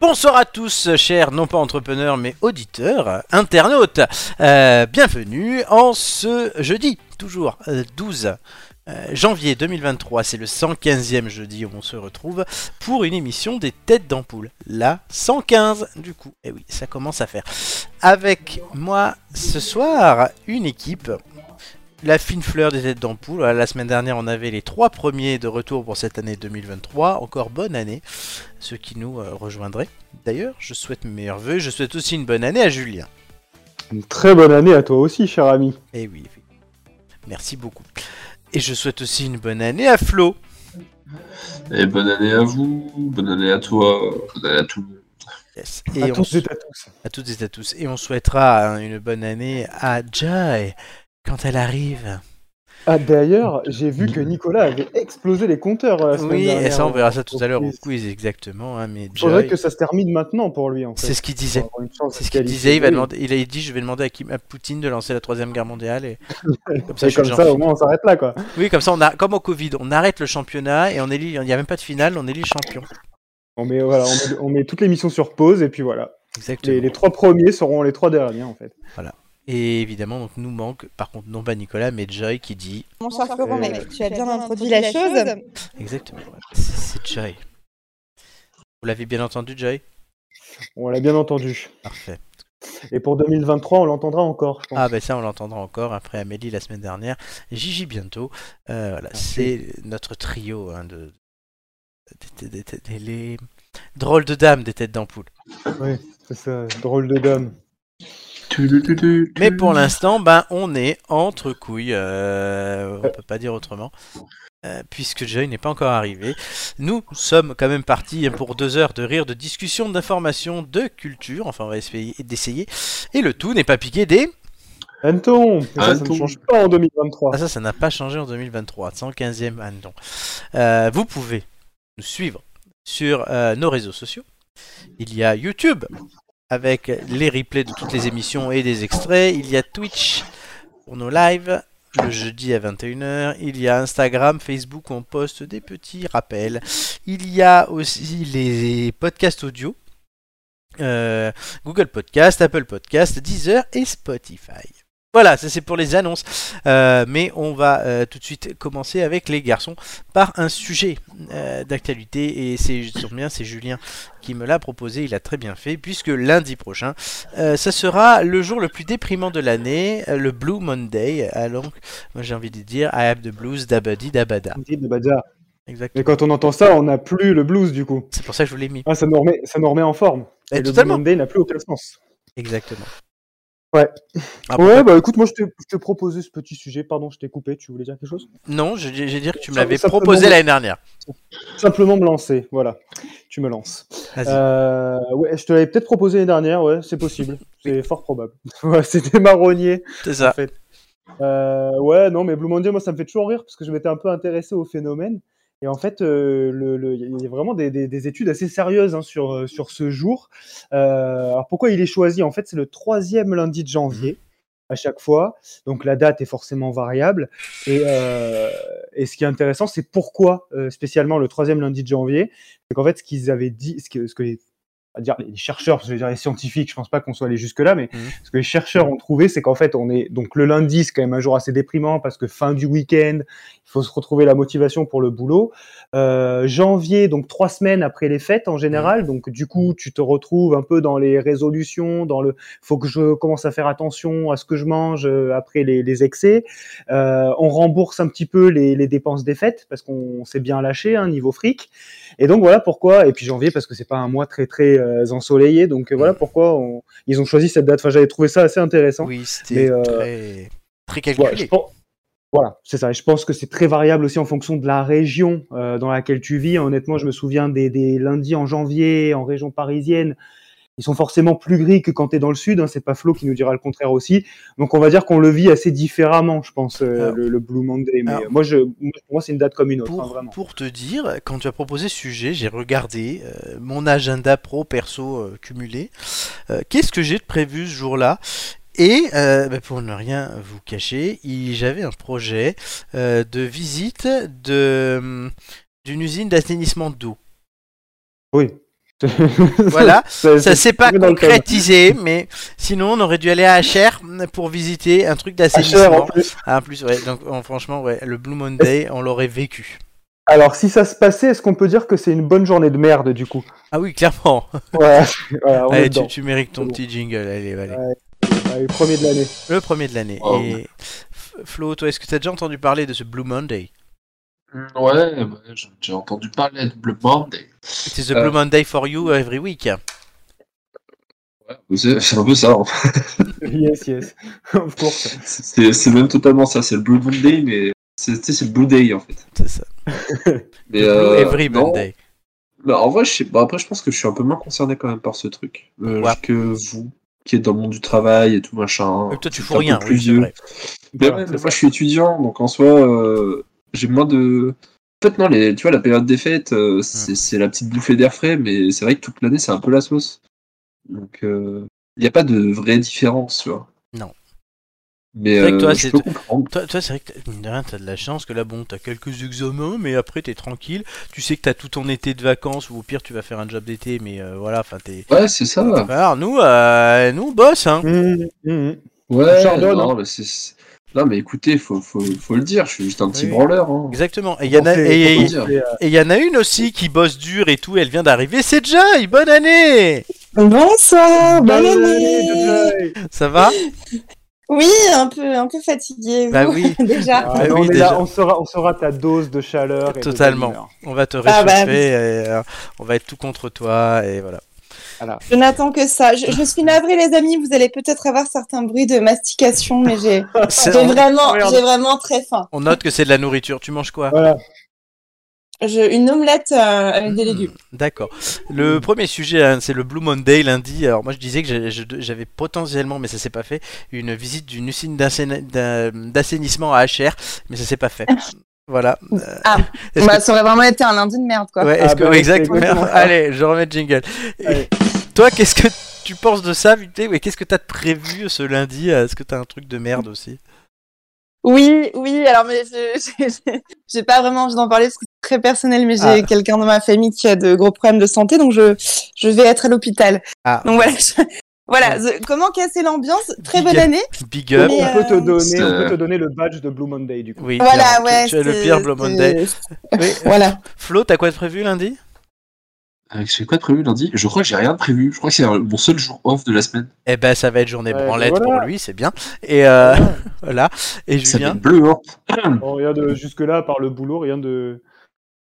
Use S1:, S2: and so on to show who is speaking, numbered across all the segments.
S1: Bonsoir à tous, chers non pas entrepreneurs mais auditeurs, internautes. Euh, bienvenue en ce jeudi, toujours euh, 12 euh, janvier 2023. C'est le 115e jeudi où on se retrouve pour une émission des têtes d'ampoule. La 115 du coup. Et oui, ça commence à faire. Avec moi ce soir, une équipe la fine fleur des têtes d'ampoule. Voilà, La semaine dernière, on avait les trois premiers de retour pour cette année 2023. Encore bonne année, ceux qui nous euh, rejoindraient. D'ailleurs, je souhaite mes meilleurs voeux. Je souhaite aussi une bonne année à Julien.
S2: Une très bonne année à toi aussi, cher ami.
S1: Eh oui, oui. merci beaucoup. Et je souhaite aussi une bonne année à Flo.
S3: Et bonne année à vous, bonne année à toi, bonne année à tout le monde.
S1: Yes.
S2: à
S1: Et on
S2: tous
S1: sou-
S2: et à tous.
S1: à toutes et à tous. Et on souhaitera hein, une bonne année à Jai quand elle arrive.
S2: Ah, d'ailleurs, j'ai vu que Nicolas avait explosé les compteurs euh, la semaine
S1: Oui,
S2: dernière.
S1: et ça, on verra ça tout à l'heure au
S2: Il
S1: quiz exactement. hein, mais
S2: faudrait
S1: Jai,
S2: que ça se termine maintenant pour lui, en fait.
S1: c'est ce qu'il disait.
S2: Pour avoir une chance
S1: C'est
S2: de
S1: ce qu'il
S2: se
S1: disait, il, va demander,
S2: qualifier.
S1: il a dit je vais demander à, Kim- à Poutine de lancer la troisième guerre mondiale et comme ça,
S2: Et
S1: je suis
S2: comme
S1: le
S2: ça,
S1: genre-
S2: au moins, on s'arrête là, quoi.
S1: oui comme ça on a comme au Covid on arrête le championnat et on élit il n'y a même pas de finale on élit champion
S2: On met, voilà, on met, on met toutes les missions sur pause, et puis voilà.
S1: exactement
S2: Les, les trois premiers seront les trois derniers, en fait.
S1: et évidemment donc nous manque par contre non pas Nicolas mais Joy qui dit
S4: Mon cher
S2: Euh,
S4: Florent, mec, tu as bien introduit la chose.
S1: exactement ouais. c'est c'est Joy vous l'avez bien entendu Joy
S2: On l'a bien entendu.
S1: parfait
S2: Et pour 2023, on l'entendra encore, je pense.
S1: ah ben ça on l'entendra encore après Amélie la semaine dernière Gigi bientôt Euh, voilà c'est notre trio hein, de des- des- des- des- les drôles de dames des têtes d'ampoule
S2: C'est ça, drôle de dame.
S3: Tulululu.
S1: Mais pour l'instant, ben, on est entre couilles. euh, on peut pas dire autrement. euh, puisque Joy n'est pas encore arrivé. Nous sommes quand même partis pour deux heures de rire, de discussion, d'information, de culture. Enfin, on va essayer d'essayer. Et le tout n'est pas piqué des.
S2: Anton, et ça, ça ne
S3: Anton.
S2: change pas en 2023.
S1: Ah, ça, ça n'a pas changé en 2023. 115e année. donc. Euh, vous pouvez nous suivre sur euh, nos réseaux sociaux. Il y a YouTube avec les replays de toutes les émissions et des extraits. Il y a Twitch pour nos lives le jeudi à 21h. Il y a Instagram, Facebook où on poste des petits rappels. Il y a aussi les podcasts audio. euh, Google Podcast, Apple Podcast, Deezer et Spotify. Voilà, ça c'est pour les annonces. Euh, mais on va euh, tout de suite commencer avec les garçons par un sujet euh, d'actualité. Et c'est je me souviens, c'est Julien qui me l'a proposé. Il a très bien fait, puisque lundi prochain, euh, ça sera le jour le plus déprimant de l'année, euh, le Blue Monday. Alors, moi j'ai envie de dire I have the blues, dabadi, dabada.
S2: Anton de Badja. Mais
S1: Exactement.
S2: quand on entend ça, on n'a plus le blues, du coup.
S1: C'est pour ça que je vous l'ai mis.
S2: Ah, ça nous remet, ça nous remet en forme.
S1: Eh,
S2: Et le Blue
S1: totalement.
S2: Monday n'a plus aucun sens.
S1: Exactement.
S2: Ouais.
S1: Ah bon
S2: ouais, bah écoute, moi je t'ai je t'ai proposé ce petit sujet, pardon, je t'ai coupé, tu voulais dire quelque chose
S1: Non, je- j'ai dire que tu me
S2: Ça-
S1: l'avais
S2: Ah, ça peut
S1: proposé
S2: demander-
S1: l'année dernière.
S2: Simplement me lancer, voilà. Tu me lances.
S1: Vas-y.
S2: Euh, ouais, je te l'avais peut-être proposé l'année dernière, ouais, c'est possible. C'est fort probable. Ouais, C'était marronnier,
S1: C'est
S2: en
S1: ça.
S2: fait. Euh, ouais, non, mais Blue Monday, moi ça me fait toujours rire parce que je m'étais un peu intéressé au phénomène. Et en fait, euh, le- le- il y a vraiment des, des- des études assez sérieuses hein, sur, euh, sur ce jour. Euh, alors pourquoi il est choisi En fait, c'est le troisième lundi de janvier à chaque fois. Donc la date est forcément variable. Et, euh, et ce qui est intéressant, c'est pourquoi euh, spécialement le troisième lundi de janvier. C'est qu'en fait, ce qu'ils avaient dit, ce que, ce que les, à dire les chercheurs, parce que je veux dire les scientifiques, je pense pas qu'on soit allé jusque-là, mais
S1: Mhm.
S2: ce que les chercheurs ont trouvé, c'est qu'en fait, on est donc le lundi, c'est quand même un jour assez déprimant parce que fin du week-end, il faut se retrouver la motivation pour le boulot. Euh, janvier, donc trois semaines après les fêtes en général. Donc du coup, tu te retrouves un peu dans les résolutions, dans le faut que je commence à faire attention à ce que je mange euh, après les, les excès. Euh, on rembourse un petit peu les, les dépenses des fêtes parce qu'on s'est bien lâché hein, niveau fric. Et donc voilà pourquoi. Et puis janvier parce que c'est pas un mois très très euh, ensoleillé. Donc euh, voilà pourquoi on- ils ont choisi cette date. Enfin, j'avais trouvé ça assez intéressant.
S1: Oui,
S2: Mais,
S1: c'était
S2: euh,
S1: très, très
S2: Ouais,
S1: calculé.
S2: je pense- Voilà, c'est ça. Et je pense que c'est très variable aussi en fonction de la région euh, dans laquelle tu vis. Honnêtement, je me souviens des, des lundis en janvier en région parisienne. Ils sont forcément plus gris que quand tu es dans le sud. Hein. C'est pas Flo qui nous dira le contraire aussi. Donc on va dire qu'on le vit assez différemment, je pense, euh,
S1: Alors-
S2: le, le Blue Monday. Mais
S1: Alors-
S2: euh, moi, je, moi, pour moi, c'est une date comme une autre, hein,
S1: pour,
S2: vraiment.
S1: pour te dire, quand tu as proposé ce sujet, j'ai regardé euh, mon agenda pro perso euh, cumulé. Euh, Qu'est-ce que j'ai de prévu ce jour-là et euh, bah, pour ne rien vous cacher, il- j'avais un projet euh, de visite de, hum, d'une usine d'assainissement d'eau.
S2: Oui.
S1: Voilà.
S2: Ça-
S1: Ça
S2: ça-
S1: s'est pas
S2: c'est dans le thème.
S1: concrétisé, mais sinon on aurait dû aller à HR pour visiter un truc
S2: Ah, cher, en
S1: d'assainissement.
S2: plus.
S1: Ah, en plus, ouais, donc en- franchement, ouais, le Blue Monday, on l'aurait vécu.
S2: Alors, si ça se passait, est-ce qu'on peut dire que c'est une bonne journée de merde, du coup
S1: Ah oui, clairement.
S2: Voilà, voilà, on est
S1: Allez, tu,
S2: dedans.
S1: tu mérites ton
S2: C'est bon.
S1: petit jingle, allez, allez.
S2: Allez, premier de l'année.
S1: Le premier de l'année.
S3: Oh.
S1: Et F- Flo, toi, est-ce que t'as déjà entendu parler de ce Blue Monday
S3: Mm, Ouais, ouais, j'ai- j'ai entendu parler de Blue Monday.
S1: C'est the
S3: Euh.
S1: Blue Monday for you every week.
S3: Ouais, c'est c'est un peu ça. hein.
S2: Yes, yes. Of course.
S3: C'est c'est même totalement ça. C'est le Blue Monday, mais c'est tu sais, c'est le Blue Day en fait.
S1: C'est ça.
S3: Mais,
S1: The Blue
S3: euh,
S1: every
S3: non.
S1: Monday.
S3: Bah, en vrai, je sais... bah, après, je pense que je suis un peu moins concerné quand même par ce truc euh,
S1: Ouais.
S3: que vous, qui êtes dans le monde du travail et tout machin.
S1: Euh, toi, tu
S3: Vous
S1: fous
S3: êtes un
S1: rien,
S3: peu Plus
S1: oui, c'est
S3: vieux.
S1: vrai.
S3: Mais
S2: Voilà,
S3: ouais,
S2: c'est
S3: mais
S2: ça.
S3: moi, je suis étudiant, donc en soi, euh, j'ai moins de. En fait, non, les, tu vois, la période des fêtes, euh, c'est c'est la petite bouffée d'air frais, mais c'est vrai que toute l'année, c'est un peu la sauce. Donc, euh, il n'y a pas de vraie différence, tu vois.
S1: Non.
S3: Mais
S1: C'est vrai que
S3: euh,
S1: toi,
S3: je
S1: c'est-
S3: peux comprendre.
S1: Toi, toi, c'est vrai que t'as- mine de rien, t'as de la chance que là, bon, t'as quelques examens, mais après, t'es tranquille. Tu sais que t'as tout ton été de vacances, ou au pire, tu vas faire un job d'été, mais euh, voilà, enfin, t'es.
S3: Ouais, c'est ça.
S1: Alors, nous, euh, nous, on bosse, hein.
S2: Mhm, mhm.
S3: Ouais,
S2: Chardonne,
S3: non, mais c'est- c'est- non, mais écoutez, faut, faut, faut le dire, je suis juste un petit
S1: Oui.
S3: branleur. hein.
S1: Exactement. Et il y, en a-
S2: Pensez-
S1: et- et-
S3: dire.
S2: pensez à-
S1: et il y en a une aussi qui bosse dur et tout, elle vient d'arriver, c'est Joy, bonne année Oh, bah
S4: Bonsoir, bonne
S2: Bonne
S1: Ah,
S4: année.
S2: année, Joy.
S1: Ça va
S4: Oui, un peu, un peu fatiguée. vous,
S1: Bah oui,
S4: déjà.
S2: Ah,
S1: Ah,
S2: non,
S1: oui,
S2: mais
S1: déjà.
S2: là, on saura, on saura ta dose de chaleur. et de bonne
S1: Totalement.
S2: humeur.
S1: on va te réchauffer,
S4: Ah bah oui.
S1: et, euh, on va être tout contre toi, et voilà.
S4: Je n'attends que ça. Je, je suis navrée, les amis. Vous allez peut-être avoir certains bruits de mastication, mais j'ai
S1: C'est-
S4: j'ai
S1: on,
S4: vraiment,
S2: Regarde.
S4: j'ai vraiment très faim.
S1: on note que c'est de la nourriture, tu manges quoi
S2: Voilà.
S4: Je- une omelette euh, avec des légumes.
S1: D'accord. Le premier sujet, hein, c'est le Blue Monday lundi. Alors moi, je disais que j'ai- je- j'avais potentiellement, mais ça s'est pas fait, une visite d'une usine d'assaini- d'a- d'assainissement à HR, mais ça s'est pas fait. Voilà. Euh,
S4: Ah,
S1: est-ce
S4: Bah,
S1: que-
S4: ça aurait vraiment été un lundi de merde, quoi.
S1: ouais,
S2: Ah,
S1: est-ce que-
S2: bah,
S1: ouais,
S2: c'est
S1: exactement.
S2: exactement ça.
S1: Allez, je remets le jingle. Et
S2: Allez.
S1: Toi, qu'est-ce que tu penses de ça, Vuté Et qu'est-ce que t'as de prévu euh, ce lundi Est-ce que t'as un truc de merde aussi
S4: Oui, oui, alors mais je- j'ai- j'ai- j'ai pas vraiment envie d'en parler parce que c'est très personnel, mais j'ai
S1: Ah.
S4: quelqu'un dans ma famille qui a de gros problèmes de santé, donc je, je vais être à l'hôpital.
S1: Ah.
S4: Donc voilà, je- voilà The- comment casser l'ambiance Très bonne
S1: Big up.
S4: année.
S1: Big up.
S4: Mais,
S2: on, peut te
S4: euh,
S2: donner, on
S3: C'est-
S2: peut te donner le badge de Blue Monday, du coup.
S1: Oui,
S4: Voilà,
S1: clairement, tu-
S4: ouais.
S1: tu, as le
S4: c'est-
S1: pire Blue Monday.
S4: c'est-
S1: Oui.
S4: Voilà.
S1: Flo, t'as quoi de prévu lundi
S3: Euh, J'ai quoi de prévu lundi Je crois que j'ai rien de prévu. Je crois que c'est mon seul jour off de la semaine.
S1: Eh ben, ça va être journée
S2: Ouais,
S1: branlette
S2: voilà.
S1: pour lui, c'est bien. Et
S3: Bah.
S1: euh, voilà. Et
S3: Ça fait
S1: Julien
S3: bleu, hein.
S2: Bon, rien de jusque-là, par le boulot, rien de,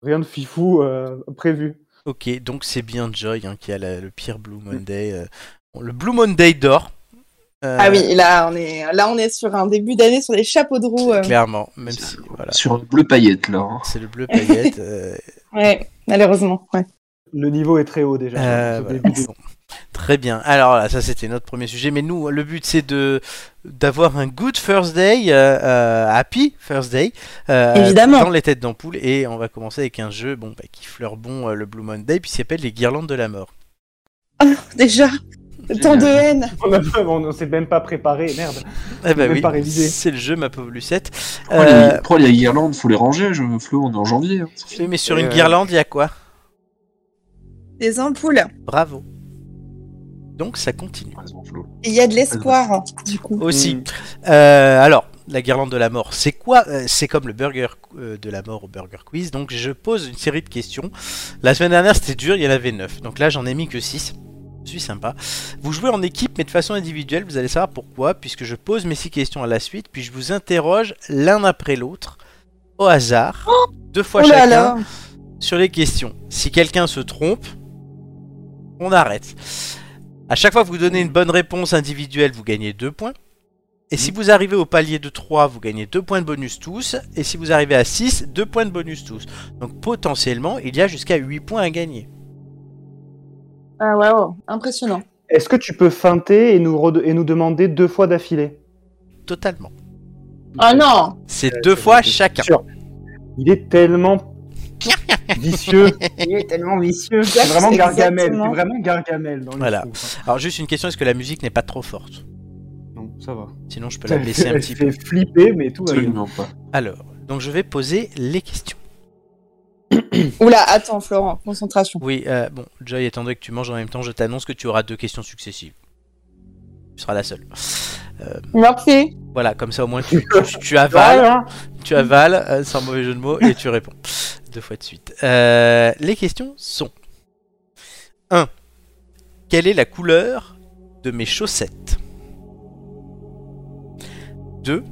S2: rien de fifou euh, prévu.
S1: Ok, donc c'est bien Joy hein, qui a la- le pire Blue Monday. euh. Bon, le Blue Monday d'or. Euh,
S4: Ah oui, là on est, là on est sur un début d'année sur les chapeaux de roue. euh,
S1: Clairement, même si voilà,
S3: Sur un bleu paillette, là. hein.
S1: c'est le bleu paillette. euh,
S4: Ouais, malheureusement. ouais.
S2: Le niveau est très haut déjà.
S1: Euh,
S2: au
S1: voilà.
S2: début de-
S1: Bon. Très bien. Alors là, ça c'était notre premier sujet, mais nous, le but c'est de d'avoir un good first day, euh, euh, happy first day, euh,
S4: Évidemment.
S1: dans les têtes d'ampoule, et on va commencer avec un jeu, bon, bah, qui fleure bon euh, le Blue Monday, puis qui s'appelle les guirlandes de la mort.
S4: Déjà, tant de haine.
S2: On a- on ne s'est même pas préparé, merde.
S1: Eh ben
S2: Même
S1: oui,
S2: pas révisé.
S1: c'est le jeu, ma pauvre Lucette.
S3: Pourquoi,
S1: Euh,
S3: les, pourquoi les guirlandes, faut les ranger, je, Flo, on est en janvier. hein.
S1: oui, mais sur une
S2: Euh,
S1: guirlande, il y a quoi
S4: Des ampoules.
S1: Bravo. Donc ça continue.
S3: Raison, Flo.
S4: Il y a de l'espoir, hein, du coup.
S1: Aussi.
S2: Mm.
S1: Euh, alors, la guirlande de la mort, c'est quoi Euh, C'est comme le burger euh, de la mort au burger quiz. Donc, je pose une série de questions. La semaine dernière, c'était dur, il y en avait 9. Donc là, j'en ai mis que 6. Je suis sympa. Vous jouez en équipe, mais de façon individuelle. Vous allez savoir pourquoi, puisque je pose mes 6 questions à la suite, puis je vous interroge l'un après l'autre, au hasard, deux fois
S4: Oh là
S1: chacun,
S4: là.
S1: sur les questions. Si quelqu'un se trompe, on arrête. À chaque fois que vous donnez une bonne réponse individuelle, vous gagnez 2 points. Et si vous arrivez au palier de 3, vous gagnez 2 points de bonus tous. Et si vous arrivez à 6, 2 points de bonus tous. Donc potentiellement, il y a jusqu'à 8 points à gagner.
S4: Ah waouh, impressionnant.
S2: Est-ce que tu peux feinter et nous, rede- et nous demander deux fois d'affilée
S1: Totalement.
S4: Ah non.
S1: C'est
S2: Euh,
S1: deux
S2: c'est
S1: fois
S2: vrai, c'est
S1: chacun.
S2: sûr. Il est tellement vicieux. Il est tellement vicieux. C'est vraiment Gargamel.
S4: Exactement.
S2: C'est vraiment Gargamel. Dans les
S1: Voilà.
S2: trous.
S1: Alors juste une question, est-ce que la musique n'est pas trop forte
S2: Non, ça va.
S1: Sinon je peux la baisser un petit peu.
S2: Elle fait flipper, mais tout va bien.
S3: Absolument pas.
S1: Alors, donc je vais poser les questions.
S4: Oula, attends, Florent, concentration.
S1: Oui, euh, bon, Joy, étant donné que tu manges en même temps, je t'annonce que tu auras deux questions successives. Tu seras la seule.
S4: Merci.
S1: Voilà, comme ça au moins tu, tu- tu avales,
S2: hein.
S1: tu avales euh, sans mauvais jeu de mots et tu réponds deux fois de suite. Euh, les questions sont 1. Quelle est la couleur de mes chaussettes 2.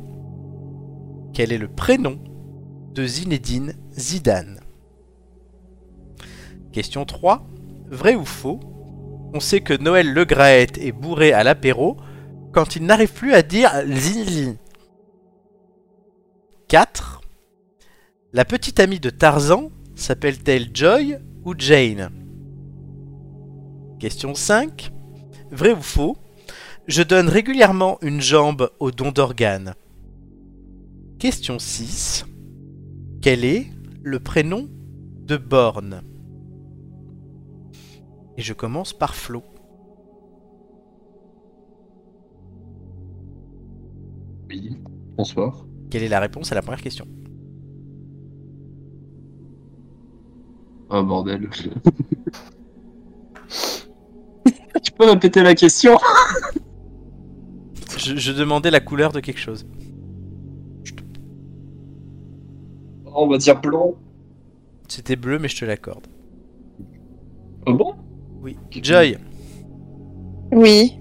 S1: Quel est le prénom de Zinedine Zidane Question 3. Vrai ou faux On sait que Noël Le Graët est bourré à l'apéro quand il n'arrive plus à dire Zinzin. 4. La petite amie de Tarzan s'appelle-t-elle Joy ou Jane Question 5. Vrai ou faux Je donne régulièrement une jambe au don d'organes. Question 6. Quel est le prénom de Borne Et je commence par Flo.
S3: Oui. Bonsoir.
S1: Quelle est la réponse à la première question
S3: Oh bordel. tu peux répéter la question
S1: je, je demandais la couleur de quelque chose.
S3: Ah, On va dire blanc.
S1: C'était bleu, mais je te l'accorde.
S3: Ah bon
S1: Oui. Joy,
S4: Oui.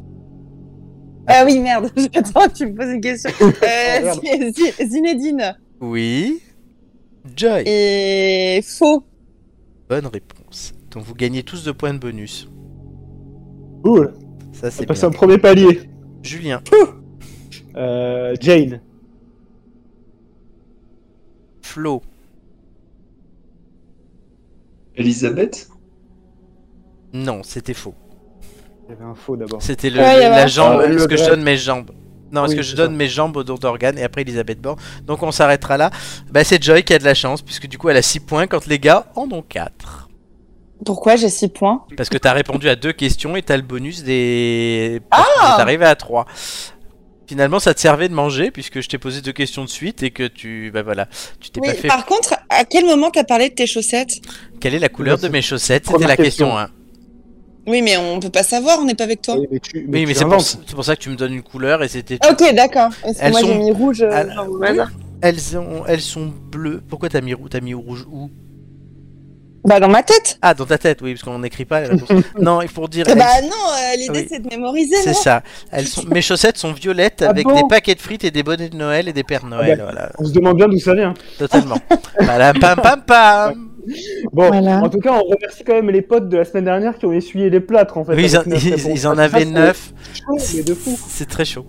S4: Ah oui, merde. Attends, tu me poses une question.
S1: Oh,
S4: Euh,
S2: merde.
S4: Zi- Zinedine.
S1: Oui. Joy.
S4: Et faux.
S1: Bonne réponse. Donc vous gagnez tous deux points de bonus.
S2: Cool.
S1: Ça
S2: On
S1: c'est bien.
S2: passe un premier palier.
S1: Julien,
S2: Euh, Jane.
S1: Flo,
S3: Elisabeth
S1: non, c'était faux.
S2: Il y avait un faux d'abord.
S1: C'était le,
S4: Ouais, il y avait
S1: la
S4: un-
S1: jambe.
S2: Ah, le
S1: est-ce que je
S2: grec.
S1: donne mes jambes Non, est-ce
S2: Oui,
S1: que je
S2: c'est
S1: donne
S2: ça.
S1: mes jambes au don d'organes et après Elisabeth Borne Donc on s'arrêtera là. Bah c'est Joy qui a de la chance puisque du coup elle a 6 points quand les gars en ont 4.
S4: Pourquoi j'ai 6 points
S1: Parce que t'as répondu à deux questions et t'as le bonus des. Parce que
S4: Ah
S1: T'es arrivé à 3. Finalement, ça te servait de manger puisque je t'ai posé deux questions de suite et que tu. Bah voilà, tu t'es
S4: Oui,
S1: pas fait.
S4: Par contre, à quel moment t'as parlé de tes chaussettes
S1: Quelle est la couleur de mes chaussettes C'était
S2: Première
S1: la question hein.
S2: question.
S1: 1.
S4: Oui, mais on peut pas savoir, on n'est pas avec toi.
S2: Oui, Eh, mais tu,
S1: Oui,
S2: tu
S1: mais c'est pour,
S2: inventes.
S1: c'est pour ça que tu me donnes une couleur et c'était.
S4: Ok, d'accord. Parce que
S1: Elles
S4: moi
S1: sont-
S4: j'ai mis rouge. euh,
S1: Elles-
S4: genre, au hasard.
S1: Elles, ont- elles sont bleues. Pourquoi t'as mis, rou- t'as mis rouge où
S4: Bah dans ma tête.
S1: Ah, dans ta tête, oui, parce qu'on n'écrit pas les réponses. non, et pour dire.
S4: Eh
S1: elles-
S4: Bah non, euh, l'idée
S1: Oui.
S4: c'est de mémoriser.
S1: c'est
S4: non
S1: ça. Elles sont, mes chaussettes sont violettes
S2: Ah
S1: avec
S2: bon
S1: des paquets de frites et des bonnets de Noël et des
S2: Ah
S1: Pères Noël. Voilà,
S2: On se demande bien d'où ça vient.
S1: totalement. Palam, pam, pam, pam.
S2: Bon,
S4: Voilà.
S2: en tout cas, on remercie quand même les potes de la semaine dernière qui ont essuyé les plâtres en fait.
S1: Oui, ils, en-
S2: avec notre
S1: ils-
S2: réponse.
S1: ils en
S2: Ça,
S1: avaient
S2: c'est
S1: 9.
S2: chaud, mais de fou.
S1: C'est très chaud.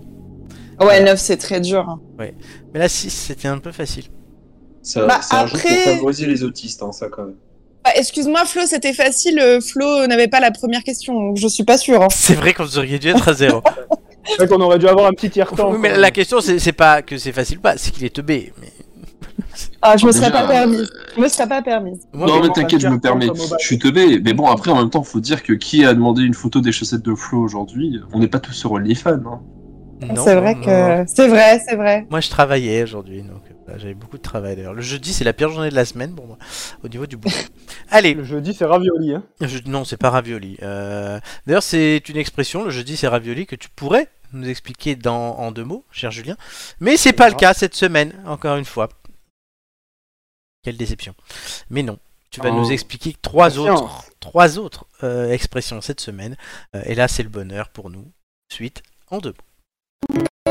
S4: Ouais, 9 c'est très dur.
S1: Mais là, 6, c'était un peu facile.
S3: C'est un-
S4: Bah,
S3: c'est un jeu
S4: après-
S3: pour favoriser les autistes, hein, ça quand même.
S4: Bah, Excuse-moi Flo, c'était facile. euh, Flo n'avait pas la première question, je suis pas sûre. hein.
S1: C'est vrai qu'on auriez dû être à zéro.
S2: C'est vrai qu'on aurait dû avoir un petit tiers temps.
S1: Oui, mais la question, c'est c'est pas que c'est facile ou pas, c'est qu'il est teubé. Mais...
S4: Ah, je me serais
S3: Déjà, euh,
S4: pas permise. Je me serais pas permise.
S1: Moi,
S3: non,
S2: mais
S3: mais
S2: on va
S3: t'inquiète, je
S2: faire
S3: me permets.
S2: comme au bac.
S3: Je suis teubé. Mais bon, après, en même temps, faut dire que qui a demandé une photo des chaussettes de Flo aujourd'hui On n'est pas tous sur OnlyFans. Hein.
S1: non,
S4: Ah, C'est vrai
S1: non, non, non.
S4: que c'est vrai, c'est vrai.
S1: Moi, je travaillais aujourd'hui, donc euh, bah, j'avais beaucoup de travail d'ailleurs. Le jeudi, c'est la pire journée de la semaine pour moi, au niveau du boulot. Allez,
S2: Le jeudi, c'est ravioli. Hein.
S1: je- non, c'est pas ravioli. Euh, D'ailleurs, c'est une expression, le jeudi, c'est ravioli, que tu pourrais nous expliquer dans, en deux mots, cher Julien. Mais c'est pas le cas cette semaine, encore une fois. Quelle déception. Mais non, tu vas
S3: Oh.
S1: nous expliquer trois
S2: Confiance.
S1: autres, trois autres euh, expressions cette semaine. Euh, et là, c'est le bonheur pour nous. Suite en deux mots.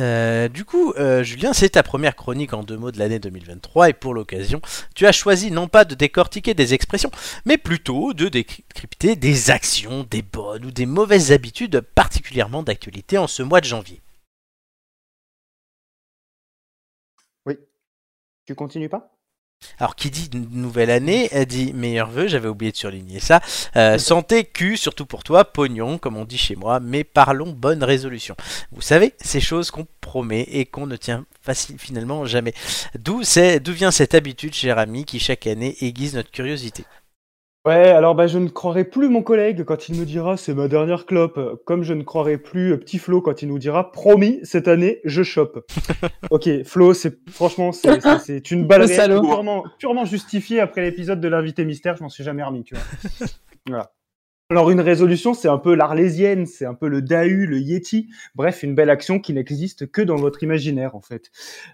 S1: Euh, du coup, euh, Julien, c'est ta première chronique en deux mots de l'année 2023 et pour l'occasion, tu as choisi non pas de décortiquer des expressions, mais plutôt de décrypter des actions, des bonnes ou des mauvaises habitudes particulièrement d'actualité en ce mois de janvier.
S2: Tu continues pas
S1: Alors, qui dit n- nouvelle année, elle dit meilleurs vœux, j'avais oublié de surligner ça. Euh, santé, cul, surtout pour toi, pognon, comme on dit chez moi, mais parlons bonne résolution. Vous savez, ces choses qu'on promet et qu'on ne tient facile, finalement jamais. D'où c'est- d'où vient cette habitude, cher ami, qui chaque année aiguise notre curiosité
S2: Ouais, alors bah, je ne croirai plus mon collègue quand il me dira c'est ma dernière clope, comme je ne croirai plus euh, petit Flo quand il nous dira promis cette année je chope. ok, Flo, c'est franchement c'est- c'est c'est une balle
S5: Le
S2: réelle
S5: salaud.
S2: purement, purement justifiée après l'épisode de l'invité mystère, je m'en suis jamais remis, tu vois. voilà. Alors une résolution, c'est un peu l'arlésienne, c'est un peu le Dahu, le Yeti, bref, une belle action qui n'existe que dans votre imaginaire en fait.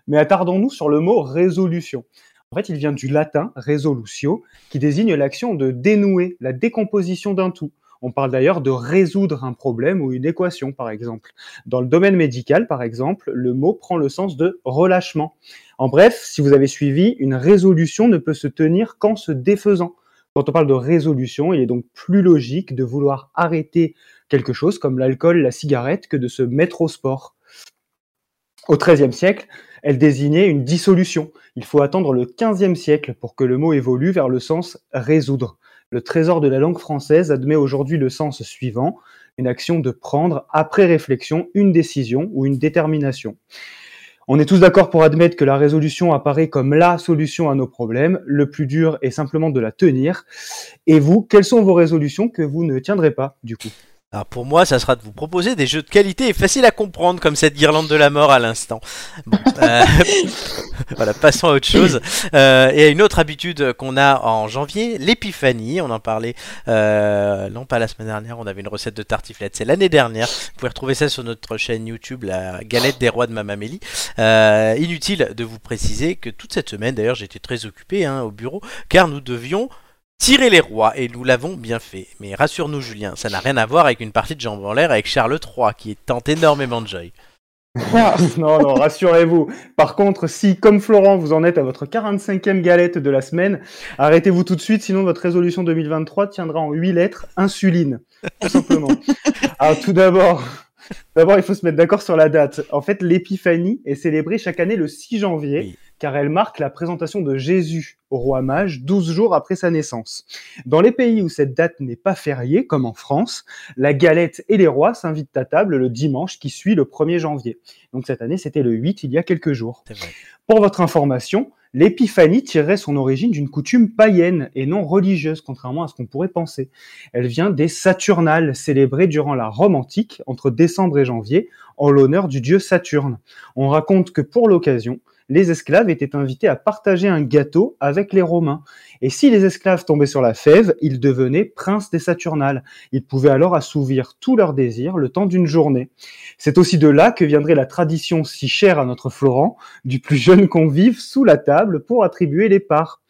S2: Mais attardons-nous sur le mot résolution. En fait, il vient du latin resolutio, qui désigne l'action de dénouer, la décomposition d'un tout. On parle d'ailleurs de résoudre un problème ou une équation, par exemple. Dans le domaine médical, par exemple, le mot prend le sens de relâchement. En bref, si vous avez suivi, une résolution ne peut se tenir qu'en se défaisant. Quand on parle de résolution, il est donc plus logique de vouloir arrêter quelque chose comme l'alcool, la cigarette, que de se mettre au sport. Au XIIIe siècle, elle désignait une dissolution. Il faut attendre le XVe siècle pour que le mot évolue vers le sens résoudre. Le trésor de la langue française admet aujourd'hui le sens suivant, une action de prendre, après réflexion, une décision ou une détermination. On est tous d'accord pour admettre que la résolution apparaît comme la solution à nos problèmes. Le plus dur est simplement de la tenir. Et vous, quelles sont vos résolutions que vous ne tiendrez pas, du coup
S1: Alors pour moi, ça sera de vous proposer des jeux de qualité et faciles à comprendre, comme cette guirlande de la mort à l'instant. Bon, euh, voilà, passons à autre chose. Euh, et à une autre habitude qu'on a en janvier, l'épiphanie. On en parlait, euh, non pas la semaine dernière, on avait une recette de tartiflette, c'est l'année dernière. Vous pouvez retrouver ça sur notre chaîne YouTube, la galette des rois de Mamamélie. Euh, inutile de vous préciser que toute cette semaine, d'ailleurs, j'étais très occupé hein, au bureau, car nous devions Tirer les rois, et nous l'avons bien fait. Mais rassure-nous, Julien, ça n'a rien à voir avec une partie de jambes en l'air avec Charles III, qui tente énormément de joy.
S2: Non, non, rassurez-vous. Par contre, si, comme Florent, vous en êtes à votre 45e galette de la semaine, arrêtez-vous tout de suite, sinon votre résolution 2023 tiendra en 8 lettres insuline. Tout simplement. Alors, tout d'abord, d'abord, il faut se mettre d'accord sur la date. En fait, l'épiphanie est célébrée chaque année le 6 janvier,
S1: Oui.
S2: car elle marque la présentation de Jésus au roi mage 12 jours après sa naissance. Dans les pays où cette date n'est pas fériée, comme en France, la galette et les rois s'invitent à table le dimanche qui suit le 1er janvier. Donc cette année, c'était le 8 il y a quelques jours.
S1: C'est vrai.
S2: Pour votre information, l'épiphanie tirerait son origine d'une coutume païenne et non religieuse, contrairement à ce qu'on pourrait penser. Elle vient des Saturnales, célébrées durant la Rome antique, entre décembre et janvier, en l'honneur du dieu Saturne. On raconte que pour l'occasion, les esclaves étaient invités à partager un gâteau avec les Romains. Et si les esclaves tombaient sur la fève, ils devenaient princes des Saturnales. Ils pouvaient alors assouvir tous leurs désirs le temps d'une journée. C'est aussi de là que viendrait la tradition si chère à notre Florent du plus jeune convive sous la table pour attribuer les parts.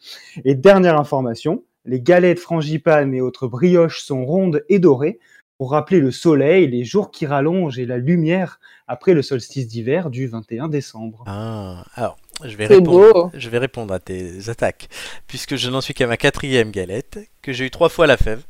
S2: Et dernière information, les galettes frangipanes et autres brioches sont rondes et dorées pour rappeler le soleil, les jours qui rallongent et la lumière après le solstice d'hiver du 21 décembre.
S1: Ah, alors, je vais,
S5: C'est
S1: répondre,
S5: beau.
S1: je vais répondre à tes attaques, puisque je n'en suis qu'à ma quatrième galette, que j'ai eu trois fois la fève,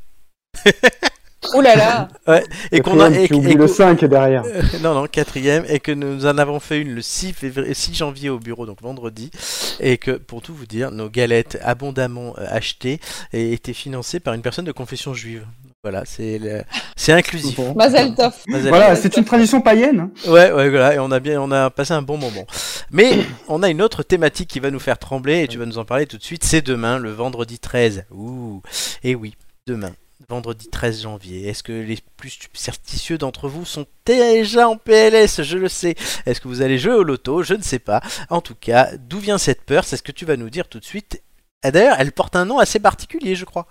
S4: Ouh là là.
S1: et
S2: Le
S1: qu'on a...
S2: problème,
S1: et-
S2: tu oublies
S1: et
S2: le
S1: qu'on-
S2: 5 derrière.
S1: Euh, non, non, quatrième, et que nous en avons fait une le 6, février, 6 janvier au bureau, donc vendredi, et que, pour tout vous dire, nos galettes abondamment euh, achetées et étaient financées par une personne de confession juive. Voilà, c'est le- c'est inclusif.
S2: Bon.
S4: Mazel tov.
S1: Mazel
S2: Voilà, c'est une tradition païenne. hein.
S1: Ouais, ouais, voilà, et on a bien, on a passé un bon moment. Mais on a une autre thématique qui va nous faire trembler, et tu vas nous en parler tout de suite, c'est demain, le vendredi 13. Ouh, et oui, demain, vendredi 13 janvier. Est-ce que les plus superstitieux d'entre vous sont déjà en PLS Je le sais. Est-ce que vous allez jouer au loto Je ne sais pas. En tout cas, d'où vient cette peur C'est ce que tu vas nous dire tout de suite. Ah, D'ailleurs, elle porte un nom assez particulier, je crois.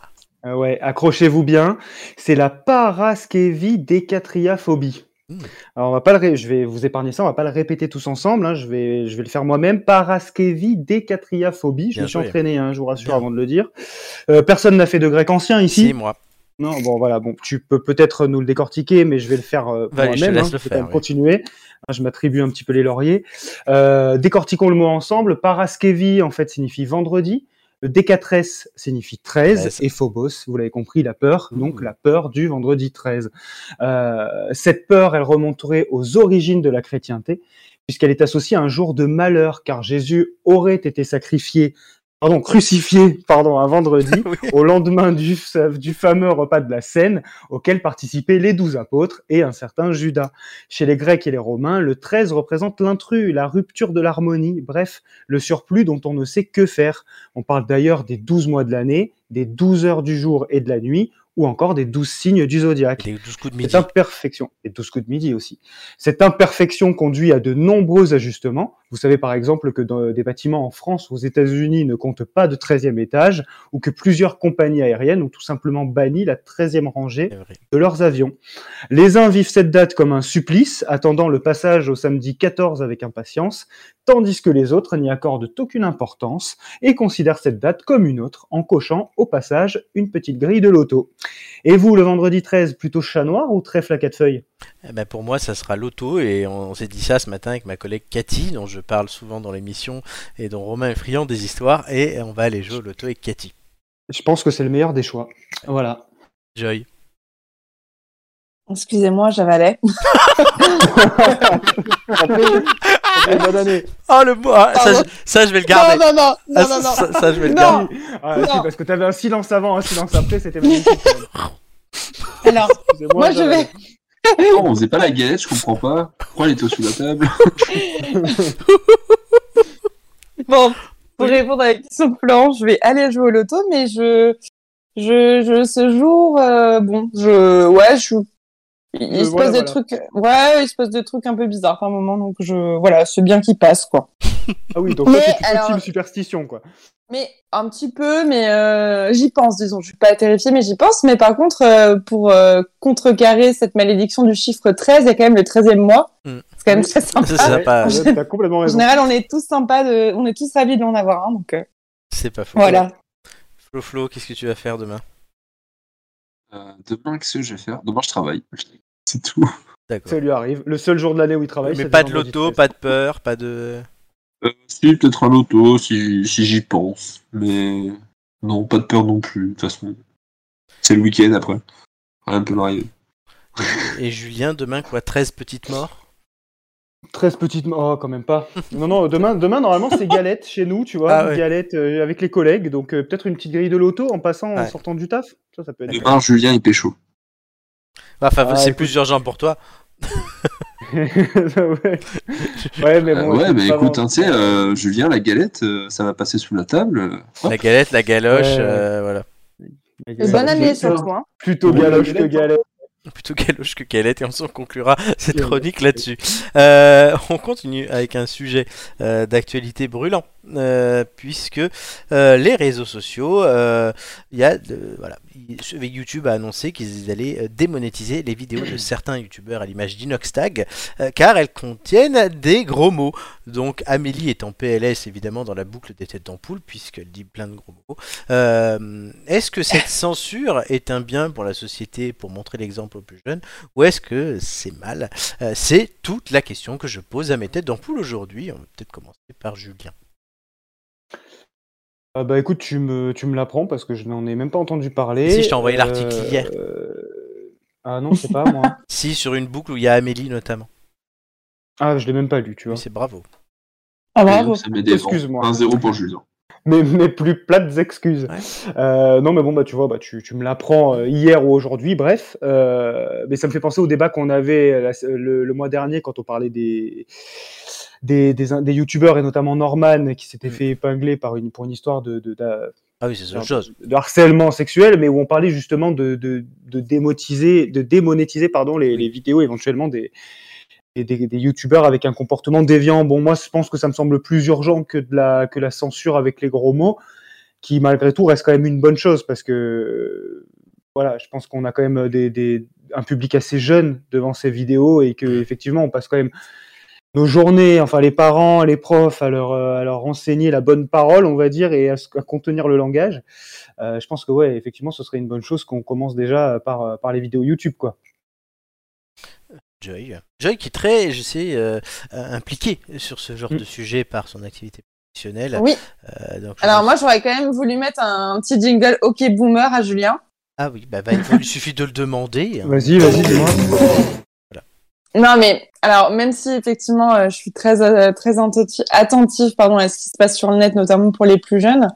S2: Ah ouais, accrochez-vous bien. C'est la paraskevidécatriaphobie.
S1: Hmm.
S2: Alors on va pas le ré- je vais vous épargner ça, on va pas le répéter tous ensemble. hein, Je vais, je vais le faire moi-même. Paraskevidécatriaphobie. Je
S1: Bien
S2: me suis
S1: joué.
S2: entraîné, hein, je vous rassure
S1: Bien.
S2: avant de le dire. Euh, personne n'a fait de grec ancien ici.
S1: Si, moi.
S2: Non, bon voilà, bon, tu peux peut-être nous le décortiquer, mais je vais le faire euh,
S1: Allez, je te
S2: moi-même.
S1: laisse
S2: hein,
S1: le
S2: je vais
S1: faire,
S2: quand même
S1: oui.
S2: continuer. Hein, Je m'attribue un petit peu les lauriers. Euh, décortiquons le mot ensemble. Paraskevi en fait signifie vendredi. Le décatresse signifie 13,
S1: Treize.
S2: et phobos, vous l'avez compris, la peur, donc
S1: Mmh.
S2: la peur du vendredi 13. Euh, cette peur, elle remonterait aux origines de la chrétienté, puisqu'elle est associée à un jour de malheur, car Jésus aurait été sacrifié pardon, crucifié, pardon, un vendredi,
S1: Oui.
S2: au lendemain du, du fameux repas de la Seine, auquel participaient les douze apôtres et un certain Judas. Chez les Grecs et les Romains, le 13 représente l'intrus, la rupture de l'harmonie, bref, le surplus dont on ne sait que faire. On parle d'ailleurs des douze mois de l'année, des douze heures du jour et de la nuit, ou encore des douze signes du zodiaque.
S1: Les 12 coups de
S2: Cette
S1: midi.
S2: imperfection, et 12 coups de midi aussi, cette imperfection conduit à de nombreux ajustements. Vous savez par exemple que dans des bâtiments en France, aux États-Unis, ne comptent pas de 13e étage, ou que plusieurs compagnies aériennes ont tout simplement banni la 13e rangée
S1: C'est vrai.
S2: de leurs avions. Les uns vivent cette date comme un supplice, attendant le passage au samedi 14 avec impatience, tandis que les autres n'y accordent aucune importance et considèrent cette date comme une autre, en cochant au passage une petite grille de loto. Et vous, le vendredi 13, plutôt chat noir ou trèfle à quatre feuilles
S1: Eh ben, pour moi, ça sera l'auto et on, on s'est dit ça ce matin avec ma collègue Cathy, dont je parle souvent dans l'émission et dont Romain est friand des histoires. Et on va aller jouer au loto avec Cathy.
S2: Je pense que c'est le meilleur des choix. Voilà.
S1: Joy.
S4: Excusez-moi, j'avalais.
S2: En plus, en plus, bonne année.
S1: Oh le mot ah, ça,
S4: Pardon.
S1: je- ça, je vais le
S4: Non,
S1: garder.
S4: non, non,
S1: Ah,
S4: non, non, non.
S1: Ça, ça, je vais le
S4: Non.
S1: garder.
S2: Ah, si,
S4: Non.
S2: parce que t'avais un silence avant, un silence après, c'était magnifique.
S4: Alors, moi, je vais.
S3: Non, Oh, on faisait pas la galette, je comprends pas. Pourquoi elle était sous la table
S4: Bon, pour répondre à la question plan, je vais aller jouer au loto, mais je, je, je ce jour, euh, bon, je, ouais, je, il, il
S2: Euh,
S4: se
S2: voilà,
S4: passe des
S2: voilà.
S4: trucs, ouais, il se passe des trucs un peu bizarres par moment, donc je, voilà, c'est bien qu'il passe, quoi.
S2: Ah oui, donc
S4: Mais
S2: toi, t'es plutôt
S4: alors-
S2: team superstition, quoi.
S4: Mais un petit peu, mais euh, j'y pense, disons. Je suis pas terrifiée, mais j'y pense. Mais par contre, euh, pour euh, contrecarrer cette malédiction du chiffre 13, il y a quand même le 13e mois.
S1: Mm.
S4: C'est quand même très sympa.
S1: Ça, ça
S2: Ouais,
S1: passe.
S2: Ah ouais, T'as complètement
S4: En
S2: raison.
S4: général, on est tous sympas, de... on est tous ravis de l'en avoir un, donc euh,
S1: C'est pas faux.
S4: voilà.
S1: Flo Flo, qu'est-ce que tu vas faire demain
S3: Euh, Demain, qu'est-ce que je vais faire Demain, je travaille. C'est tout.
S1: D'accord.
S2: Ça lui arrive. Le seul jour de l'année où il travaille.
S1: Mais
S2: c'est
S1: pas
S2: le
S1: de
S2: vendredi
S1: loto,
S2: 13.
S1: pas de peur, pas de.
S3: Euh, si, peut-être un loto, si, si j'y pense. Mais non, pas de peur non plus. De toute façon, c'est le week-end après. Rien ne peut m'arriver.
S1: Et Julien, demain quoi 13 petites morts
S2: 13 petites. Oh, quand même pas. Non, non, demain, demain normalement, c'est galette chez nous, tu vois.
S1: Ah ouais.
S2: Galette euh, avec les collègues. Donc, euh, peut-être une petite grille de loto en passant, en
S1: Ouais.
S2: sortant du taf. Ça, ça peut être.
S3: Demain, Julien est pécho.
S1: Enfin,
S2: Ah,
S1: c'est
S2: écoute.
S1: plus urgent pour toi.
S2: ouais. Ouais, mais
S3: Euh,
S2: bon.
S3: ouais,
S2: écoute,
S3: mais
S2: ça
S3: écoute,
S2: va.
S3: hein, tu sais, euh, Julien, la galette, euh, ça va passer sous la table. euh, hop.
S1: La galette, la galoche,
S2: Ouais.
S1: euh, voilà.
S4: Et bonne année
S2: J'ai-
S4: surtout. Hein.
S2: Plutôt galoche que galette.
S1: Plutôt galoche que galette, et on s'en conclura cette
S2: Galette.
S1: chronique là-dessus. Euh, on continue avec un sujet euh, d'actualité brûlant, euh, puisque euh, les réseaux sociaux, euh, il y a, de- voilà, il- YouTube a annoncé qu'ils allaient euh, démonétiser les vidéos de certains YouTubeurs à l'image d'Inoxtag, euh, car elles contiennent des gros mots. Donc Amélie est en PLS évidemment dans la boucle des têtes d'ampoule, puisqu'elle dit plein de gros mots. Euh, est-ce que cette censure est un bien pour la société pour montrer l'exemple aux plus jeunes ou est-ce que c'est mal Euh, C'est toute la question que je pose à mes têtes d'ampoule aujourd'hui. On va peut-être commencer par Julien.
S2: Ah bah écoute, tu me, tu me l'apprends parce que je n'en ai même pas entendu parler.
S1: Si, je t'ai envoyé l'article hier.
S2: euh, Ah non, c'est pas moi.
S1: Si sur une boucle où il y a Amélie notamment.
S2: Ah, je l'ai même pas lu, tu
S1: Oui,
S2: vois.
S1: c'est bravo.
S4: Ah, bravo.
S3: Euh, Ça met des vents.
S2: Excuse-moi.
S3: 1-0 pour Julien.
S2: mes, mes plus plates excuses.
S1: Ouais.
S2: Euh, non, mais bon, bah, tu vois, bah, tu, tu me l'apprends euh, hier ou aujourd'hui, bref. Euh, mais ça me fait penser au débat qu'on avait euh, la- le, le mois dernier quand on parlait des, des, des, des youtubeurs et notamment Norman qui s'était
S1: Mm.
S2: fait épingler par une, pour une histoire de, de, d'a-
S1: Ah oui, c'est autre chose.
S2: de harcèlement sexuel, mais où on parlait justement de, de, de, démotiser, de démonétiser pardon, les, les vidéos éventuellement des, des, des, des youtubeurs avec un comportement déviant. Bon, moi, je pense que ça me semble plus urgent que, de la, que la censure avec les gros mots, qui malgré tout reste quand même une bonne chose parce que euh, voilà, je pense qu'on a quand même des, des, un public assez jeune devant ces vidéos et que effectivement on passe quand même nos journées, enfin les parents, les profs, à leur, euh, à leur enseigner la bonne parole, on va dire, et à, se- à contenir le langage. Euh, je pense que ouais, effectivement, ce serait une bonne chose qu'on commence déjà euh, par, euh, par les vidéos YouTube, quoi.
S1: Joy. Joy qui est très, je sais, euh, euh, impliqué sur ce
S4: Mm.
S1: genre de sujet par son activité professionnelle.
S4: Oui.
S1: Euh, donc je
S4: Alors
S1: pense-
S4: moi, j'aurais quand même voulu mettre un petit jingle OK Boomer à Julien.
S1: Ah oui, bah, bah, il faut- il suffit de le demander. hein.
S2: Vas-y, vas-y, dis-moi.
S4: Non, mais alors même si effectivement, euh, je suis très euh, très attenti- attentive, pardon, à ce qui se passe sur le net, notamment pour les plus jeunes.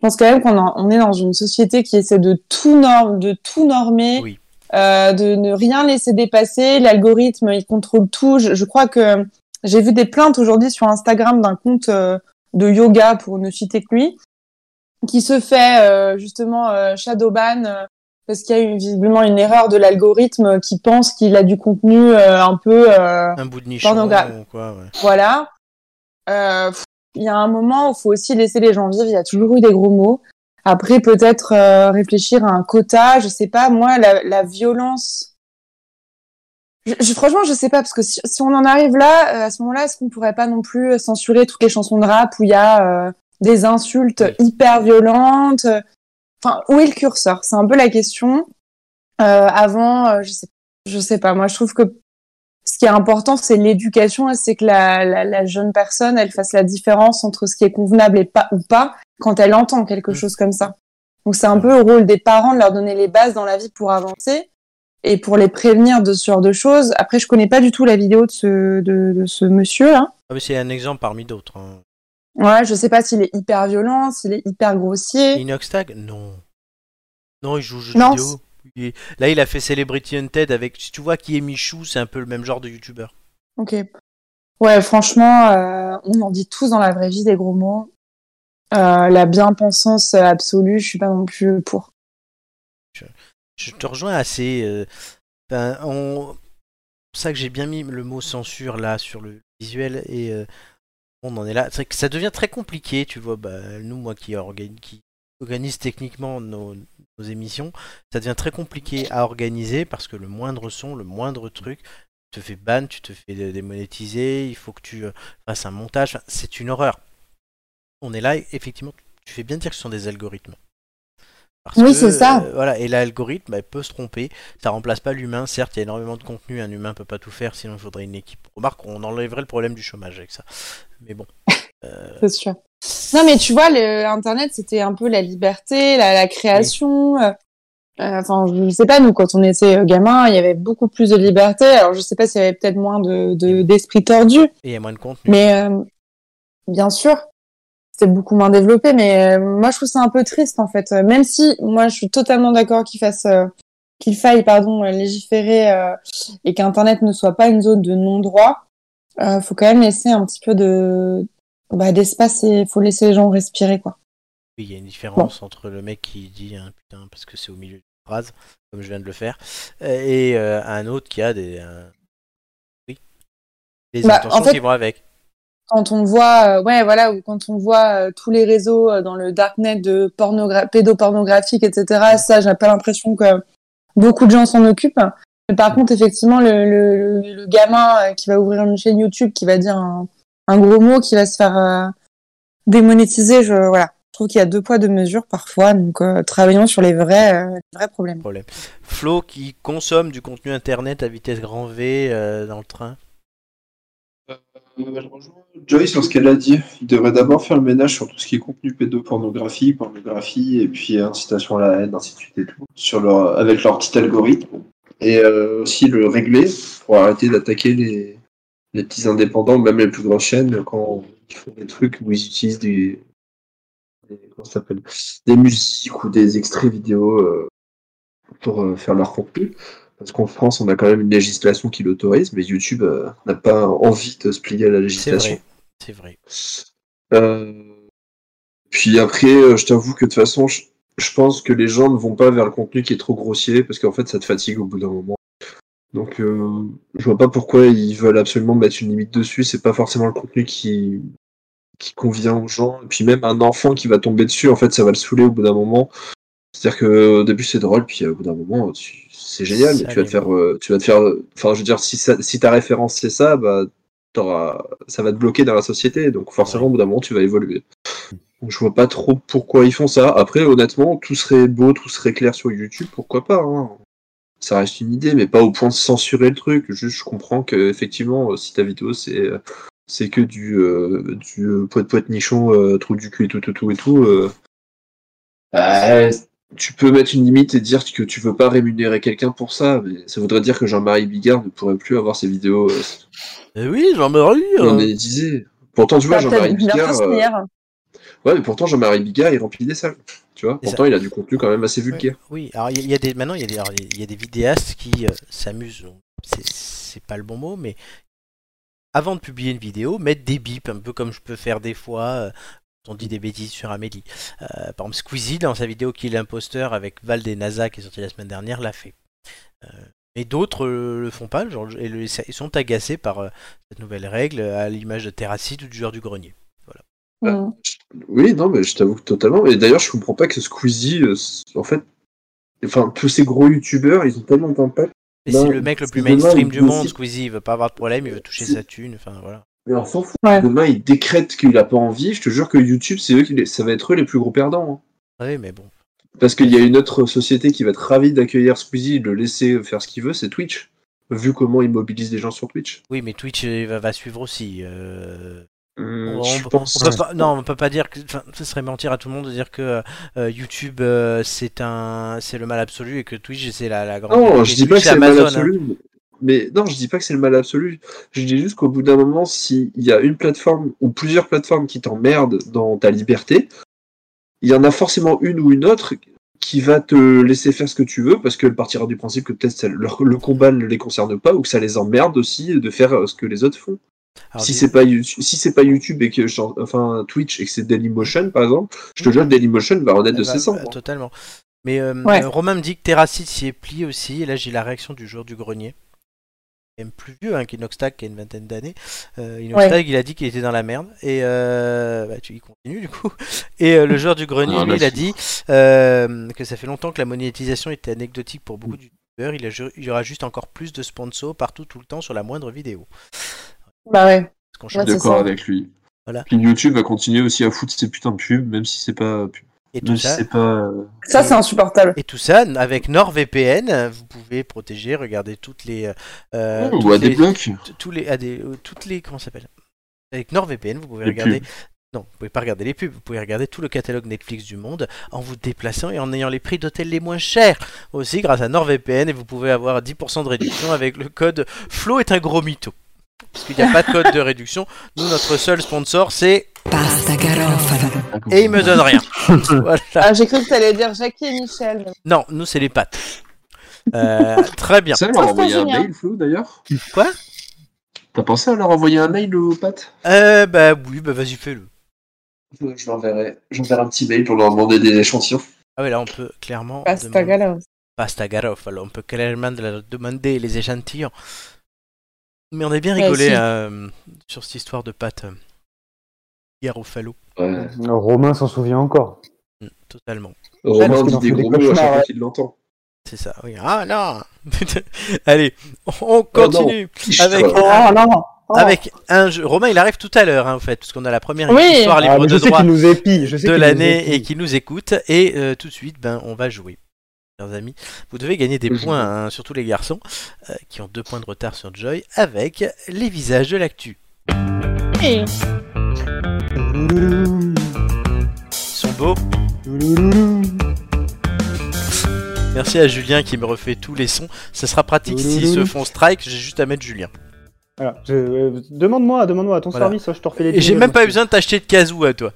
S4: pense quand même qu'on en- on est dans une société qui essaie de tout norme, de tout normer,
S1: Oui.
S4: euh, de ne rien laisser dépasser. L'algorithme, il contrôle tout. Je, je crois que j'ai vu des plaintes aujourd'hui sur Instagram d'un compte euh, de yoga, pour ne citer que lui, qui se fait euh, justement euh, shadowban euh, parce qu'il y a eu visiblement une erreur de l'algorithme qui pense qu'il a du contenu euh, un peu euh,
S1: Un bout de niche.
S4: Pornographe.
S1: ou quoi, ouais.
S4: voilà. Euh, pff, Il y a un moment où il faut aussi laisser les gens vivre. Il y a toujours eu des gros mots. Après, peut-être euh, réfléchir à un quota. Je sais pas, moi, la, la violence. Je, je- franchement, je sais pas, parce que si, si on en arrive là, euh, à ce moment-là, est-ce qu'on pourrait pas non plus euh, censurer toutes les chansons de rap où il y a euh, des insultes hyper violentes euh, Enfin, où est le curseur C'est un peu la question. Euh, avant, euh, je sais, je sais pas. Moi, je trouve que ce qui est important, c'est l'éducation, et c'est que la, la, la jeune personne, elle fasse la différence entre ce qui est convenable et pas ou pas quand elle entend quelque
S1: Mm.
S4: chose comme ça. Donc c'est un peu au rôle des parents de leur donner les bases dans la vie pour avancer et pour les prévenir de ce genre de choses. Après, je connais pas du tout la vidéo de ce, de, de ce monsieur là.
S1: Ah, mais c'est un exemple parmi d'autres. hein.
S4: Ouais, je sais pas s'il est hyper violent, s'il est hyper grossier.
S1: Inoxtag Non. Non, il joue aux jeux
S4: Non,
S1: vidéo. Il est- Là, il a fait Celebrity Hunted avec. Si tu vois qui est Michou, c'est un peu le même genre de youtubeur.
S4: Ok. Ouais, franchement, euh, on en dit tous dans la vraie vie des gros mots. Euh, la bien-pensance absolue, je suis pas non plus pour.
S1: Je te rejoins assez. euh, ben, on... C'est pour ça que j'ai bien mis le mot censure là sur le visuel et euh, on en est là. C'est vrai que ça devient très compliqué, tu vois. bah, nous, moi qui, organ- qui organise techniquement nos, nos émissions, ça devient très compliqué à organiser parce que le moindre son, le moindre truc, tu te fais ban, tu te fais dé- démonétiser, il faut que tu euh, fasses un montage. Enfin, c'est une horreur. On est là, et effectivement, tu fais bien de dire que ce sont des algorithmes. Parce
S4: Oui,
S1: que,
S4: c'est ça.
S1: euh, voilà, et l'algorithme bah, peut se tromper. Ça remplace pas l'humain. Certes, il y a énormément de contenu. Un humain peut pas tout faire, sinon il faudrait une équipe. Remarque, on enlèverait le problème du chômage avec ça. Mais bon. euh,
S4: C'est sûr. Non, mais tu vois, le, Internet, c'était un peu la liberté, la, la création. euh, euh, Enfin, je sais pas, nous, quand on était euh, gamin, il y avait beaucoup plus de liberté. Alors, je sais pas s'il y avait peut-être moins de, de- d'esprit tordu,
S1: et il y a moins de contenu.
S4: mais euh, bien sûr, c'était beaucoup moins développé. Mais euh, moi, je trouve ça un peu triste, en fait. Euh, Même si, moi, je suis totalement d'accord qu'il fasse, euh, qu'il faille, pardon, euh, légiférer euh, et qu'Internet ne soit pas une zone de non-droit. Euh, faut quand même laisser un petit peu de bah, d'espace et faut laisser les gens respirer quoi.
S1: Oui, il y a une différence entre le mec qui dit un putain parce que c'est au milieu d'une phrase, comme je viens de le faire, euh, et euh, un autre qui a des, un- oui, des
S4: Bah,
S1: intentions
S4: en fait-
S1: qui vont avec.
S4: Quand on voit euh, ouais voilà ou quand on voit euh, tous les réseaux euh, dans le darknet de pornogra- pédopornographique etc ça j'ai pas l'impression que beaucoup de gens s'en occupent. Mais par contre effectivement le, le, le- le gamin euh, qui va ouvrir une chaîne YouTube qui va dire un, un gros mot qui va se faire euh, démonétiser je voilà je trouve qu'il y a deux poids deux mesures parfois donc euh, travaillons sur les vrais euh, les vrais problèmes.
S1: Problème. Flo qui consomme du contenu internet à vitesse grand V euh, dans le train.
S3: Euh, je rejoins Joy sur ce qu'elle a dit. Il devrait d'abord faire le ménage sur tout ce qui est contenu pédopornographie, pornographie, et puis incitation à la haine, ainsi de suite et tout, sur leur, avec leur petit algorithme. Et euh, aussi le régler pour arrêter d'attaquer les, les petits indépendants, même les plus grandes chaînes, quand ils font des trucs où ils utilisent des, des- comment ça s'appelle, des musiques ou des extraits vidéo euh, pour euh, faire leur contenu. Parce qu'en France, on a quand même une législation qui l'autorise, mais YouTube euh, n'a pas envie de se plier à la
S1: C'est
S3: législation.
S1: vrai. C'est vrai.
S3: Euh, Puis après, euh, je t'avoue que de toute façon, je, je pense que les gens ne vont pas vers le contenu qui est trop grossier, parce qu'en fait, ça te fatigue au bout d'un moment. Donc, euh, je vois pas pourquoi ils veulent absolument mettre une limite dessus. C'est pas forcément le contenu qui, qui convient aux gens. Et puis même un enfant qui va tomber dessus, en fait, ça va le saouler au bout d'un moment. C'est-à-dire que au début c'est drôle, puis euh, au bout d'un moment tu- c'est génial, mais tu vas te faire, euh, tu vas te faire, euh, enfin je veux dire si, ça- si ta référence c'est ça, bah t'auras- ça va te bloquer dans la société, donc forcément au bout d'un moment tu vas évoluer. Donc, je vois pas trop pourquoi ils font ça. Après honnêtement tout serait beau, tout serait clair sur YouTube, pourquoi pas. hein. Ça reste une idée, mais pas au point de censurer le truc. Juste je comprends que effectivement euh, si ta vidéo c'est euh, c'est que du euh, du euh, poète poète nichon euh, trou du cul et tout tout tout et tout. euh, bah, tu peux mettre une limite et dire que tu veux pas rémunérer quelqu'un pour ça, mais ça voudrait dire que Jean-Marie Bigard ne pourrait plus avoir ses vidéos euh,
S1: Euh, oui, euh, j'en me
S3: monétisées. Pourtant, tu vois,
S4: Ça va peut-être
S3: Jean-Marie
S4: bientôt
S3: Bigard,
S4: se
S3: euh,
S4: finir.
S3: Ouais, mais pourtant Jean-Marie Bigard, il remplit des salles. Tu vois,
S1: Et ça-
S3: pourtant il a du contenu quand même assez vulgaire.
S1: Oui, alors il y, a- il y a des maintenant il y a des alors, il y a des vidéastes qui euh, s'amusent. donc, c'est- C'est pas le bon mot, mais avant de publier une vidéo, mettre des bips, un peu comme je peux faire des fois. euh, quand on dit des bêtises sur Amélie. Euh, par exemple, Squeezie, dans sa vidéo qui est l'imposteur avec Val des NASA qui est sortie la semaine dernière, l'a fait. Euh, mais d'autres euh, le font pas genre, et le- ils sont agacés par euh, cette nouvelle règle euh, à l'image de Terracide ou du joueur du grenier.
S3: Ah.
S4: Mm.
S3: Oui, non, mais je t'avoue que totalement. Et d'ailleurs, je comprends pas que Squeezie, euh, s- en fait, enfin, tous ces gros youtubeurs, ils ont tellement d'impact.
S1: Et
S3: Non,
S1: c'est le mec le
S3: c'est
S1: plus
S3: dommage,
S1: mainstream du
S3: mais
S1: monde,
S3: c'est- euh,
S1: Squeezie, il veut pas avoir de problème, il veut toucher sa thune, enfin voilà.
S3: Mais on s'en fout.
S4: Ouais.
S3: Demain, il décrète qu'il a pas envie. Je te jure que YouTube, c'est eux qui les- ça va être eux les plus gros perdants. hein.
S1: Ah Oui, mais bon.
S3: Parce qu'il y a une autre société qui va être ravie d'accueillir Squeezie et de le laisser faire ce qu'il veut, c'est Twitch. Vu comment il mobilise des gens sur Twitch.
S1: Oui, mais Twitch euh, va, va suivre aussi. euh,
S3: Hum,
S1: on,
S3: je
S1: on-
S3: pense.
S1: on peut pas- non, on peut pas dire que. enfin, Ce serait mentir à tout le monde de dire que euh, YouTube euh, c'est un, c'est le mal absolu et que Twitch c'est la, la grande.
S3: Non,
S1: mais
S3: je dis pas
S1: Twitch,
S3: que c'est le mal
S1: Amazon, hein.
S3: absolu. mais- Mais non, je dis pas que c'est le mal absolu. Je dis juste qu'au bout d'un moment, s'il y a une plateforme ou plusieurs plateformes qui t'emmerdent dans ta liberté, il y en a forcément une ou une autre qui va te laisser faire ce que tu veux parce qu'elle partira du principe que peut-être ça- leur- le combat ne les concerne pas ou que ça les emmerde aussi de faire euh, ce que les autres font.
S1: hein. Alors,
S3: si
S1: dis-
S3: c'est pas YouTube, si c'est pas YouTube et que je- enfin Twitch et que c'est Dailymotion par exemple, je te jure Dailymotion va en être de
S1: bah,
S3: ses cendres. hein.
S1: bah, Totalement. Mais euh,
S4: Ouais.
S1: euh, Romain me dit que Terracid s'y est plié aussi, et là j'ai la réaction du joueur du grenier. Même plus vieux hein, qu'Inoxtag, qui a une vingtaine d'années. Euh, Inoxtag, il a dit qu'il était dans la merde. Et euh, bah, tu, il continue du coup. Et euh, le joueur du grenier,
S3: Ah,
S1: lui,
S3: bah,
S1: il a
S3: c'est-
S1: dit euh, que ça fait longtemps que la monétisation était anecdotique pour
S3: Mm.
S1: beaucoup de youtubeurs. Il, a ju- il y aura juste encore plus de sponsors partout, tout le temps, sur la moindre vidéo.
S4: Bah ouais.
S1: Parce qu'on
S4: Ouais,
S1: change-
S4: c'est ça.
S3: d'accord avec lui.
S1: Voilà.
S3: Puis YouTube va continuer aussi à foutre ses putains de pubs, même si c'est pas,
S1: et tout
S3: même si
S1: ça.
S3: c'est pas. euh,
S4: Ça, c'est insupportable.
S1: Et tout ça, avec NordVPN, euh, vous pouvez protéger, regarder toutes les. euh,
S3: ou
S1: toutes
S3: à des
S1: les-
S3: blocs.
S1: t- tous les, à des, euh, toutes les, comment ça s'appelle Avec NordVPN, vous pouvez
S3: Les
S1: regarder. Non, vous pouvez pas regarder les pubs. Vous pouvez regarder tout le catalogue Netflix du monde en vous déplaçant et en ayant les prix d'hôtel les moins chers aussi grâce à NordVPN et vous pouvez avoir 10% de réduction avec le code Flo est un gros mytho. Parce qu'il n'y a pas de code de réduction. Nous, notre seul sponsor, c'est
S5: Pasta Garofalo.
S1: et il me donne rien. Voilà.
S4: Ah, j'ai cru que t'allais dire Jackie et Michel. mais-
S1: Non, nous, c'est les pâtes. Euh, très bien.
S3: Ça, leur
S4: Ah,
S3: envoyer
S4: c'est
S3: un
S4: génial.
S3: mail, Flo, d'ailleurs.
S1: Quoi
S3: T'as pensé à leur envoyer un mail aux pattes
S1: Euh, bah oui, bah vas-y, fais-le.
S3: Je l'enverrai. J'enverrai un petit mail pour leur demander des échantillons.
S1: Ah ouais, là, on peut clairement.
S4: Pasta
S1: demander-
S4: Galos.
S1: Pasta Garofalo, on peut clairement leur demander les échantillons. Mais on a bien
S4: Ouais,
S1: rigolé
S4: Bah, si.
S1: euh, sur cette histoire de pâte euh, Garofalo,
S3: Ouais.
S2: Romain s'en souvient encore.
S1: Mm, totalement.
S3: Romain dit
S2: parce qu'il en
S3: des
S2: fait des
S3: gros mots à chaque
S2: cauchemars,
S3: fois
S2: ouais.
S3: qu'il l'entend.
S1: C'est ça, oui. Ah non Allez,
S2: Euh,
S1: on continue Avec-
S3: Fichtre.
S4: Oh non Oh.
S1: avec un jeu. Romain, il arrive tout à l'heure, hein, en fait, parce qu'on a la première
S4: Oui.
S1: histoire
S2: Ah,
S1: libre
S2: mais je
S1: de
S2: sais
S1: droit
S2: qu'il nous épie. Je sais
S1: de
S2: qu'il nous
S1: l'année
S2: épie.
S1: et qui nous écoute. Et euh, tout de suite, ben, on va jouer. Chers amis, vous devez gagner des
S3: Je-
S1: points, hein, surtout les garçons, euh, qui ont deux points de retard sur Joy, avec les visages de l'actu.
S4: Oui.
S1: Ils sont beaux Merci à Julien qui me refait tous les sons. Ça sera pratique s'ils se font strike, j'ai juste à mettre Julien.
S2: Voilà, je- euh, demande-moi, demande-moi à ton
S1: Voilà.
S2: service, hein, je te refais les
S1: Et j'ai
S2: jingles.
S1: même pas eu besoin de t'acheter de casou à toi.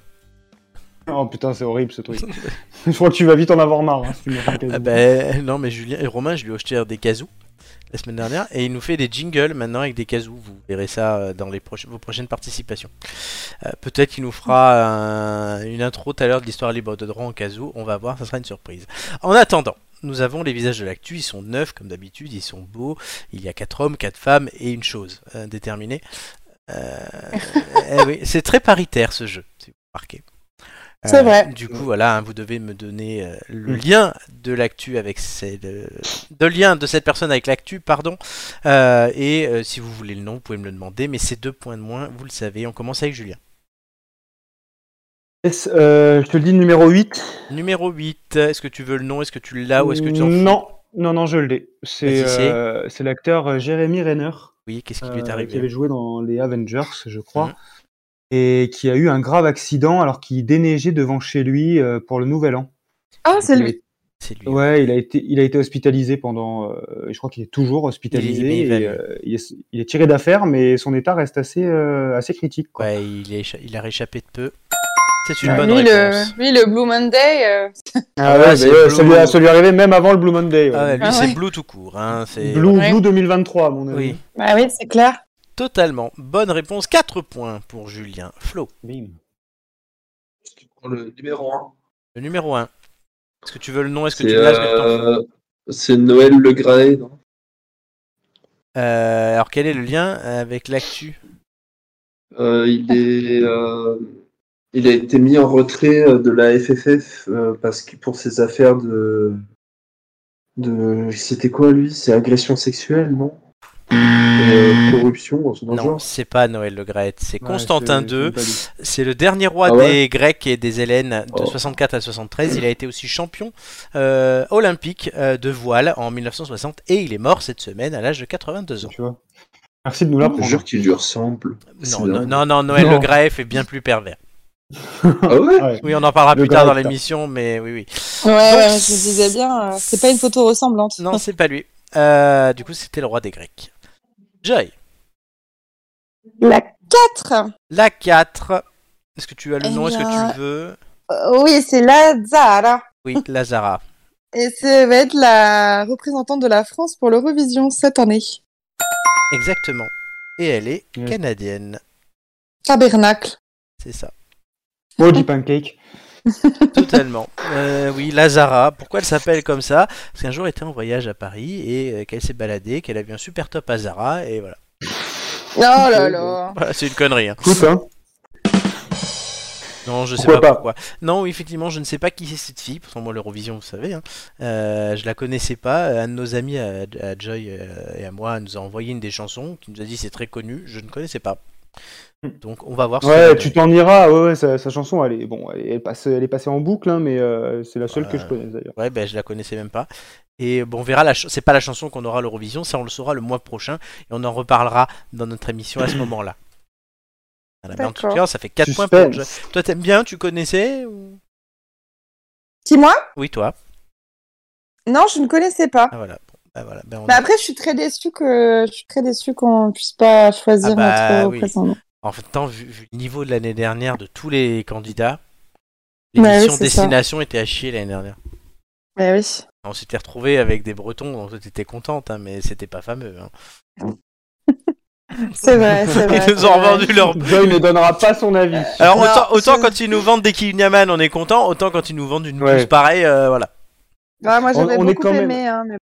S2: Oh putain, c'est horrible ce truc. je crois que tu vas vite en avoir marre. hein, si tu me fais un
S1: Ah
S2: cadeau.
S1: ben non, mais Julien et Romain, je lui ai acheté des casous la semaine dernière et il nous fait des jingles maintenant avec des casous. Vous verrez ça euh, dans les proch- vos prochaines participations. Euh, Peut-être qu'il nous fera un- une intro tout à l'heure de l'histoire libre de droit en casou. On va voir, ça sera une surprise. En attendant. Nous avons les visages de l'actu, ils sont neufs comme d'habitude, ils sont beaux, il y a quatre hommes, quatre femmes et une chose euh, déterminée. Euh, eh oui, c'est très paritaire ce jeu, si vous remarquez. Euh,
S4: C'est vrai.
S1: Du coup, voilà, hein, vous devez me donner euh, le
S2: Mm.
S1: lien de l'actu avec celle, euh, de lien de cette personne avec l'actu, pardon. Euh, et euh, si vous voulez le nom, vous pouvez me le demander, mais c'est deux points de moins, vous le savez. On commence avec Julien.
S2: Yes, euh, je te le dis, numéro 8.
S1: Numéro 8, est-ce que tu veux le nom Est-ce que tu l'as ou Ah, est-ce que tu t'en fous
S2: Non, non, non, je l'ai. C'est
S1: Vas-y, c'est-
S2: euh, c'est l'acteur euh, Jeremy Renner
S1: Oui, qu'est-ce qui
S2: euh,
S1: lui est
S2: qui
S1: arrivé
S2: avait joué dans les Avengers, je crois,
S1: Mhm.
S2: et qui a eu un grave accident alors qu'il déneigeait devant chez lui euh, pour le Nouvel An.
S4: Ah, c'est
S2: Il
S4: lui.
S1: C'est lui.
S2: Ouais, il a été, il a été hospitalisé pendant. euh, je crois qu'il est toujours hospitalisé.
S1: mais il va
S2: et,
S1: mieux.
S2: euh, il, est, il est tiré d'affaire, mais son état reste assez, euh, assez critique. quoi.
S1: Ouais, il, est- il a réchappé de peu. C'est une
S2: Ouais.
S1: bonne
S4: lui,
S1: réponse.
S4: le, lui, le Blue Monday, euh,
S2: Ah
S1: ouais,
S2: ouais,
S1: c'est
S2: bah ouais,
S1: Blue.
S2: ça, lui, ça lui est arrivé même avant le Blue Monday. ouais.
S1: Ah, lui,
S4: Ah
S1: c'est
S4: ouais.
S1: Blue tout court. Hein. C'est...
S2: Blue,
S4: Ouais.
S2: Blue 2023, à mon avis.
S1: Oui,
S4: bah oui, c'est clair.
S1: totalement. Bonne réponse. 4 points pour Julien. Flo,
S2: Bim.
S3: Tu prends le numéro 1.
S1: le numéro 1. Est-ce que tu veux le nom Est-ce que
S3: C'est
S1: tu l'as Est-ce que tu t'en fous
S3: euh, c'est Noël Le Graet, non
S1: Euh, Alors, quel est le lien avec l'actu
S3: Euh, il est, euh, il a été mis en retrait euh, de la FFF euh, parce que pour ses affaires de, de, c'était quoi lui? C'est agression sexuelle, non? Euh, corruption, dans ce
S1: Non,
S3: genre.
S1: c'est pas Noël Le Graët, c'est Constantin
S2: Ouais, je-
S1: II.
S2: je valide.
S1: C'est le dernier roi
S3: Ah ouais
S1: des Grecs et des Hellènes de
S3: Oh.
S1: 64 à 73. Il a été aussi champion euh, olympique euh, de voile en 1960 et il est mort cette semaine à l'âge de 82 ans.
S2: Tu vois. Merci de nous l'apprendre.
S3: Je jure qu'il lui ressemble. C'est
S1: Non,
S3: dingue.
S1: non, non, non, Noël
S2: Non.
S1: Le Graët est bien plus pervers.
S3: Ah ouais?
S2: Ouais.
S1: Oui, on en parlera
S2: Le
S1: plus tard dans
S3: hein.
S2: Graët,
S1: l'émission, mais oui, oui.
S4: Ouais, ouais, je me
S1: c'est-
S4: disais bien, euh, c'est pas une photo ressemblante.
S1: Non, c'est pas lui. Euh, du coup, c'était le roi des Grecs. Joy,
S4: La 4,
S1: la 4. Est-ce que tu as le
S4: Eh
S1: nom Est-ce que
S4: bien-
S1: tu veux
S4: euh, oui, c'est la Zara.
S1: Oui, Lazara.
S4: Et ça va être la représentante de la France pour l'Eurovision cette année.
S1: Exactement. Et elle est
S2: Ouais.
S1: canadienne.
S4: Tabernacle.
S1: C'est ça.
S2: Emoji pancake.
S1: Totalement. Euh, oui, Lazara. Pourquoi elle s'appelle comme ça Parce qu'un jour, elle était en voyage à Paris et euh, qu'elle s'est baladée, qu'elle a vu un super top à Zara et voilà.
S4: Oh là là.
S1: Voilà, c'est une connerie. hein.
S2: Écoute, hein.
S1: Non, je sais
S2: Pourquoi
S1: pas,
S2: pas
S1: pourquoi. Non, oui, effectivement, je ne sais pas qui c'est cette fille. Pourtant, moi, l'Eurovision, vous savez, hein, euh, je la connaissais pas. Un de nos amis, à, à Joy euh, et à moi, nous a envoyé une des chansons qui nous a dit c'est très connu. Je ne connaissais pas. Donc, on va voir. ce que ça
S2: Ouais,
S1: donne.
S2: tu t'en iras. Ouais, ouais, sa, sa chanson, elle est, bon, elle est, passée, elle est passée en boucle, hein, mais euh, c'est la seule que je
S1: Ouais.
S2: connaisse d'ailleurs.
S1: Ouais, ben je la connaissais même pas. Et bon, on verra, la ch- c'est pas la chanson qu'on aura à l'Eurovision, ça on le saura le mois prochain et on en reparlera dans notre émission à ce moment-là. Voilà, mais en tout
S4: D'accord.
S1: cas, ça fait 4 points
S2: Suspense.
S1: pour le jeu. Toi, t'aimes bien, tu connaissais ou-
S4: Qui, moi
S1: Oui, toi.
S4: Non, je ne connaissais pas.
S1: Ah, voilà. Bon, bah, voilà. Ben, on
S4: Mais
S1: a-
S4: après, je suis très déçue que je suis très déçue qu'on puisse pas choisir
S1: Ah bah,
S4: notre
S1: oui.
S4: représentant.
S1: En même temps, vu, vu le niveau de l'année dernière de tous les candidats,
S4: Ouais, oui,
S1: l'émission
S4: c'est ça.
S1: Destination était à chier l'année dernière.
S4: Mais Bah oui.
S1: On s'était retrouvé avec des Bretons, donc toi, t'étais contente, hein, mais c'était pas fameux. hein.
S4: C'est vrai, c'est vrai.
S1: Ils nous
S4: c'est
S1: ont
S4: vrai.
S1: revendu leur
S2: Joy ne donnera pas son avis.
S1: Alors
S4: Alors,
S1: autant, autant
S4: c'est-
S1: quand ils nous vendent des Kinyaman on est content, autant quand ils nous vendent une
S2: Ouais.
S1: pousse pareille, euh, voilà.
S4: Ah, moi,
S2: On-
S4: j'avais
S2: on est
S4: beaucoup
S2: quand même-
S4: aimé. hein, mais-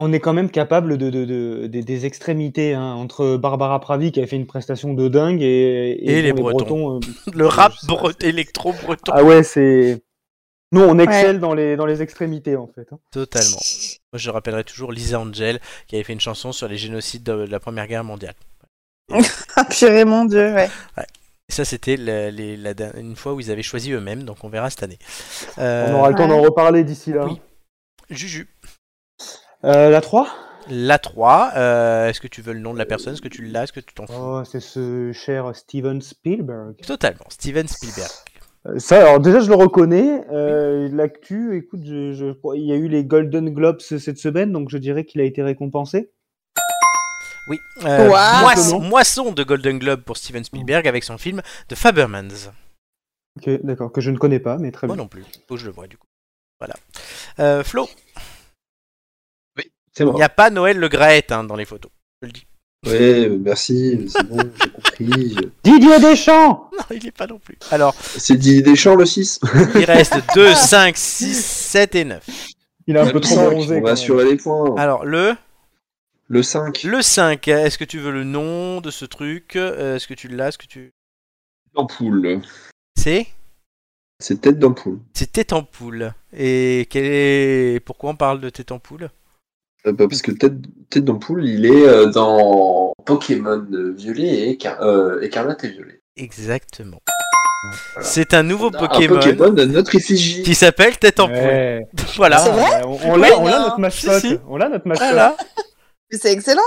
S2: On est quand même capable de, de- de- des- des extrémités hein, entre Barbara Pravi qui a fait une prestation de dingue et,
S1: Et les Bretons.
S2: euh,
S1: Le rap
S2: Je sais pas,
S1: bre-
S2: c'est-
S1: électro breton.
S2: Ah ouais, c'est. Nous, on excelle dans, les, dans les extrémités en fait. hein.
S1: Totalement. Moi je rappellerai toujours Lisa Angel qui avait fait une chanson sur les génocides de de la Première Guerre mondiale.
S4: Ah, purée, mon Dieu, ouais.
S1: Et ça c'était la, les- la da- une fois où ils avaient choisi eux-mêmes, donc on verra cette année. Euh,
S2: On aura le temps d'en reparler d'ici là. hein.
S1: Oui. Juju,
S2: Euh, la 3
S1: la 3, euh, est-ce que tu veux le nom de la personne Est-ce que tu l'as Est-ce que tu t'en fous
S2: Oh, c'est ce cher Steven Spielberg.
S1: Totalement, Steven Spielberg.
S2: Euh, Ça, alors déjà, je le reconnais. Euh, L'actu, écoute, je- je- il y a eu les Golden Globes cette semaine, donc je dirais qu'il a été récompensé.
S1: Oui, euh,
S4: Ouah.
S1: moisson, moisson de Golden Globe pour Steven Spielberg avec son film The Fabermans.
S2: Ok, d'accord, que je ne connais pas, mais très
S1: Moi
S2: bien.
S1: Oh non plus. Faut que je le vois du coup. Voilà. Euh, Flo,
S3: C'est
S1: il n'y a pas Noël le Graët hein, dans les photos. Je le dis.
S3: Ouais, euh, merci, c'est bon, j'ai compris.
S2: Didier Deschamps
S1: Non, il n'est pas non plus. Alors,
S3: C'est Didier Deschamps le 6.
S1: il reste 2, 5, 6, 7 et 9.
S2: Il a un peu trop bronzé.
S3: On
S2: quand
S3: va
S2: même.
S3: assurer les points.
S1: Alors, le,
S3: Le 5.
S1: le 5, est-ce que tu veux le nom de ce truc Euh, Est-ce que tu l'as Est-ce que tu.
S3: L'ampoule.
S1: C'est
S3: C'est tête d'ampoule.
S1: C'est Tête en Poule. Et quel est... pourquoi on parle de Tête en Poule
S3: Euh, bah, parce que tête, tête d'ampoule, il est euh, dans Pokémon euh, violet et écar- euh, écarlate et violet.
S1: Exactement.
S3: Voilà.
S1: C'est un nouveau
S3: On a
S1: Pokémon,
S3: Un Pokémon de notre effigie.
S1: qui s'appelle Tête en Poule.
S2: Ouais.
S1: Voilà.
S4: C'est vrai
S2: Ah, on, on l'a,
S4: Oui,
S2: on l'a
S4: non.
S2: notre mascotte.
S1: Si, si.
S2: On l'a notre mascotte.
S1: Voilà.
S4: Mais C'est excellent.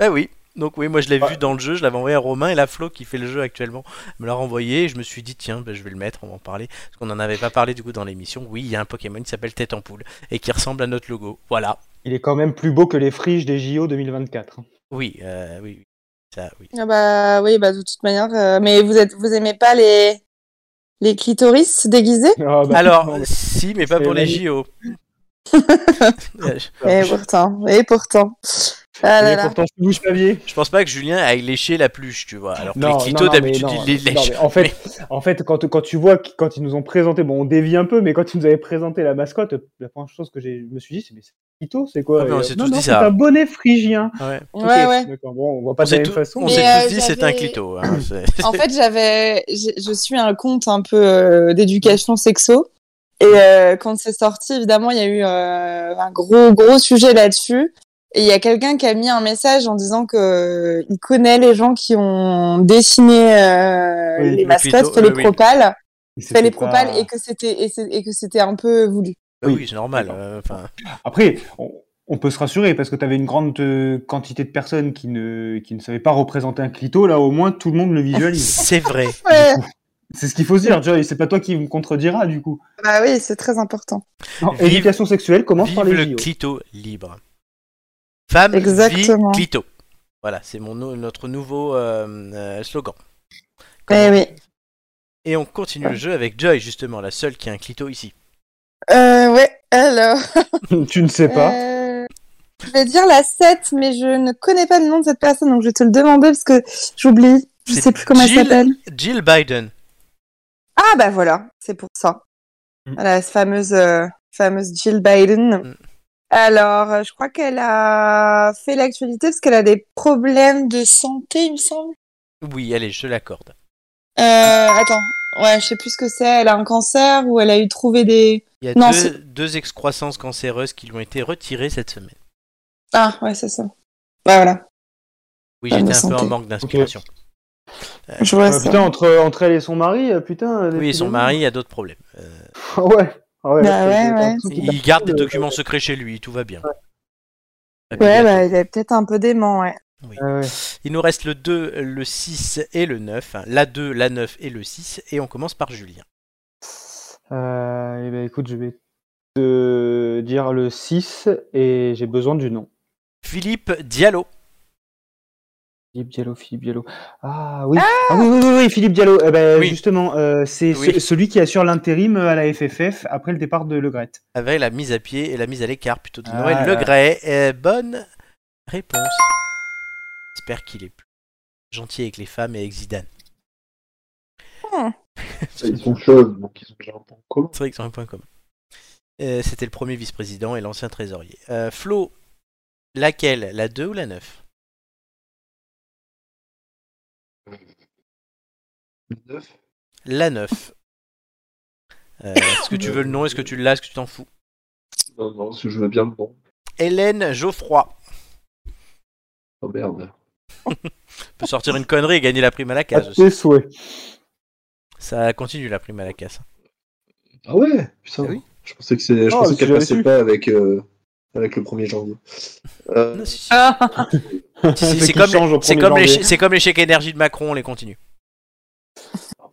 S1: Bah oui. Donc oui, moi je l'ai
S2: Ouais.
S1: vu dans le jeu, je l'avais envoyé à Romain et la Flo qui fait le jeu actuellement me l'a renvoyé et je me suis dit tiens, bah, je vais le mettre, on va en parler. Parce qu'on n'en avait pas parlé du coup dans l'émission. Oui, il y a un Pokémon qui s'appelle Tête en Poule et qui ressemble à notre logo. Voilà.
S2: Il est quand même plus beau que les friges des JO 2024.
S1: Oui, euh, oui, oui. Ça, oui.
S4: Ah bah oui, bah de toute manière. euh, mais vous êtes, vous aimez pas les Les clitoris déguisés
S2: Ah, bah,
S1: Alors,
S2: non,
S1: si, mais pas
S2: c'est
S1: pour les
S2: la-
S1: JO. Euh, je-
S4: Et pourtant, et pourtant. Ah là
S2: mais
S4: là.
S2: pourtant, je bouge Fabier.
S1: Je pense pas que Julien aille lécher la pluche, tu vois. Alors que les clitos,
S2: mais
S1: d'habitude,
S2: non,
S1: il les
S2: non,
S1: lèche.
S2: mais en fait, en fait quand, quand tu vois, qu- quand ils nous ont présenté, bon, on dévie un peu, mais quand ils nous avaient présenté la mascotte, la première chose que j'ai- je me suis dit, c'est mais c'est Ito, c'est quoi
S1: Ah, mais on
S2: Et,
S1: s'est
S2: Non,
S1: tous
S2: non,
S1: dit
S2: c'est
S1: ça.
S2: un bonnet phrygien.
S1: Ouais.
S4: Ouais,
S2: Ok,
S4: ouais.
S2: D'accord, bon, on voit
S1: On
S2: pas de
S1: s'est
S2: la même
S1: tout-
S2: façon.
S1: on s'est
S4: Mais, euh,
S1: tous dit, c'est un
S4: j'avais-
S1: clito. hein, c'est-
S4: En fait, j'avais, je, je suis un compte un peu euh, d'éducation sexo. Et euh, quand c'est sorti, évidemment, il y a eu euh, un gros, gros sujet là-dessus. Et il y a quelqu'un qui a mis un message en disant que euh, il connaît les gens qui ont dessiné euh,
S2: Oui,
S4: les
S1: le
S4: mascottes,
S1: clito,
S4: les
S1: euh, oui.
S4: propales,
S2: Et
S4: fait les
S2: c'était pas-
S4: propales, et que c'était et, c'est- et que c'était un peu voulu.
S1: Bah
S2: oui.
S1: oui, c'est normal. euh, enfin,
S2: Après, on, on peut se rassurer parce que tu avais une grande euh, quantité de personnes qui ne, qui ne savaient pas représenter un clito. Là, au moins, tout le monde le visualise.
S1: c'est vrai.
S4: Ouais.
S2: c'est ce qu'il faut se dire, Joy. C'est pas toi qui me contrediras, du coup.
S4: Bah oui, c'est très important.
S2: Non,
S1: Vive-
S2: éducation sexuelle commence
S1: Vive
S2: par les
S1: le
S2: JO.
S1: clito libre. Femme,
S4: Exactement.
S1: vie, clito. Voilà, c'est mon nou- notre nouveau euh, euh, slogan.
S4: Eh oui.
S1: Et on continue le jeu avec Joy, justement, la seule qui a un clito ici.
S4: Euh, ouais. Alors.
S2: tu ne sais pas.
S4: Euh, je vais dire la 7, mais je ne connais pas le nom de cette personne, donc je vais te le demander parce que j'oublie. Je
S1: C'est
S4: sais plus comment elle
S1: Jill.
S4: s'appelle.
S1: Jill Biden.
S4: Ah bah voilà, c'est pour ça.
S2: Mm.
S4: La fameuse, euh, fameuse Jill Biden.
S1: Mm.
S4: Alors, euh, je crois qu'elle a fait l'actualité parce qu'elle a des problèmes de santé, il me semble.
S1: Oui, allez, je te l'accorde.
S4: Euh, attends, ouais, je sais plus ce que c'est. Elle a un cancer ou elle a eu trouvé des...
S1: Il y a
S4: Non,
S1: deux,
S4: c'est-
S1: deux excroissances cancéreuses qui lui ont été retirées cette semaine.
S4: Ah ouais, c'est ça. Bah voilà,
S1: Oui,
S4: Ah,
S1: j'étais
S4: mais
S1: un peu en
S4: santé.
S1: manque d'inspiration.
S4: je vois
S2: Ah,
S1: bah,
S4: ça.
S2: putain, entre, entre elle et son mari, euh, putain. euh,
S1: Oui, et
S2: des
S1: son
S2: trucs-
S1: mari a d'autres problèmes. Euh,
S2: Ah ouais. Ah ouais,
S4: Bah
S2: là, c'est-
S4: ouais,
S2: c'est un
S4: ouais.
S2: truc hyper-
S1: il garde des
S2: euh,
S1: documents secrets chez lui, tout va bien. Eh Et puis,
S4: Ouais,
S1: il y a
S4: bah il est peut-être un peu dément, ouais.
S2: Ah ouais.
S1: Il nous reste le 2, le 6 et le 9. hein, La 2, la 9 et le 6. Et on commence par Julien.
S2: Euh, eh ben, écoute, je vais te dire le 6 et j'ai besoin du nom.
S1: Philippe Diallo.
S2: Philippe Diallo, Philippe Diallo. Ah oui, Ah oui, oui, oui, oui, Philippe Diallo. Eh ben,
S1: Oui.
S2: Justement, euh, c'est
S1: Oui.
S2: ce- celui qui assure l'intérim euh, à la FFF après le départ de Le Gret.
S1: Avec la mise à pied et la mise à l'écart plutôt de
S2: Ah,
S1: Noël
S2: là.
S1: Legret. Euh, bonne réponse. J'espère qu'il est plus gentil avec les femmes et avec Zidane.
S4: Hmm.
S1: C'est
S3: Ils sont chauves, donc ils ont déjà un point commun.
S1: vrai qu'ils ont un point commun. Euh, C'était le premier vice-président et l'ancien trésorier. Euh, Flo, laquelle La 2 ou la 9
S3: Le neuf.
S1: La 9. Euh, Est-ce que tu veux le nom Est-ce que tu l'as Est-ce que tu t'en fous
S3: Non, non, parce que je veux bien le nom.
S1: Hélène Geoffroy.
S3: Oh merde.
S1: peut sortir une connerie et gagner la prime à la
S2: À
S1: casse aussi.
S2: tes souhaits.
S1: Ça continue la prime à la casse.
S3: Ah ouais, putain.
S1: Ah oui. Oh,
S3: Je pensais que c'est, je
S2: Ah,
S3: pensais
S2: si
S3: qu'elle
S2: j'avais
S3: passait
S2: su.
S3: pas avec, euh, avec le 1er janvier. Euh,
S1: Non, Ah, si, si. Si, si,
S2: Ceux
S1: C'est
S2: qui
S1: comme,
S2: changent au
S1: les- c'est
S2: 1er
S1: comme les
S2: janvier.
S1: chè- c'est comme les chèques énergie de Macron, on les continue.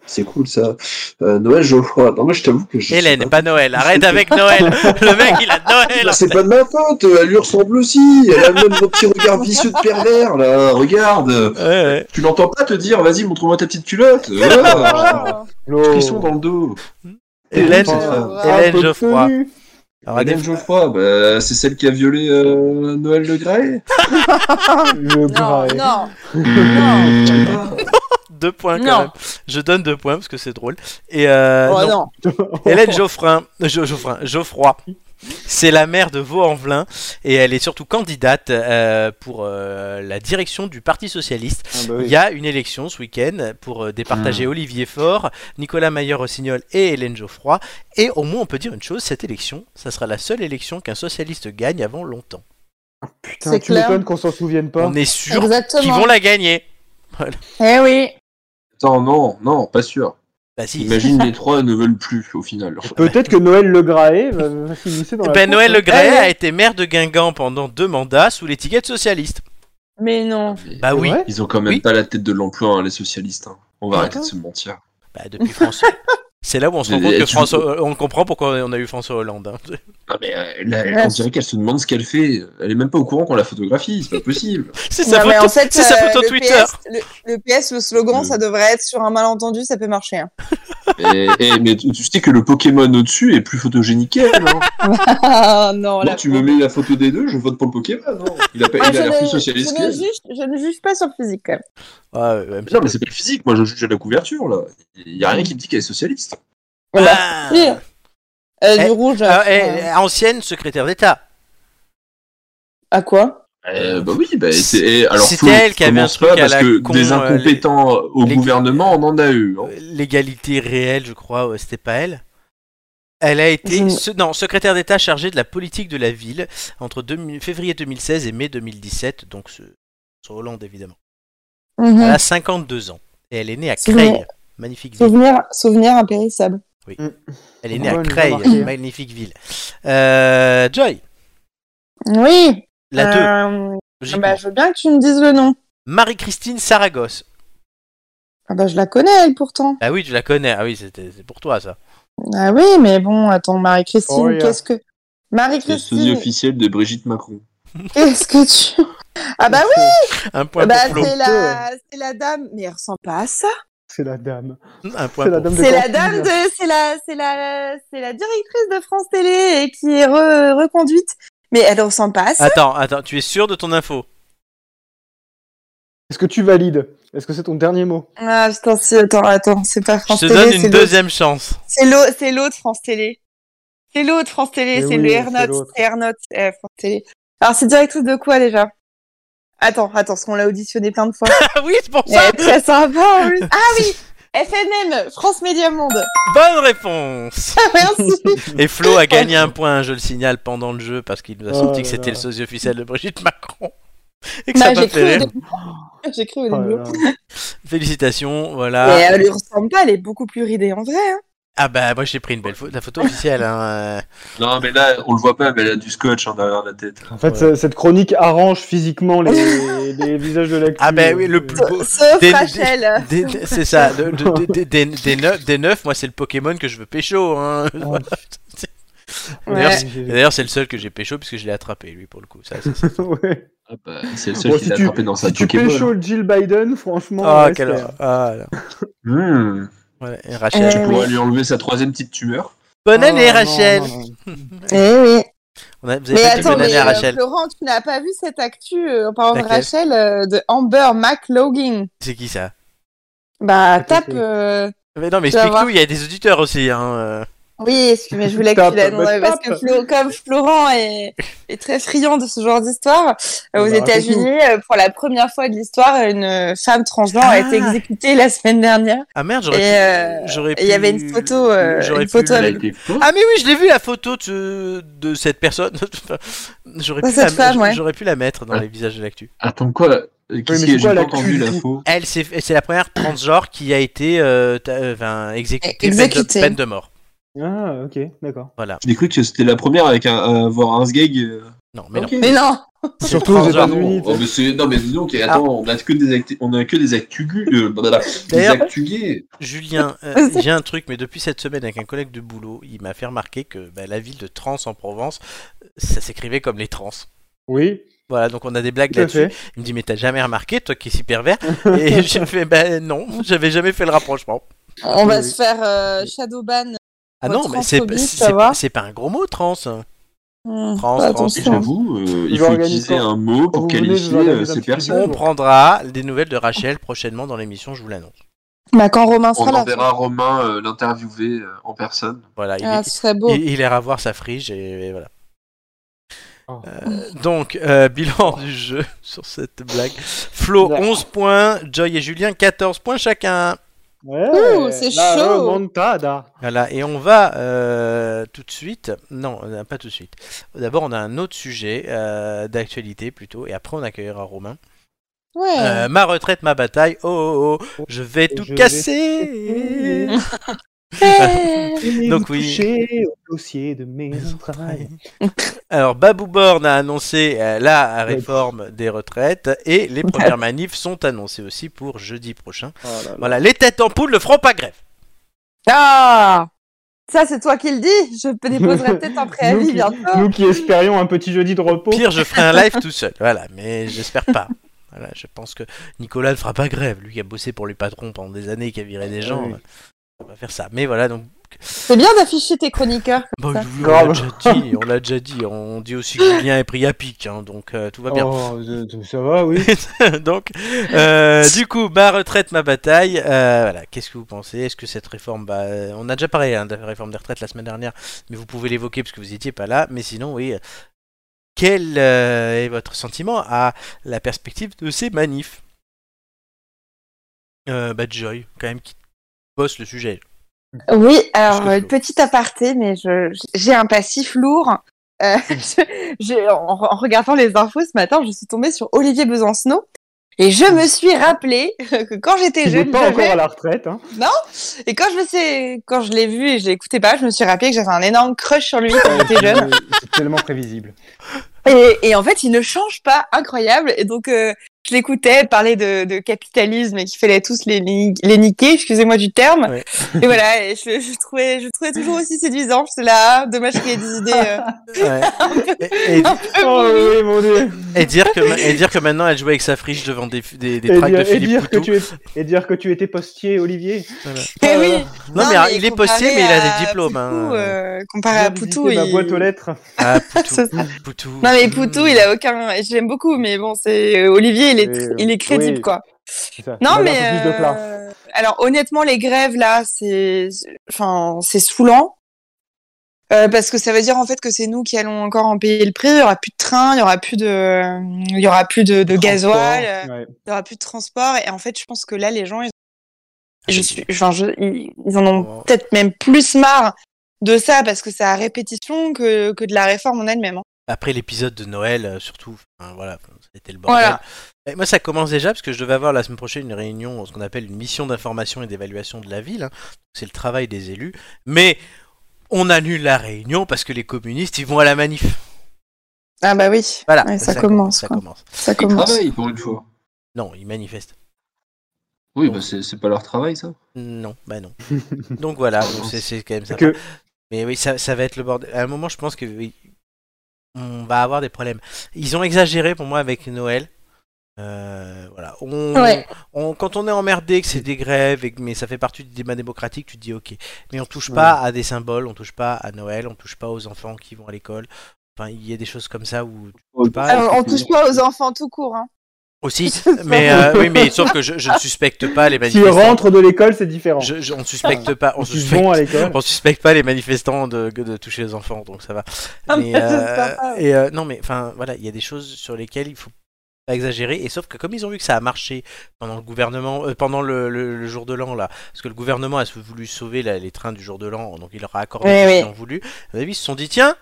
S3: c'est cool ça. Euh, Noël Geoffroy. Non, moi je t'avoue que je.
S1: Hélène,
S3: sais
S1: pas Noël, arrête avec Noël. Le mec, il a Noël.
S3: pas. Ah, C'est pas de ma faute, euh, elle lui ressemble aussi. Elle a même mon petit regard vicieux de pervers là. Regarde.
S1: Ouais, ouais.
S3: Tu l'entends pas te dire, vas-y, montre-moi ta petite culotte.
S4: Oh.
S3: Voilà.
S1: Ah,
S3: Oh.
S2: Flo.
S3: Frisson dans le dos.
S1: Hélène,
S3: Ah,
S1: Hélène
S2: t'es
S1: Geoffroy.
S2: tenu.
S1: Alors,
S3: Madame
S1: des-
S3: Ah, Geoffroy, bah, c'est celle qui a violé euh, Noël Le Gray
S2: Ah,
S4: Non,
S2: Le Gray.
S4: non,
S3: Ah,
S4: non,
S1: deux points quand
S4: Non.
S1: même. Je donne deux points parce que c'est drôle. Et euh,
S4: oh
S1: non.
S4: non.
S2: Ah,
S1: Hélène Geoffrin, euh, Jo- Geoffrin, Geoffroy, c'est la maire de Vaux-en-Velin et elle est surtout candidate euh, pour euh, la direction du Parti Socialiste.
S2: Ah bah oui. Hmm.
S1: Il y a une élection ce week-end pour euh, départager Olivier Faure, Nicolas Maillard-Rossignol et Hélène Geoffroy. Et au moins, on peut dire une chose cette élection, ça sera la seule élection qu'un socialiste gagne avant longtemps.
S2: Putain,
S4: C'est
S2: tu
S4: clair.
S2: m'étonnes qu'on s'en souvienne pas.
S1: On est sûr qu'ils
S4: Exactement.
S1: vont la gagner.
S4: Eh oui.
S3: Attends, non, non, pas sûr.
S1: Bah, si.
S3: Imagine les trois ne veulent plus au final.
S2: Peut-être que Noël Le Gray va- va s'immiscer dans la
S1: Ben,
S2: course,
S1: Noël
S2: hein.
S1: Le Gray
S4: Ah
S1: a
S4: ouais.
S1: été maire de Guingamp pendant deux mandats sous l'étiquette socialiste.
S4: Mais non.
S1: Bah
S2: C'est
S1: oui,
S2: vrai
S3: Ils ont quand même
S1: Oui.
S3: pas la tête de l'emploi, hein, les socialistes. hein. On va
S1: Ah,
S3: arrêter de
S1: d'accord.
S3: se mentir.
S1: Bah, depuis François, C'est là où on se rend
S3: Et-
S1: compte
S3: et
S1: que
S3: tu-
S1: François, euh, on comprend pourquoi on a eu François Hollande. hein.
S3: Ah, mais euh, là, on dirait qu'elle se demande ce qu'elle fait. Elle est même pas au courant qu'on la photographie, c'est pas possible.
S1: C'est sa,
S4: Non, mais
S1: photo,
S4: en fait,
S1: c'est sa
S4: euh,
S1: photo
S4: le
S1: Twitter. Mm.
S4: PS, le, le PS, le slogan,
S3: Le-
S4: ça devrait être sur un malentendu, ça peut marcher. hein.
S3: Et- et- mais tu tu sais que le Pokémon au-dessus est plus photogénique qu'elle. Hein.
S4: Ah non,
S3: Moi, tu me mets la photo des deux, je vote pour le Pokémon. Non il a, pas-
S4: Ah,
S3: il
S4: je,
S3: a l'air
S4: ne,
S3: plus
S4: je,
S3: socialiste
S4: ne
S3: qu'elle.
S4: juge, je ne juge pas sur le physique quand même.
S1: Ah, ouais, ouais,
S3: Mais Non, mais c'est pas le physique, moi je juge à la couverture là. Il y a rien qui me dit qu'elle est socialiste.
S4: Voilà.
S1: Ah.
S4: Oui. Euh,
S1: Eh,
S4: du rouge.
S1: Ah,
S4: euh,
S1: eh, ancienne secrétaire d'État.
S4: À quoi
S3: Euh, bah oui, bah, c'est et alors
S1: C'était
S3: Flo,
S1: elle qui avait
S3: commence
S1: un truc
S3: pas
S1: à
S3: parce
S1: la
S3: que
S1: con,
S3: des
S1: euh,
S3: incompétents au
S1: les-
S3: gouvernement, on en a eu. hein.
S1: Euh, l'égalité réelle, je crois, ouais, c'était pas elle. Elle a été
S4: Je-
S1: se- non, secrétaire d'État chargée de la politique de la ville entre 2000 février 2016 et mai 2017, donc ce- sur Hollande évidemment.
S4: Mhm.
S1: Elle a 52 ans et elle est née à
S4: C'est
S1: Creil,
S4: vrai. Oh,
S1: magnifique ville.
S4: Souvenir, souvenir impérissable.
S1: Elle est née à
S2: Ouais, j'ai
S1: Creil,
S2: remarqué.
S1: magnifique ville. Euh, Joy,
S4: Oui.
S1: la 2,
S4: euh, bah, je veux bien que tu me dises le nom.
S1: Marie-Christine Saragosse.
S4: Ah bah, je la connais, elle, pourtant.
S1: Ah oui, tu la connais. Ah oui, c'était- c'est pour toi ça.
S4: Ah oui, mais bon, attends, Marie-Christine,
S2: Oh, yeah.
S4: qu'est-ce que.
S3: C'est le sosie
S4: Marie-Christine,
S3: officiel de Brigitte Macron.
S4: qu'est-ce que tu. Ah bah oui,
S1: Un point
S4: bah,
S1: pour Flo.
S4: c'est la, c'est la dame. Mais elle ressemble pas à ça.
S2: C'est la dame.
S1: Un point
S2: C'est la
S1: pour
S2: dame de
S4: C'est la
S2: cantine.
S4: dame de. C'est la, c'est la, c'est la directrice de France Télé et qui est re- reconduite. Mais elle ressemble pas à ça.
S1: Attends, attends, tu es sûr de ton info
S2: Est-ce que tu valides Est-ce que c'est ton dernier mot
S4: Ah putain, si, attends, attends, c'est pas France
S1: Je te
S4: Télé,
S1: donne
S4: c'est
S1: une
S4: l'autre.
S1: deuxième chance.
S4: C'est l'au- c'est l'autre France Télé. C'est l'autre France Télé,
S2: Mais
S4: c'est
S2: oui,
S4: le
S2: c'est
S4: Ernotte,
S2: l'autre.
S4: c'est Ernotte, euh, France Télé. Alors c'est directrice de quoi déjà Attends, attends, parce qu'on l'a auditionné plein de fois.
S1: Ah oui, c'est pour
S4: Mais
S1: ça.
S4: elle est très sympa en plus. Ah oui FNM, France Média Monde.
S1: Bonne réponse.
S4: Merci.
S1: Et Flo a gagné un point, je le signale, pendant le jeu parce qu'il nous a
S2: Oh
S1: sorti que
S2: là
S1: c'était
S2: là.
S1: le sosie officiel de Brigitte Macron. Et que
S4: Bah,
S1: ça m'a
S4: j'ai
S1: fait
S4: cru,
S1: rire.
S4: au début. J'ai cru au
S2: Oh
S4: début.
S2: là là.
S1: Félicitations,
S4: Mais
S1: voilà.
S4: elle lui ressemble pas, elle est beaucoup plus ridée en vrai. hein.
S1: Ah bah moi j'ai pris une belle photo, la photo officielle. Hein.
S3: Non, mais là, on le voit pas, mais elle a du scotch hein, derrière la tête.
S2: En fait, ce- cette chronique arrange physiquement les, les visages de l'actu. Euh,
S1: Ah bah oui, le plus beau.
S4: Sauf
S1: Des-
S4: Rachel.
S1: des- des- C'est ça, de- de- de- de- des, des neuf, des neuf, moi c'est le Pokémon que je veux pécho. Hein.
S2: Oh,
S1: D'ailleurs,
S4: Ouais.
S1: c'est- D'ailleurs c'est le seul que j'ai pécho puisque je l'ai attrapé lui pour le coup. Ça, ça, ça.
S2: Ouais.
S3: Ah bah, c'est le seul
S2: Bon,
S3: qui
S2: si
S3: l'a
S2: tu-
S3: attrapé dans sa
S2: Si tu
S3: Pokéball.
S2: pécho le Jill Biden, franchement.
S1: Ah,
S2: ouais,
S1: quelle
S2: c'est-
S1: horreur. Ah, là.
S3: Hmm.
S1: Voilà, et Rachel.
S3: Tu
S4: Eh
S3: pourras
S4: oui.
S3: lui enlever sa troisième petite tumeur.
S1: Euh, Bonne année
S2: Oh, non,
S1: Rachel.
S2: non, non.
S4: Eh oui.
S1: On a- vous avez
S4: Mais
S1: fait une
S4: attends,
S1: bonne
S4: mais,
S1: année à
S4: euh,
S1: Rachel.
S4: Florent, tu n'as pas vu cette actu euh, en parlant de
S1: Laquelle
S4: Rachel euh, de Amber McLaughlin.
S1: C'est qui ça
S4: Bah,
S2: Tout à
S4: tape.
S2: fait.
S4: euh,
S1: Mais non, mais
S4: Tu vas
S1: explique-nous, il y a des auditeurs aussi. Hein. euh.
S4: Oui, excuse- mais je voulais que
S2: Tape,
S4: tu la non,
S2: bah,
S4: mais parce que
S2: tape.
S4: Flo- comme Florent est, est très friand de ce genre d'histoire, euh, aux
S2: Bah,
S4: États-Unis, euh, pour la première fois de l'histoire, une femme transgenre a été
S1: Ah.
S4: exécutée la semaine dernière.
S1: Ah merde, j'aurais
S4: Et,
S1: pu-
S4: euh,
S1: j'aurais
S4: et il y
S1: pu-
S4: avait une photo, euh,
S1: j'aurais
S4: une
S1: pu-
S4: photo
S3: Elle a
S4: avec-
S3: été con.
S1: Ah mais oui, je l'ai vu la photo de, de cette personne. j'aurais
S4: De
S1: pu
S4: cette
S1: la...
S4: femme, ouais.
S1: j'aurais pu la mettre dans
S3: Ouais.
S1: les visages de l'actu.
S3: Attends, quoi Euh,
S2: mais
S3: Qu'est-ce
S2: c'est
S3: que j'ai
S2: quoi
S3: pas
S2: l'actu,
S3: entendu
S2: du
S3: l'info
S1: Elle, c'est c'est la première transgenre qui a été euh, ta- euh, enfin, exécutée,
S4: Exécutée.
S1: Peine, de, peine de mort.
S2: Ah, ok, d'accord.
S3: J'ai cru que c'était la première avec un, à avoir un sgeg. euh,
S1: Non, mais
S3: ok.
S4: Mais non,
S1: non.
S2: Surtout aux
S1: Transgenre.
S3: Ah
S2: États-Unis.
S3: non, oh, mais c'est- non, mais dis donc, et attends, on a que des actu- on a que des actus gu- euh, blablabla, des
S1: D'ailleurs-
S3: actus gays.
S1: Julien, euh, j'ai un truc, mais depuis cette semaine avec un collègue de boulot, il m'a fait remarquer que bah, la ville de Trans en Provence, euh, ça s'écrivait comme les trans.
S2: Oui,
S1: Voilà, donc on a des blagues
S2: tout à
S1: là-dessus.
S2: fait.
S1: Il me dit, mais t'as jamais remarqué, toi qui es si pervers Et j'ai fait, ben non, j'avais jamais fait le rapprochement.
S4: on va
S2: Oui.
S4: se faire euh, shadowban.
S1: Ah
S4: Ouais,
S1: non, mais c'est
S4: transphobie,
S1: c'est-
S4: ça
S1: c'est-
S4: va
S1: c'est pas un gros mot, trans. Trans,
S4: Hmm, fais
S1: trans,
S3: Et
S4: attention.
S3: J'avoue, euh, il
S2: Ils vont
S3: faut
S2: organiser
S3: utiliser
S2: quand-
S3: un mot pour
S2: Vous venez de
S3: qualifier
S2: regarder
S3: euh,
S2: un
S3: ces
S2: petit
S1: On
S3: personnes.
S2: vidéo.
S1: prendra des nouvelles de Rachel prochainement dans l'émission, je vous l'annonce.
S4: Bah, quand Romain
S3: On
S4: sera là.
S3: enverra Romain euh, l'interviewer euh, en personne.
S1: Voilà, il,
S4: Ah,
S1: est-
S4: ce serait beau.
S1: il- il ira voir sa frige et, et voilà.
S2: Oh.
S1: Euh, donc, euh, bilan du jeu sur cette blague. Flo,
S2: Ouais.
S1: 11 points. Joy et Julien, 14 points chacun.
S2: Ouais,
S4: Ouh, c'est
S2: la
S4: chaud.
S2: remontada.
S1: Voilà, et on va euh, tout de suite. Non, euh, pas tout de suite. D'abord, on a un autre sujet euh, d'actualité plutôt, et après, on accueillera Romain.
S4: Ouais.
S1: Euh, ma retraite, ma bataille. Oh, oh, oh, je vais tout
S2: Je
S1: casser.
S4: Eh.
S2: Venez
S1: Donc
S2: vous
S1: oui.
S2: toucher au dossier de mes entrailles.
S1: Alors, Babou Borne a annoncé euh, la réforme des retraites, et les premières manifs sont annoncées aussi pour jeudi prochain.
S2: Oh là là.
S1: Voilà, les têtes en poule ne feront pas grève.
S4: Ah Ça, c'est toi qui le dis. Je déposerai peut-être un
S2: nous,
S4: préavis
S2: qui,
S4: bientôt.
S2: nous qui espérions un petit jeudi de repos.
S1: Pire, je ferai un live tout seul. Voilà, mais j'espère pas. Voilà, je pense que Nicolas ne fera pas grève. Lui qui a bossé pour lui patron pendant des années, qui a viré des gens,
S2: Oui.
S1: euh, on va faire ça. Mais voilà, donc.
S4: C'est bien d'afficher tes chroniqueurs.
S1: Bon,
S4: Ça.
S1: je vous- on l'a
S2: Grave.
S1: déjà dit, on l'a déjà dit. On dit aussi que Julien est pris à pic, hein, donc euh, tout va bien.
S2: Oh, euh, ça va, oui.
S1: donc, euh, du coup, ma retraite, ma bataille. euh, voilà, qu'est-ce que vous pensez Est-ce que cette réforme, bah, euh, on a déjà parlé hein, de la réforme des retraites la semaine dernière, mais vous pouvez l'évoquer parce que vous n'étiez pas là. Mais sinon, oui. euh, Quel euh, est votre sentiment à la perspective de ces manifs euh, Bad Joy, quand même, qui bosse le sujet.
S4: Oui,
S1: Qu'est-ce
S4: alors
S1: que
S4: euh,
S1: c'est
S4: petit aparté, mais je j'ai un passif lourd. Euh, je- je- en, re- en regardant les infos ce matin, je suis tombée sur Olivier Besancenot et je me suis rappelé que quand j'étais
S2: Il n'est
S4: jeune,
S2: pas encore
S4: j'avais-
S2: à la retraite. Hein.
S4: et quand je me sais, quand je l'ai vu et je l'écoutais pas, je me suis rappelé que j'avais un énorme crush sur lui quand j'étais jeune.
S2: Euh, C'est tellement prévisible.
S4: Et, et en fait, il ne change pas, incroyable. Et donc, euh, je l'écoutais parler de, de capitalisme et qu'il fallait tous les, les, les niquer, excusez-moi du terme.
S1: Ouais.
S4: Et voilà, et je, je trouvais, je le trouvais toujours aussi séduisant. C'est là, ah, dommage qu'il ait des idées. euh,
S2: Ah
S1: Ouais. Et, et-
S2: Oh oui, mon dieu.
S1: et dire que, ma- et dire que maintenant elle joue avec sa friche devant des, des, des
S2: Et
S1: tracts de
S2: dire, et
S1: Philippe
S2: dire que
S1: Poutou.
S2: tu es, et dire que tu étais postier, Olivier.
S4: Eh
S2: Oh là
S4: oui.
S2: là.
S1: Non, mais, alors, il est
S4: comparé
S1: postier, mais il a
S4: à
S1: des diplômes.
S2: Ah
S1: hein.
S4: Poutou, euh, comparé à
S2: Viens
S4: Poutou,
S2: visiter ma
S4: il-
S2: boîte aux lettres.
S1: Ah,
S4: C'est
S1: Poutou.
S4: ça.
S1: Poutou.
S4: Non mais Poutou, il a aucun. et Je l'aime beaucoup, mais bon, c'est euh, Olivier, il est,
S2: Et, euh,
S4: il est crédible
S2: oui.
S4: quoi.
S2: C'est ça.
S4: Non
S2: Il a
S4: mais
S2: un peu plus de place.
S4: euh, alors honnêtement, les grèves là, c'est, enfin, c'est saoulant. Euh, parce que ça veut dire en fait que c'est nous qui allons encore en payer le prix. Il y aura plus de train, il y aura plus de, il y aura plus de, de gasoil, euh,
S2: Ouais.
S4: il y aura plus de transport. Et en fait, je pense que là, les gens, ils, je
S1: c'est-
S4: suis, Mm. enfin, je- ils, ils en ont
S1: Oh.
S4: peut-être même plus marre de ça parce que c'est à répétition que, que de la réforme en elle-même. hein.
S1: Après l'épisode de Noël, euh, surtout, enfin, voilà, c'était le bordel.
S4: Voilà.
S1: Et moi, ça commence déjà parce que je devais avoir la semaine prochaine une réunion, ce qu'on appelle une mission d'information et d'évaluation de la ville. hein. C'est le travail des élus. Mais on annule la réunion parce que les communistes, ils vont à la manif.
S4: Ah bah oui.
S1: Voilà,
S4: Ouais, ça, commence.
S1: Ça
S4: quoi.
S1: commence.
S4: Ça
S3: Ils
S4: commence.
S3: travaillent pour une fois.
S1: Non, ils manifestent.
S3: Oui, bah c'est c'est pas leur travail ça.
S1: Non, bah non. Donc voilà, donc c'est- c'est quand même ça.
S2: Que-
S1: Mais oui, ça, ça va être le bordel. À un moment, je pense que oui, on va avoir des problèmes. Ils ont exagéré pour moi avec Noël. Euh, voilà. On,
S4: Ouais.
S1: on- quand on est emmerdé, que c'est des grèves, et que- mais ça fait partie du débat démocratique, tu te dis ok. Mais on touche pas à des symboles, on touche pas à Noël, on touche pas aux enfants qui vont à l'école. Enfin, il y a des choses comme ça où
S3: bah,
S1: Ah,
S4: Alors, on
S1: effectivement.
S4: touche pas aux enfants tout court. Hein.
S1: aussi. mais euh, oui, mais sauf que je, je ne suspecte pas les
S2: S'ils
S1: manifestants.
S2: rentrent de l'école, c'est différent.
S1: Je, je- on ne suspecte pas. On
S2: Ils
S1: suspecte
S2: vont à l'école.
S1: On suspecte pas les manifestants de, de toucher les enfants, donc ça va.
S4: Ah,
S1: Mais,
S4: mais c'est
S1: euh,
S4: sympa.
S1: et, euh, non, mais enfin, voilà, il y a des choses sur lesquelles il faut pas exagérer. Et sauf que comme ils ont vu que ça a marché pendant le gouvernement, euh, pendant le, le- le jour de l'an là, parce que le gouvernement a voulu sauver la- les trains du jour de l'an, donc il leur a accordé
S4: Oui,
S1: ce
S4: oui.
S1: qu'ils ont voulu. À mon avis, ils se sont dit tiens,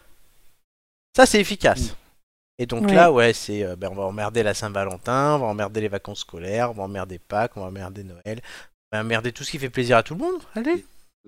S1: ça c'est efficace. Et donc
S4: Mm. Oui.
S1: là, ouais, c'est, euh, ben, on va emmerder la Saint-Valentin, on va emmerder les vacances scolaires, on va emmerder Pâques, on va emmerder Noël, on va emmerder tout ce qui fait plaisir à tout le monde. Allez.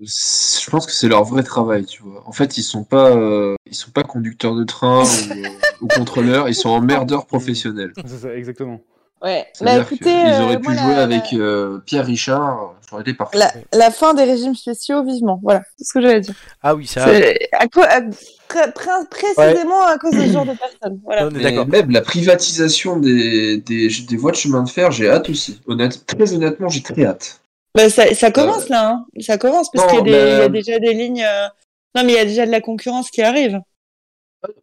S3: euh, C'est- Je pense que c'est leur vrai travail, tu vois. En fait, ils sont pas, euh, ils sont pas conducteurs de train ou, euh, ou contrôleurs, ils sont emmerdeurs professionnels.
S2: C'est ça, exactement.
S4: Ouais. Bah
S3: C'est-à-dire
S4: écoutez,
S3: qu'ils
S4: euh,
S3: auraient pu
S4: moi,
S3: jouer
S4: la,
S3: avec euh, Pierre Richard, j'aurais été parfait.
S4: La, la fin des régimes spéciaux, vivement. Voilà, c'est ce que j'allais dire.
S1: Ah oui, ça.
S4: C'est- À quoi, à- pré- pré- précisément à cause de ce genre de personnes. Voilà.
S1: On est
S3: Mais
S1: d'accord.
S3: même la privatisation des, des, des voies de chemin de fer, j'ai hâte aussi. Honnête, très honnêtement, j'ai très hâte.
S4: Bah, ça, ça commence là. Hein. Ça commence parce
S3: Euh. Non,
S4: qu'il y, a des-
S3: mais-
S4: il y a déjà des lignes. euh, Non, mais il y a déjà de la concurrence qui arrive.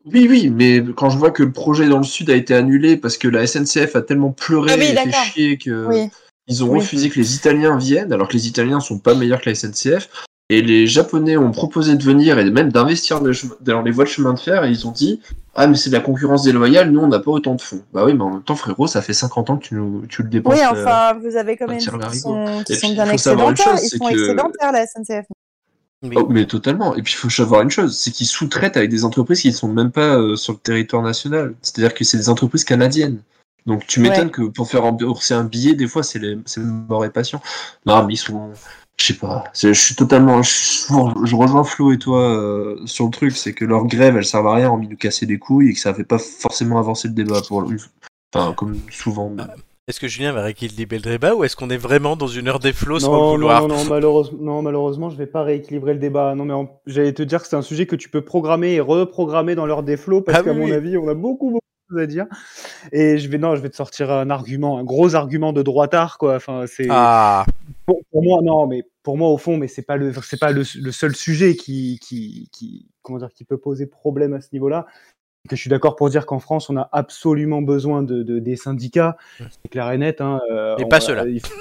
S3: Oui, oui, mais quand je vois que le projet dans le sud a été annulé parce que la SNCF a tellement pleuré
S4: Ah oui,
S3: et fait
S4: d'accord.
S3: chier que
S4: Oui.
S3: ils ont
S4: Oui.
S3: refusé que les Italiens viennent, alors que les Italiens sont pas meilleurs que la SNCF. Et les Japonais ont proposé de venir et même d'investir dans les chemins- dans les voies de chemin de fer et ils ont dit Ah, mais c'est de la concurrence déloyale, nous on n'a pas autant de fonds. Bah oui, mais en même temps, frérot, ça fait 50 ans que tu, nous- tu le dépenses.
S4: Oui,
S3: euh,
S4: enfin, vous avez quand
S3: un
S4: même
S3: tir
S4: qui
S3: larigot.
S4: sont, qui
S3: Et
S4: sont
S3: puis,
S4: bien
S3: faut savoir une
S4: excédentaires.
S3: chose,
S4: Ils
S3: c'est
S4: sont
S3: que-
S4: excédentaires, la SNCF.
S1: Mais-
S3: Oh, mais totalement. Et puis il faut savoir une chose, c'est qu'ils sous-traitent avec des entreprises qui ne sont même pas euh, sur le territoire national. C'est-à-dire que c'est des entreprises canadiennes. Donc tu m'étonnes
S4: Ouais.
S3: que pour faire rembourser un billet, des fois c'est les- c'est mort et patient. Non, mais ils sont, je sais pas. C'est- Je suis totalement, je, je- je rejoins Flo et toi euh, sur le truc, c'est que leur grève, elle sert à rien, hormis nous casser les couilles et que ça fait pas forcément avancer le débat pour. le- Enfin, comme souvent. mais-
S1: Est-ce que Julien va rééquilibrer le débat ou est-ce qu'on est vraiment dans une heure des flots sans le
S2: non,
S1: vouloir
S2: non, non, malheureusement, non, malheureusement, je vais pas rééquilibrer le débat. Non, mais en- j'allais te dire que c'est un sujet que tu peux programmer et reprogrammer dans l'heure des flots parce
S1: Ah
S2: qu'à
S1: oui,
S2: mon
S1: oui.
S2: avis, on a beaucoup, beaucoup de choses à dire. Et je vais, non, je vais te sortir un argument, un gros argument de droitard, quoi. Enfin, c'est
S1: Ah,
S2: pour, pour moi, non, mais pour moi, au fond, mais c'est pas le, c'est pas le, le seul sujet qui, qui, qui, comment dire, qui peut poser problème à ce niveau-là. Que je suis d'accord pour dire qu'en France, on a absolument besoin de, de- des syndicats. C'est clair et net. Hein, euh,
S1: Mais
S2: on
S1: pas
S2: va-
S1: ceux-là.
S2: il faut-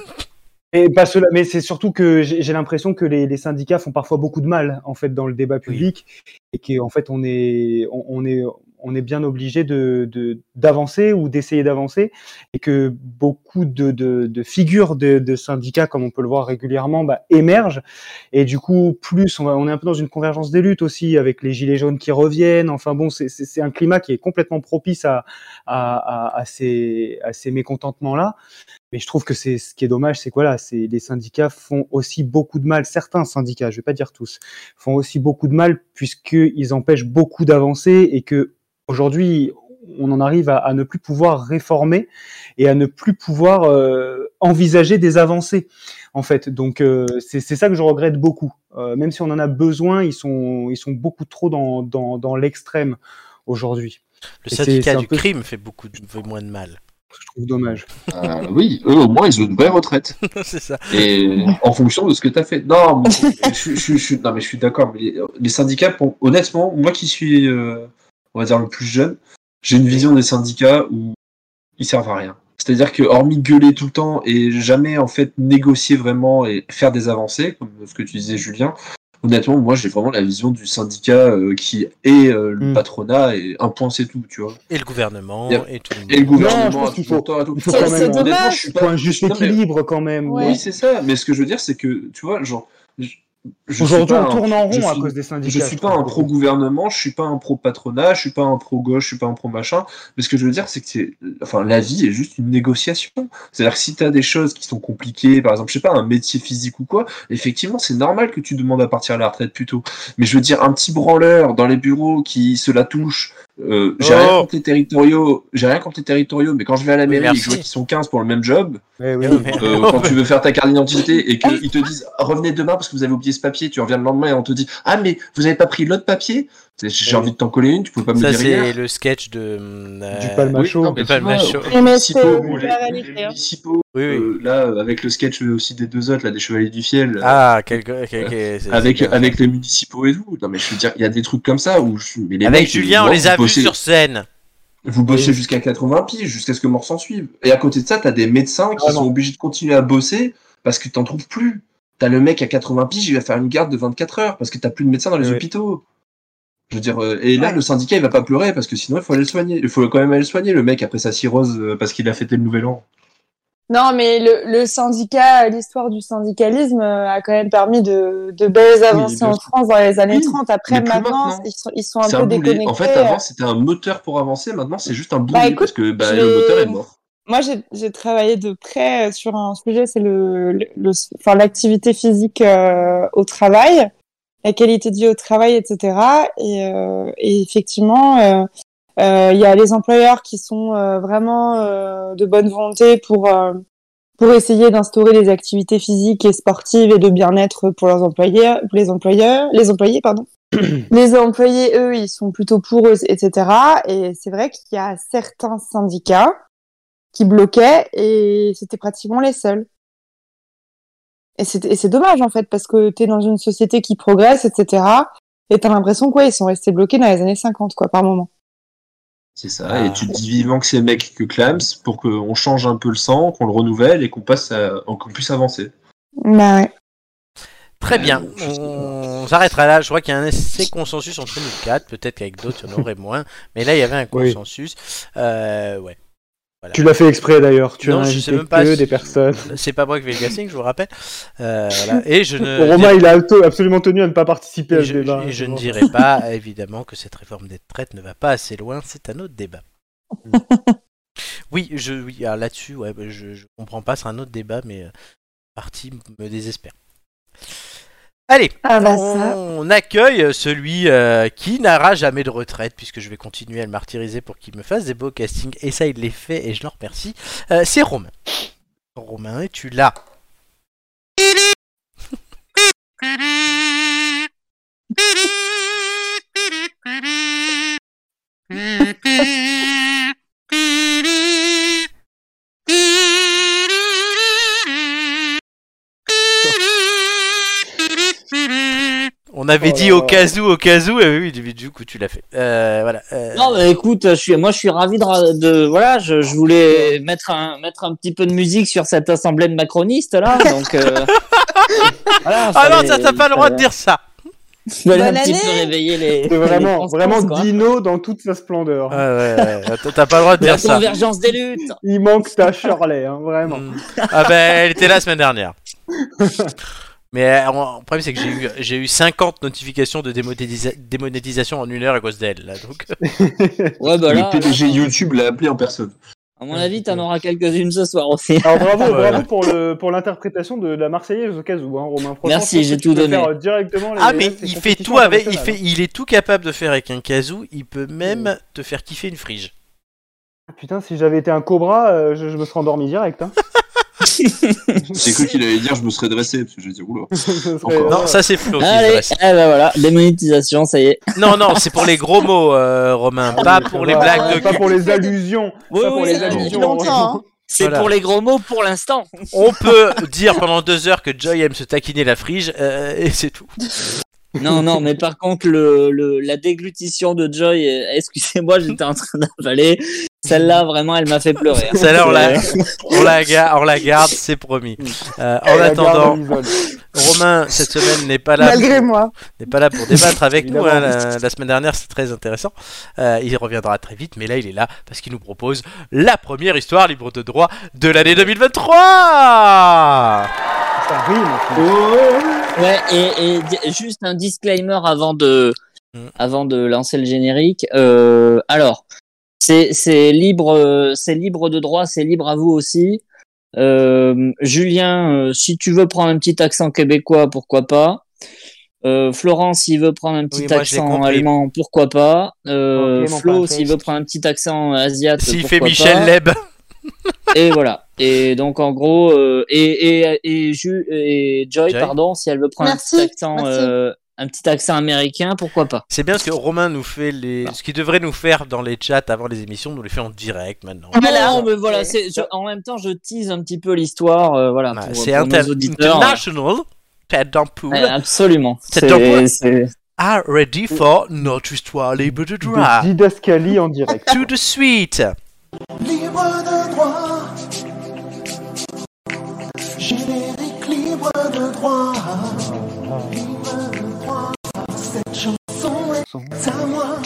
S2: Et pas cela, mais c'est surtout que j'ai j'ai l'impression que les, les syndicats font parfois beaucoup de mal en fait dans le débat public et qu'en fait on est, on, on est, on est bien obligé de de- d'avancer ou d'essayer d'avancer et que beaucoup de, de, de figures de, de syndicats, comme on peut le voir régulièrement, bah, émergent. Et du coup, plus on, va- on est un peu dans une convergence des luttes aussi, avec les gilets jaunes qui reviennent. Enfin bon, c'est- c'est c'est un climat qui est complètement propice à, à, à, à ces, à ces mécontentements-là. Mais je trouve que c'est ce qui est dommage, c'est quoi là C'est les syndicats font aussi beaucoup de mal. Certains syndicats, je vais pas dire tous, font aussi beaucoup de mal puisqu'ils empêchent beaucoup d'avancer et que aujourd'hui on en arrive à, à ne plus pouvoir réformer et à ne plus pouvoir euh, envisager des avancées en fait. Donc euh, c'est c'est ça que je regrette beaucoup. Euh, même si on en a besoin, ils sont ils sont beaucoup trop dans dans, dans l'extrême aujourd'hui.
S1: le
S2: c'est-
S1: syndicat
S2: c'est un
S1: du
S2: peu-
S1: crime fait beaucoup de- fait moins de mal.
S2: Je trouve dommage.
S3: Euh, oui, eux au moins ils ont une vraie retraite.
S1: c'est ça.
S3: Et en fonction de ce que t'as fait. Non, mais je, je- je- non, mais je suis d'accord. mais Les, les syndicats, pour- honnêtement, moi qui suis, euh, on va dire, le plus jeune, j'ai une vision des syndicats où ils servent à rien. C'est-à-dire que, hormis gueuler tout le temps et jamais, en fait, négocier vraiment et faire des avancées, comme ce que tu disais, Julien, honnêtement, moi, j'ai vraiment la vision du syndicat euh, qui est euh, le
S2: Mm.
S3: patronat et un point, c'est tout, tu vois.
S1: Et le gouvernement
S3: Yep.
S1: et tout le monde.
S3: Et le gouvernement,
S2: je pense qu'il
S3: a tout le
S2: faut-
S3: temps, a tout le
S2: il faut
S3: temps.
S2: quand même-
S3: Honnêtement,
S4: dommage.
S3: je suis
S2: Il
S3: pas-
S2: faut un juste
S3: Non, mais-
S2: équilibre quand même.
S4: Ouais.
S3: oui, c'est ça. Mais ce que je veux dire, c'est que, tu vois, genre. je- je suis
S2: Aujourd'hui,
S3: pas
S2: on
S3: un-
S2: tourne en
S3: je
S2: rond à
S3: suis-
S2: cause des syndicats.
S3: Je suis pas un pro gouvernement, je suis pas un pro patronat, je suis pas un pro gauche, je suis pas un pro machin. Mais ce que je veux dire, c'est que c'est, enfin, la vie est juste une négociation. C'est-à-dire que si t'as des choses qui sont compliquées, par exemple, je sais pas, un métier physique ou quoi, effectivement, c'est normal que tu demandes à partir à la retraite plus tôt. Mais je veux dire, un petit branleur dans les bureaux qui se la touche. euh, j'ai
S1: Oh.
S3: rien contre les territoriaux, j'ai rien contre les territoriaux, mais quand je vais à la mairie et que
S1: merci.
S3: je vois qu'ils sont 15 pour le même job,
S2: Eh oui.
S1: Eh oui.
S3: euh, quand tu veux faire ta carte d'identité et qu'ils te disent revenez demain parce que vous avez oublié ce papier, tu reviens le lendemain et on te dit ah mais vous avez pas pris l'autre papier C'est- J'ai
S2: Ouais.
S3: envie de t'en coller une, tu pouvais pas me
S1: Ça,
S3: le dire
S1: c'est
S3: hier.
S1: le sketch de. hum,
S2: Du
S1: euh,
S2: Palma Show.
S3: non, mais
S1: Le Palma
S3: tu vois,
S1: Show.
S3: les
S4: Mais
S3: municipaux
S4: c'est
S3: ou les-
S4: la réalité,
S3: les
S4: hein.
S3: municipaux,
S1: Oui, oui.
S3: euh, là euh, avec le sketch euh, aussi des deux autres là des chevaliers du fiel. euh,
S1: Ah, quelque. quelque- c'est-
S3: Avec,
S1: c'est-
S3: avec les municipaux et tout. Non, mais je veux dire, il y a des trucs comme ça où je- mais les
S1: Avec
S3: mecs,
S1: Julien, on
S3: vous
S1: les a vus
S3: bossez-
S1: sur scène.
S3: Vous bossez
S2: Oui.
S3: jusqu'à 80 piges, jusqu'à ce que mort s'en suive. Et à côté de ça, t'as des médecins qui
S2: Ah non.
S3: sont obligés de continuer à bosser parce que t'en trouves plus. T'as le mec à 80 piges, il va faire une garde de 24 heures parce que t'as plus de médecins dans les
S2: Oui.
S3: hôpitaux. Je veux dire, euh, et là,
S2: Ouais.
S3: le syndicat, il va pas pleurer parce que sinon, il faut aller le soigner. Il faut quand même aller le soigner, le mec, après sa cirrhose euh, parce qu'il a fêté le nouvel an.
S4: Non, mais le, le syndicat, l'histoire du syndicalisme euh, a quand même permis de, de belles avancées
S3: bien
S4: en
S3: sûr.
S4: France dans les années
S3: Oui,
S4: 30. Après,
S3: mais plus
S4: maintenant,
S3: maintenant.
S4: Ils, sont, ils sont un
S3: C'est
S4: peu
S3: un boulet.
S4: déconnectés. euh,
S3: En fait, avant, c'était un moteur pour avancer. Maintenant, c'est juste un boulet
S4: écoute,
S3: parce que bah,
S4: je
S3: le
S4: l'ai-
S3: moteur est mort.
S4: Moi, j'ai- j'ai travaillé de près euh, sur un sujet, c'est le, le, le- enfin, l'activité physique euh, au travail, la qualité de vie au travail, etc. Et, euh, et effectivement, euh, euh, il y a les employeurs qui sont euh, vraiment euh, de bonne volonté pour euh, pour essayer d'instaurer des activités physiques et sportives et de bien-être pour leurs employés, pour les employeurs, les employés, pardon les employés, eux, ils sont plutôt pour eux, etc. Et c'est vrai qu'il y a certains syndicats qui bloquaient et c'était pratiquement les seuls. Et c'est et c'est dommage, en fait, parce que t'es dans une société qui progresse, etc. Et t'as l'impression quoi, ils sont restés bloqués dans les années 50, quoi, par moment.
S3: C'est ça,
S1: Ah.
S3: et tu te dis vivement que c'est mec que Clams pour qu'on change un peu le sang, qu'on le renouvelle et qu'on passe à- qu'on puisse avancer.
S4: Bah ouais.
S1: Très bien.
S3: Euh, je sais
S1: On s'arrêtera là. Je crois qu'il y a un assez consensus entre nous quatre. Peut-être qu'avec d'autres, il y en aurait moins. Mais là, il y avait un
S2: Oui.
S1: consensus. Euh, ouais.
S2: Tu l'as fait exprès d'ailleurs. Tu
S1: Non,
S2: as
S1: je sais
S2: invité
S1: même pas
S2: que
S1: si-
S2: des personnes.
S1: C'est pas moi qui fais le casting, je vous rappelle. Euh, voilà. Et je ne.
S2: Romain, il a auto- absolument tenu à ne pas participer
S1: Et
S2: à ce
S1: je,
S2: débat.
S1: et je ne dirai pas, évidemment, que cette réforme des traites ne va pas assez loin. C'est un autre débat. oui, je, oui, alors là-dessus, ouais, bah, je, je comprends pas. C'est un autre débat, mais euh, partie me désespère. Allez,
S4: Ah bah ça.
S1: on accueille celui euh, qui n'aura jamais de retraite, puisque je vais continuer à le martyriser pour qu'il me fasse des beaux castings, et ça il les fait, et je le remercie. Euh, c'est Romain. Romain, es-tu là On avait
S2: Oh
S1: dit
S2: là
S1: au
S2: là.
S1: cas où, au cas où, et oui, du- du coup tu l'as fait. Euh, voilà. euh,
S5: Non, bah, écoute, je suis, moi je suis ravi de, ra- de voilà, je, je voulais mettre un, mettre un petit peu de musique sur cette assemblée de macronistes là, donc. euh, voilà,
S1: Ah non,
S5: fallait-
S1: ça t'as pas le droit de
S5: fallait-
S1: dire ça
S5: fallait
S4: Bonne
S5: un petit peu
S4: année.
S5: réveiller les.
S2: C'est
S5: les
S2: vraiment,
S5: consciences,
S2: vraiment
S5: quoi.
S2: Dino dans toute sa splendeur.
S1: Ouais, ouais, ouais, t'as- T'as pas le droit de
S5: La
S1: dire ça.
S5: convergence des luttes.
S2: Il manque ta Charlet, hein, vraiment.
S1: Mm. Ah ben, elle était là la semaine dernière. Mais euh, en- le problème, c'est que j'ai eu, j'ai eu 50 notifications de démonétisa- démonétisation en une heure à cause d'elle. Là, donc.
S5: Ouais, bah là,
S3: le PDG YouTube l'a appelé en personne.
S5: à mon avis, t'en auras quelques-unes ce soir aussi.
S2: Alors bravo,
S1: Ah, Voilà.
S2: bravo pour le pour l'interprétation de la Marseillaise au cas où, hein, Romain. Franchement,
S5: Merci,
S2: je pense que
S5: j'ai
S2: tu
S5: tout
S2: peux
S5: donné.
S2: faire, euh, directement les-
S1: Ah, mais
S2: les
S1: il fait
S2: compétitions
S1: tout avec. Il, fait,
S2: internationales.
S1: il est tout capable de faire avec un casou. Il peut même te faire kiffer une frige.
S2: Putain, si j'avais été un cobra, euh, je, je me serais endormi direct. Hein.
S3: J'ai cru qu'il allait dire je me serais dressé, parce que j'ai dit oula.
S2: Je me serais- euh,
S3: Encore.
S1: Non, ça, c'est Flo qui se
S5: Allez,
S1: dresse.
S5: eh ben voilà, démonétisation, ça y est.
S1: Non, non, c'est pour les gros mots, euh, Romain. Pas pour les
S2: Voilà,
S1: blagues de
S2: Pas
S1: cul.
S2: pour les allusions.
S5: Oui,
S2: pas pour
S5: oui,
S2: les
S5: ça,
S2: allusions.
S4: longtemps, hein.
S5: C'est
S1: Voilà.
S5: pour les gros mots pour l'instant.
S1: On peut dire pendant deux heures que Joy aime se taquiner la frige, euh, et c'est tout.
S5: Non, non, mais par contre, le, le- la déglutition de Joy, euh, excusez-moi, j'étais en train d'avaler. Celle-là, vraiment, elle m'a fait pleurer. hein.
S1: Celle-là, on l'a-
S5: C'est-
S1: on la, ga- on la garde, c'est promis. Euh, en
S2: Elle la garde
S1: attendant,
S2: à l'isole.
S1: Romain, cette semaine, n'est pas là.
S4: malgré moi.
S1: n'est pas là pour débattre avec nous. hein.
S2: Évidemment.
S1: la, la semaine dernière, c'était très intéressant. Euh, il reviendra très vite, mais là, il est là parce qu'il nous propose la première histoire libre de droit de l'année
S5: Ah,
S1: 2023.
S2: Ça rime.
S5: Ouais, et, et di- juste un disclaimer avant de,
S1: Mm.
S5: avant de lancer le générique. Euh, alors, c'est c'est libre, euh, c'est libre de droit, c'est libre à vous aussi. Euh, Julien, euh, si tu veux prendre un petit accent québécois, pourquoi pas. Euh, Florent, s'il veut prendre un petit
S1: Oui, moi, je l'ai
S5: accent
S1: compris.
S5: allemand, pourquoi pas. Euh,
S2: Ok, mon
S5: Flo,
S2: parfait.
S5: s'il veut prendre un petit accent asiatique,
S1: S'il
S5: pourquoi
S1: fait
S5: pas
S1: Michel Leb,
S5: et voilà. Et donc en gros, euh, et et et, Ju- et Joy,
S1: Joy.
S5: pardon, si elle veut prendre
S4: Merci,
S5: un petit accent,
S4: merci.
S5: euh, un petit accent américain, pourquoi pas
S1: c'est bien ce que Romain nous fait, les...
S5: Bah.
S1: ce qu'il devrait nous faire dans les chats avant les émissions, nous le fait en direct maintenant.
S4: Ah, Voilà.
S5: Non, mais voilà. c'est- je- en même temps, je tease un petit peu l'histoire, euh, voilà,
S1: Ouais,
S5: pour,
S1: Bah, c'est
S5: pour
S1: inter-
S5: nos auditeurs. hein.
S1: international. Ted Dampool
S5: Ouais, ah. absolument.
S1: C'est
S5: C'est-
S1: ton point.
S5: c'est-
S1: are ready for notre histoire libre de droit.
S2: De Didascalie en direct.
S1: Tout de suite.
S6: Libre de droit. Générique libre de droit. Libre de droit. Cette chanson est à moi.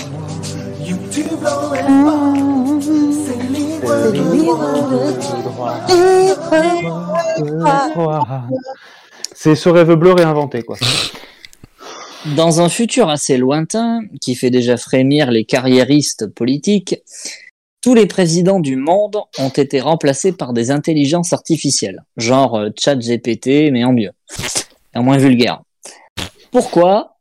S6: YouTube l'enlève pas. C'est libre de droit.
S2: C'est ce rêve bleu réinventé, quoi.
S5: Dans un futur assez lointain, qui fait déjà frémir les carriéristes politiques, tous les présidents du monde ont été remplacés par des intelligences artificielles, genre euh, ChatGPT, mais en mieux, en moins vulgaire. Pourquoi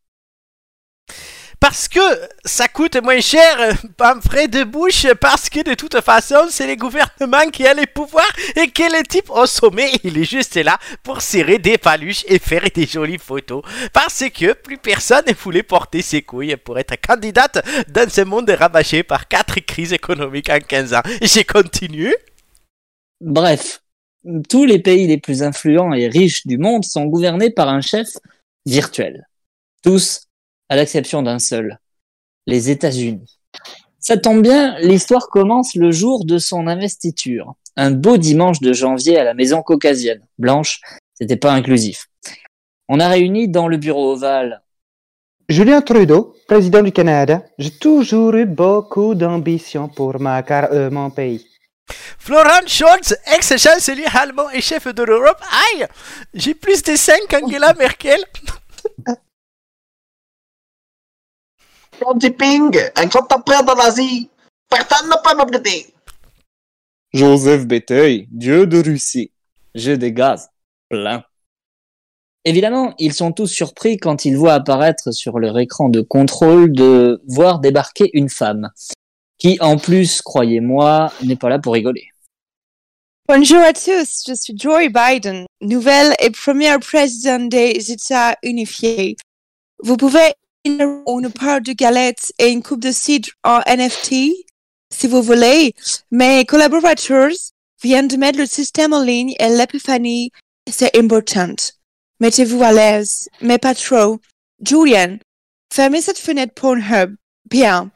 S1: Parce que ça coûte moins cher, euh, pas un frais de bouche, parce que de toute façon, c'est les gouvernements qui a les pouvoirs et que les types au sommet, il est juste là pour serrer des paluches et faire des jolies photos. Parce que plus personne ne voulait porter ses couilles pour être candidate dans ce monde rabâché par quatre crises économiques en 15 ans. J'ai continué.
S5: Bref, tous les pays les plus influents et riches du monde sont gouvernés par un chef virtuel. Tous, à l'exception d'un seul, les États-Unis. Ça tombe bien, l'histoire commence le jour de son investiture. Un beau dimanche de janvier à la maison caucasienne. Blanche, c'était pas inclusif. On a réuni dans le bureau ovale.
S2: Julien Trudeau, président du Canada, j'ai toujours eu beaucoup d'ambition pour ma car euh, mon pays.
S1: Florent Scholz, ex-chancelier allemand et chef de l'Europe. Aïe J'ai plus de 5 qu'Angela Merkel.
S6: Xi Jinping, un grand empereur de l'Asie. Personne ne peut m'obliger.
S5: Joseph Béteuil, dieu de Russie. J'ai des gaz. Plein. Évidemment, ils sont tous surpris quand ils voient apparaître sur leur écran de contrôle de voir débarquer une femme, qui en plus, croyez-moi, n'est pas là pour rigoler.
S7: Bonjour à tous, je suis Joy Biden, nouvelle et première présidente des États unis Vous pouvez une part de galettes et une coupe de cidre en NFT, si vous voulez. Mes collaborateurs viennent de mettre le système en ligne et l'épiphanie, c'est important. Mettez-vous à l'aise, mais pas trop. Julian, fermez cette fenêtre Pornhub. Bien.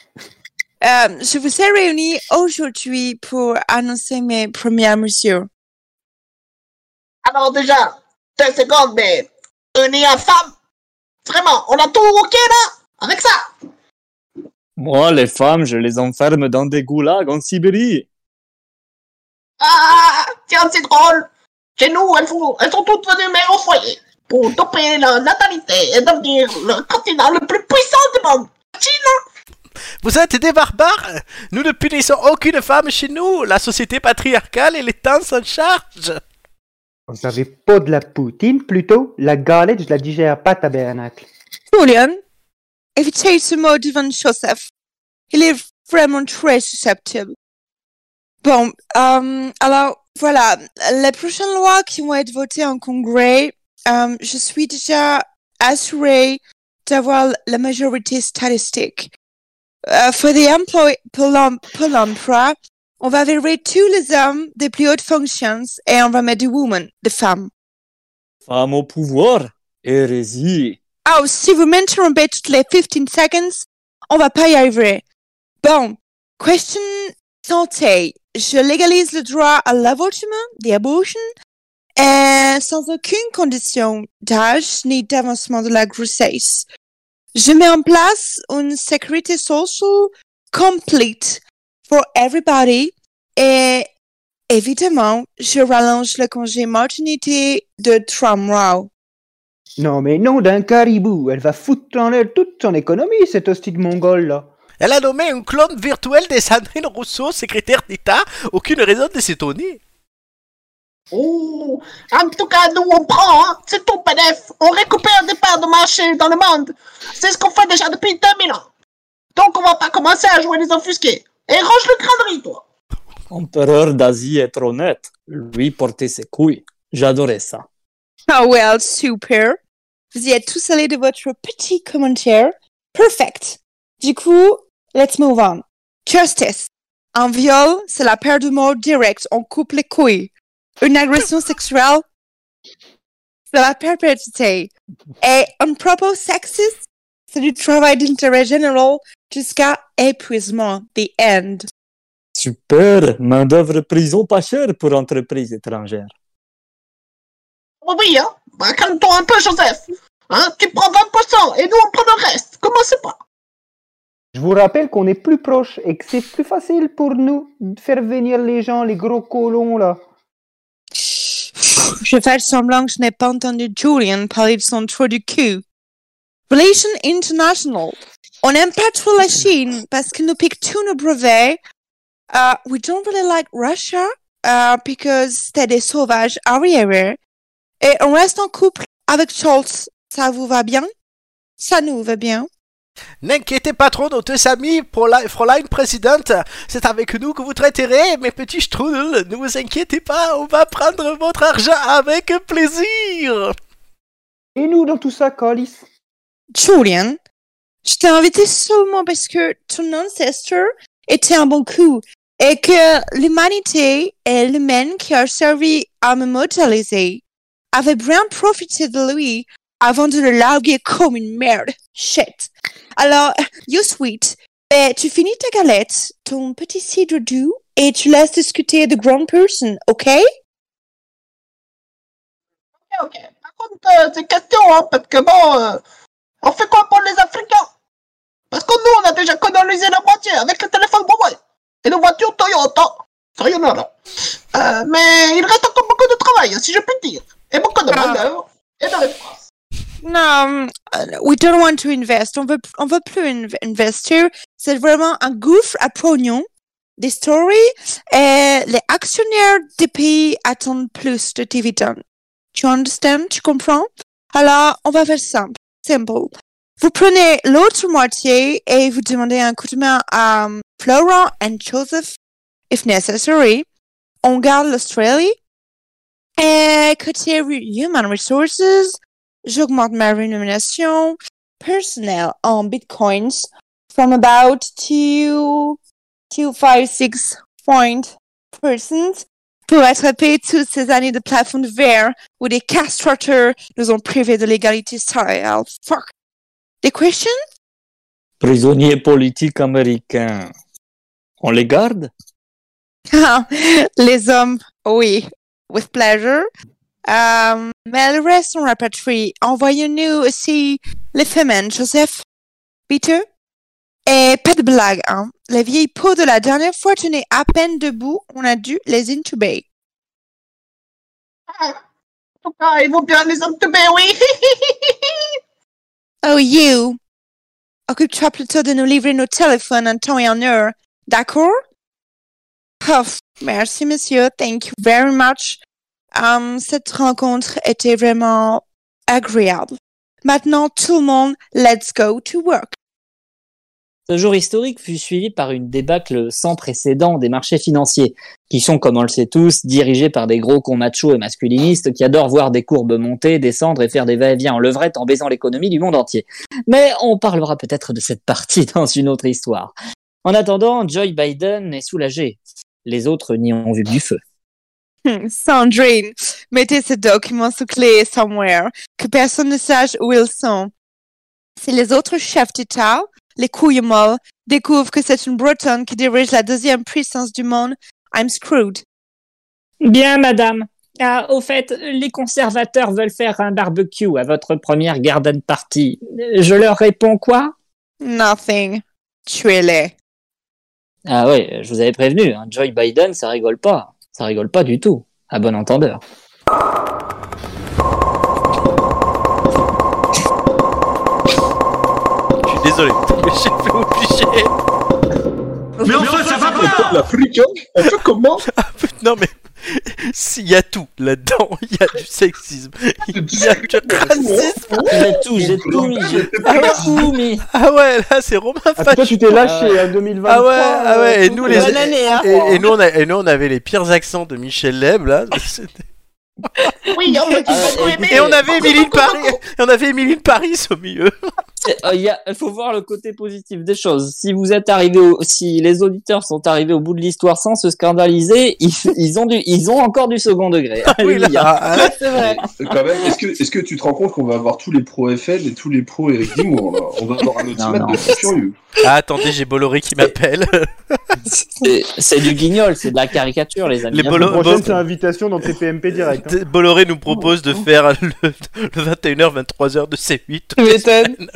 S7: Euh, je vous ai réunis aujourd'hui pour annoncer mes premières mesures.
S6: Alors déjà, deux secondes, mais une et une femme, vraiment, on a tout ok là avec ça.
S5: Moi, les femmes, je les enferme dans des goulags en Sibérie.
S6: Ah, tiens, c'est drôle. Chez nous, elles sont, elles sont toutes venues mères au foyer pour doper la natalité et devenir le continent le plus puissant du monde. Chine,
S1: Vous êtes des barbares Nous ne punissons aucune femme chez nous La société patriarcale et les temps s'en chargent
S2: Vous n'avez pas de la poutine, plutôt La galette, je la digère pas, tabernacle.
S7: Julian, évitez ce mot devant Joseph. Il est vraiment très susceptible.
S4: um,
S7: Bon, euh, alors voilà, les prochaines lois qui vont être votées en congrès,
S4: um,
S7: euh, je suis déjà assurée d'avoir la majorité statistique. Euh, for the employ Polom- Polompra, on va virer tous les hommes des plus hautes fonctions et on va mettre des women, des femmes.
S5: Femme au pouvoir Hérésie
S7: Oh, si vous m'interrompez toutes les 15 seconds, on va pas y arriver. Bon, question santé. Je légalise le droit à l'avortement, the abortion, et sans aucune condition d'âge ni d'avancement de la grossesse. Je mets en place une sécurité sociale complète for everybody et évidemment, je rallonge le congé maternité de trois mois.
S2: Non, mais non, d'un caribou. Elle va foutre en l'air toute son économie, cette hostie de mongole, là.
S1: Elle a nommé un clone virtuel de Sandrine Rousseau, secrétaire d'État. Aucune raison de s'étonner.
S6: Oh, en tout cas, nous on prend, hein. c'est tout bénef. On récupère des parts de marché dans le monde. C'est ce qu'on fait déjà depuis 2000 ans. Donc on va pas commencer à jouer les offusqués. Et range le crâne de riz, toi.
S5: Empereur d'Asie être honnête, lui porter ses couilles. J'adorais ça.
S7: Ah well, super. Vous y êtes tous allés de votre petit commentaire. Perfect. Du coup, let's move on. Justice. Un viol, c'est la paire de mots direct. On coupe les couilles. Une agression sexuelle, c'est la perpétuité. Et un propos sexiste, c'est du travail d'intérêt général jusqu'à épuisement. The end.
S5: Super, main-d'œuvre prison pas chère pour entreprises étrangères.
S6: Oui, oui, hein. Bah, calme-toi un peu, Joseph. Hein, tu prends 20% et nous on prend le reste. Commencez pas.
S2: Je vous rappelle qu'on est plus proche et que c'est plus facile pour nous de faire venir les gens, les gros colons, là.
S7: Je fais semblant que je n'ai pas entendu Julian parler de son trou du cul. Relations International. On n'aime pas trop la Chine parce qu'ils nous piquent tous nos brevets. Uh, we don't really like Russia uh, because they're des sauvages arriérés. Et on reste en couple avec Schultz. Ça vous va bien? Ça nous va bien.
S1: N'inquiétez pas trop nos deux amis, Fräulein Fräulein présidente. C'est avec nous que vous traiterez, mes petits strudels. Ne vous inquiétez pas, on va prendre votre argent avec plaisir.
S2: Et nous, dans tout ça, Colis
S7: Julian, je t'ai invité seulement parce que ton ancêtre était un bon coup et que l'humanité et l'humain qui a eh, servi à me modéliser avait bien profité de lui avant de le larguer comme une merde. Shit. Alors, you sweet, Eh, ben, tu finis ta galette, ton petit cidre doux Eh, et tu laisses discuter de grown person, ok?
S6: Ok, ok. Par contre, euh, c'est question, hein, parce que bon, euh, on fait quoi pour les Africains Parce que nous, on a déjà colonisé la moitié avec le téléphone Huawei et nos voitures Toyota. Soyons là. Euh, mais il reste encore beaucoup de travail, si je puis dire. Et beaucoup de
S7: Ah.
S6: main-d'œuvre et de réponses.
S7: Non, euh, we don't want to invest. On veut, on veut plus inv- investir. C'est vraiment un gouffre à pognon. Des stories et les actionnaires des pays attendent plus de dividendes. Tu understand? Tu comprends? Alors, on va faire simple. Simple. Vous prenez l'autre moitié et vous demandez un coup de main à euh, Florent and Joseph, if necessary. On garde l'Australie. Et côté re- Human Resources, j'augmente ma rémunération personnel en bitcoins from about two, two, five, six point persons pour attraper toutes ces années de plafond de verre où des castrateurs nous ont privés de l'égalité salariale. Fuck. Des questions?
S5: Prisonniers politiques américains. On les garde
S7: Ah, Les hommes, oui, with pleasure. Euh, mais le reste, on rapatrie. Envoyez-nous aussi les femmes, Joseph. Peter. Et pas de blague, hein. Les vieilles peaux de la dernière fois tenaient à peine debout. On a dû les intuber.
S6: En tout cas, ils vont bien les entuber, oui.
S7: Oh, you. Occupe-toi plutôt de nous livrer nos téléphones en temps et en heure. D'accord? Oh, merci, monsieur. Thank you very much. Um, cette rencontre était vraiment agréable. Maintenant, tout le monde, let's go to work.
S5: Ce jour historique fut suivi par une débâcle sans précédent des marchés financiers, qui sont, comme on le sait tous, dirigés par des gros cons machos et masculinistes qui adorent voir des courbes monter, descendre et faire des va-et-vient en levrette en baisant l'économie du monde entier. Mais on parlera peut-être de cette partie dans une autre histoire. En attendant, Joy Biden est soulagé. Les autres n'y ont vu que du feu.
S7: Hmm, Sandrine, mettez ce document sous clé somewhere, que personne ne sache où ils sont. Si les autres chefs d'État, les couilles molles, découvrent que c'est une Bretonne qui dirige la deuxième puissance du monde, I'm screwed.
S5: Bien, madame. Ah, au fait, les conservateurs veulent faire un barbecue à votre première garden party. Je leur réponds quoi
S7: Nothing. Tuez-les.
S5: Ah oui, je vous avais prévenu, hein, Joy Biden, ça rigole pas. Ça rigole pas du tout, à bon entendeur.
S1: Je suis désolé, mais j'ai fait obligé.
S6: Mais enfin, ça va pas
S3: hein.
S6: L'Africain, on fait comment
S1: Non mais s'il y a tout là-dedans, il y a du sexisme, il y a du racisme.
S5: J'ai tout, j'ai tout mis, j'ai tout mis.
S1: Ah ouais, là c'est Romain
S2: Ah, toi,
S1: Fache.
S2: tu t'es lâché hein, en 2023.
S1: Ah ouais, ah ouais, et nous, les-
S2: euh, Bonne année, hein.
S1: Et, et nous, on a- et nous, on avait les pires accents de Michel Leb là. C'était-
S6: Oui, on va
S5: Ah,
S6: beaucoup aimé.
S1: Euh, Et on avait Émilie de Paris. Et on avait Émilie de Paris au milieu.
S5: euh, Il faut voir le côté positif des choses. Si vous êtes arrivé, au- si les auditeurs sont arrivés au bout de l'histoire sans se scandaliser, ils, ils ont du, ils ont encore du second degré.
S1: Oui, là,
S5: Alléluia.
S1: ah, là,
S4: C'est vrai.
S3: Mais Quand même, est-ce que, est-ce que tu te rends compte qu'on va avoir tous les pros FL et tous les pros Eric Dimour, là On va avoir un
S5: Non,
S3: ultimate
S5: non.
S3: de fou furieux.
S1: Ah, attendez, j'ai Bolloré qui m'appelle.
S5: C'est- C'est du guignol, c'est de la caricature, les amis.
S1: Les
S5: Hein,
S1: bolo-
S5: vous
S2: La prochaine,
S1: Bon.
S2: c'est invitation dans TPMP direct. hein.
S1: Bolloré nous propose de faire le, le 21h, 23h de C8.
S4: Tu m'étonnes.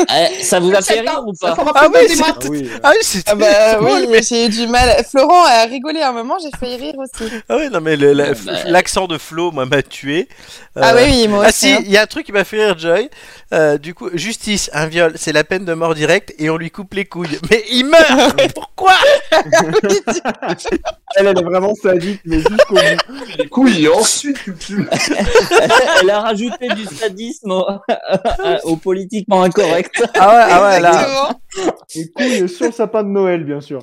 S5: Eh, ça vous a fait rire ou pas
S1: Ah oui,
S6: des
S1: c'est-
S6: maths.
S2: Ah oui.
S1: Ah oui, c'était
S4: Ah bah
S1: drôle,
S4: oui,
S1: mais-
S4: j'ai eu du mal. Florent a rigolé un moment, j'ai failli rire aussi.
S1: Ah ouais, non, mais le- la-
S5: Bon,
S1: f-
S5: bah.
S1: l'accent de Flo, moi, m'a tué. Euh,
S4: Ah oui, oui, moi
S1: Ah
S4: aussi.
S1: si,
S4: hein.
S1: il y a un truc qui m'a fait rire, Joy. Euh, du coup, justice, un viol, c'est la peine de mort directe et on lui coupe les couilles. Mais il meurt Mais Pourquoi
S2: Elle, elle est vraiment sadique, mais jusqu'au bout.
S3: Les couilles, hein. et ensuite tu tu-
S5: Elle a rajouté du sadisme au, euh, au politiquement incorrect.
S1: Ah ouais, ah ouais, là.
S4: Exactement.
S2: Les couilles sur le sapin de Noël, bien sûr.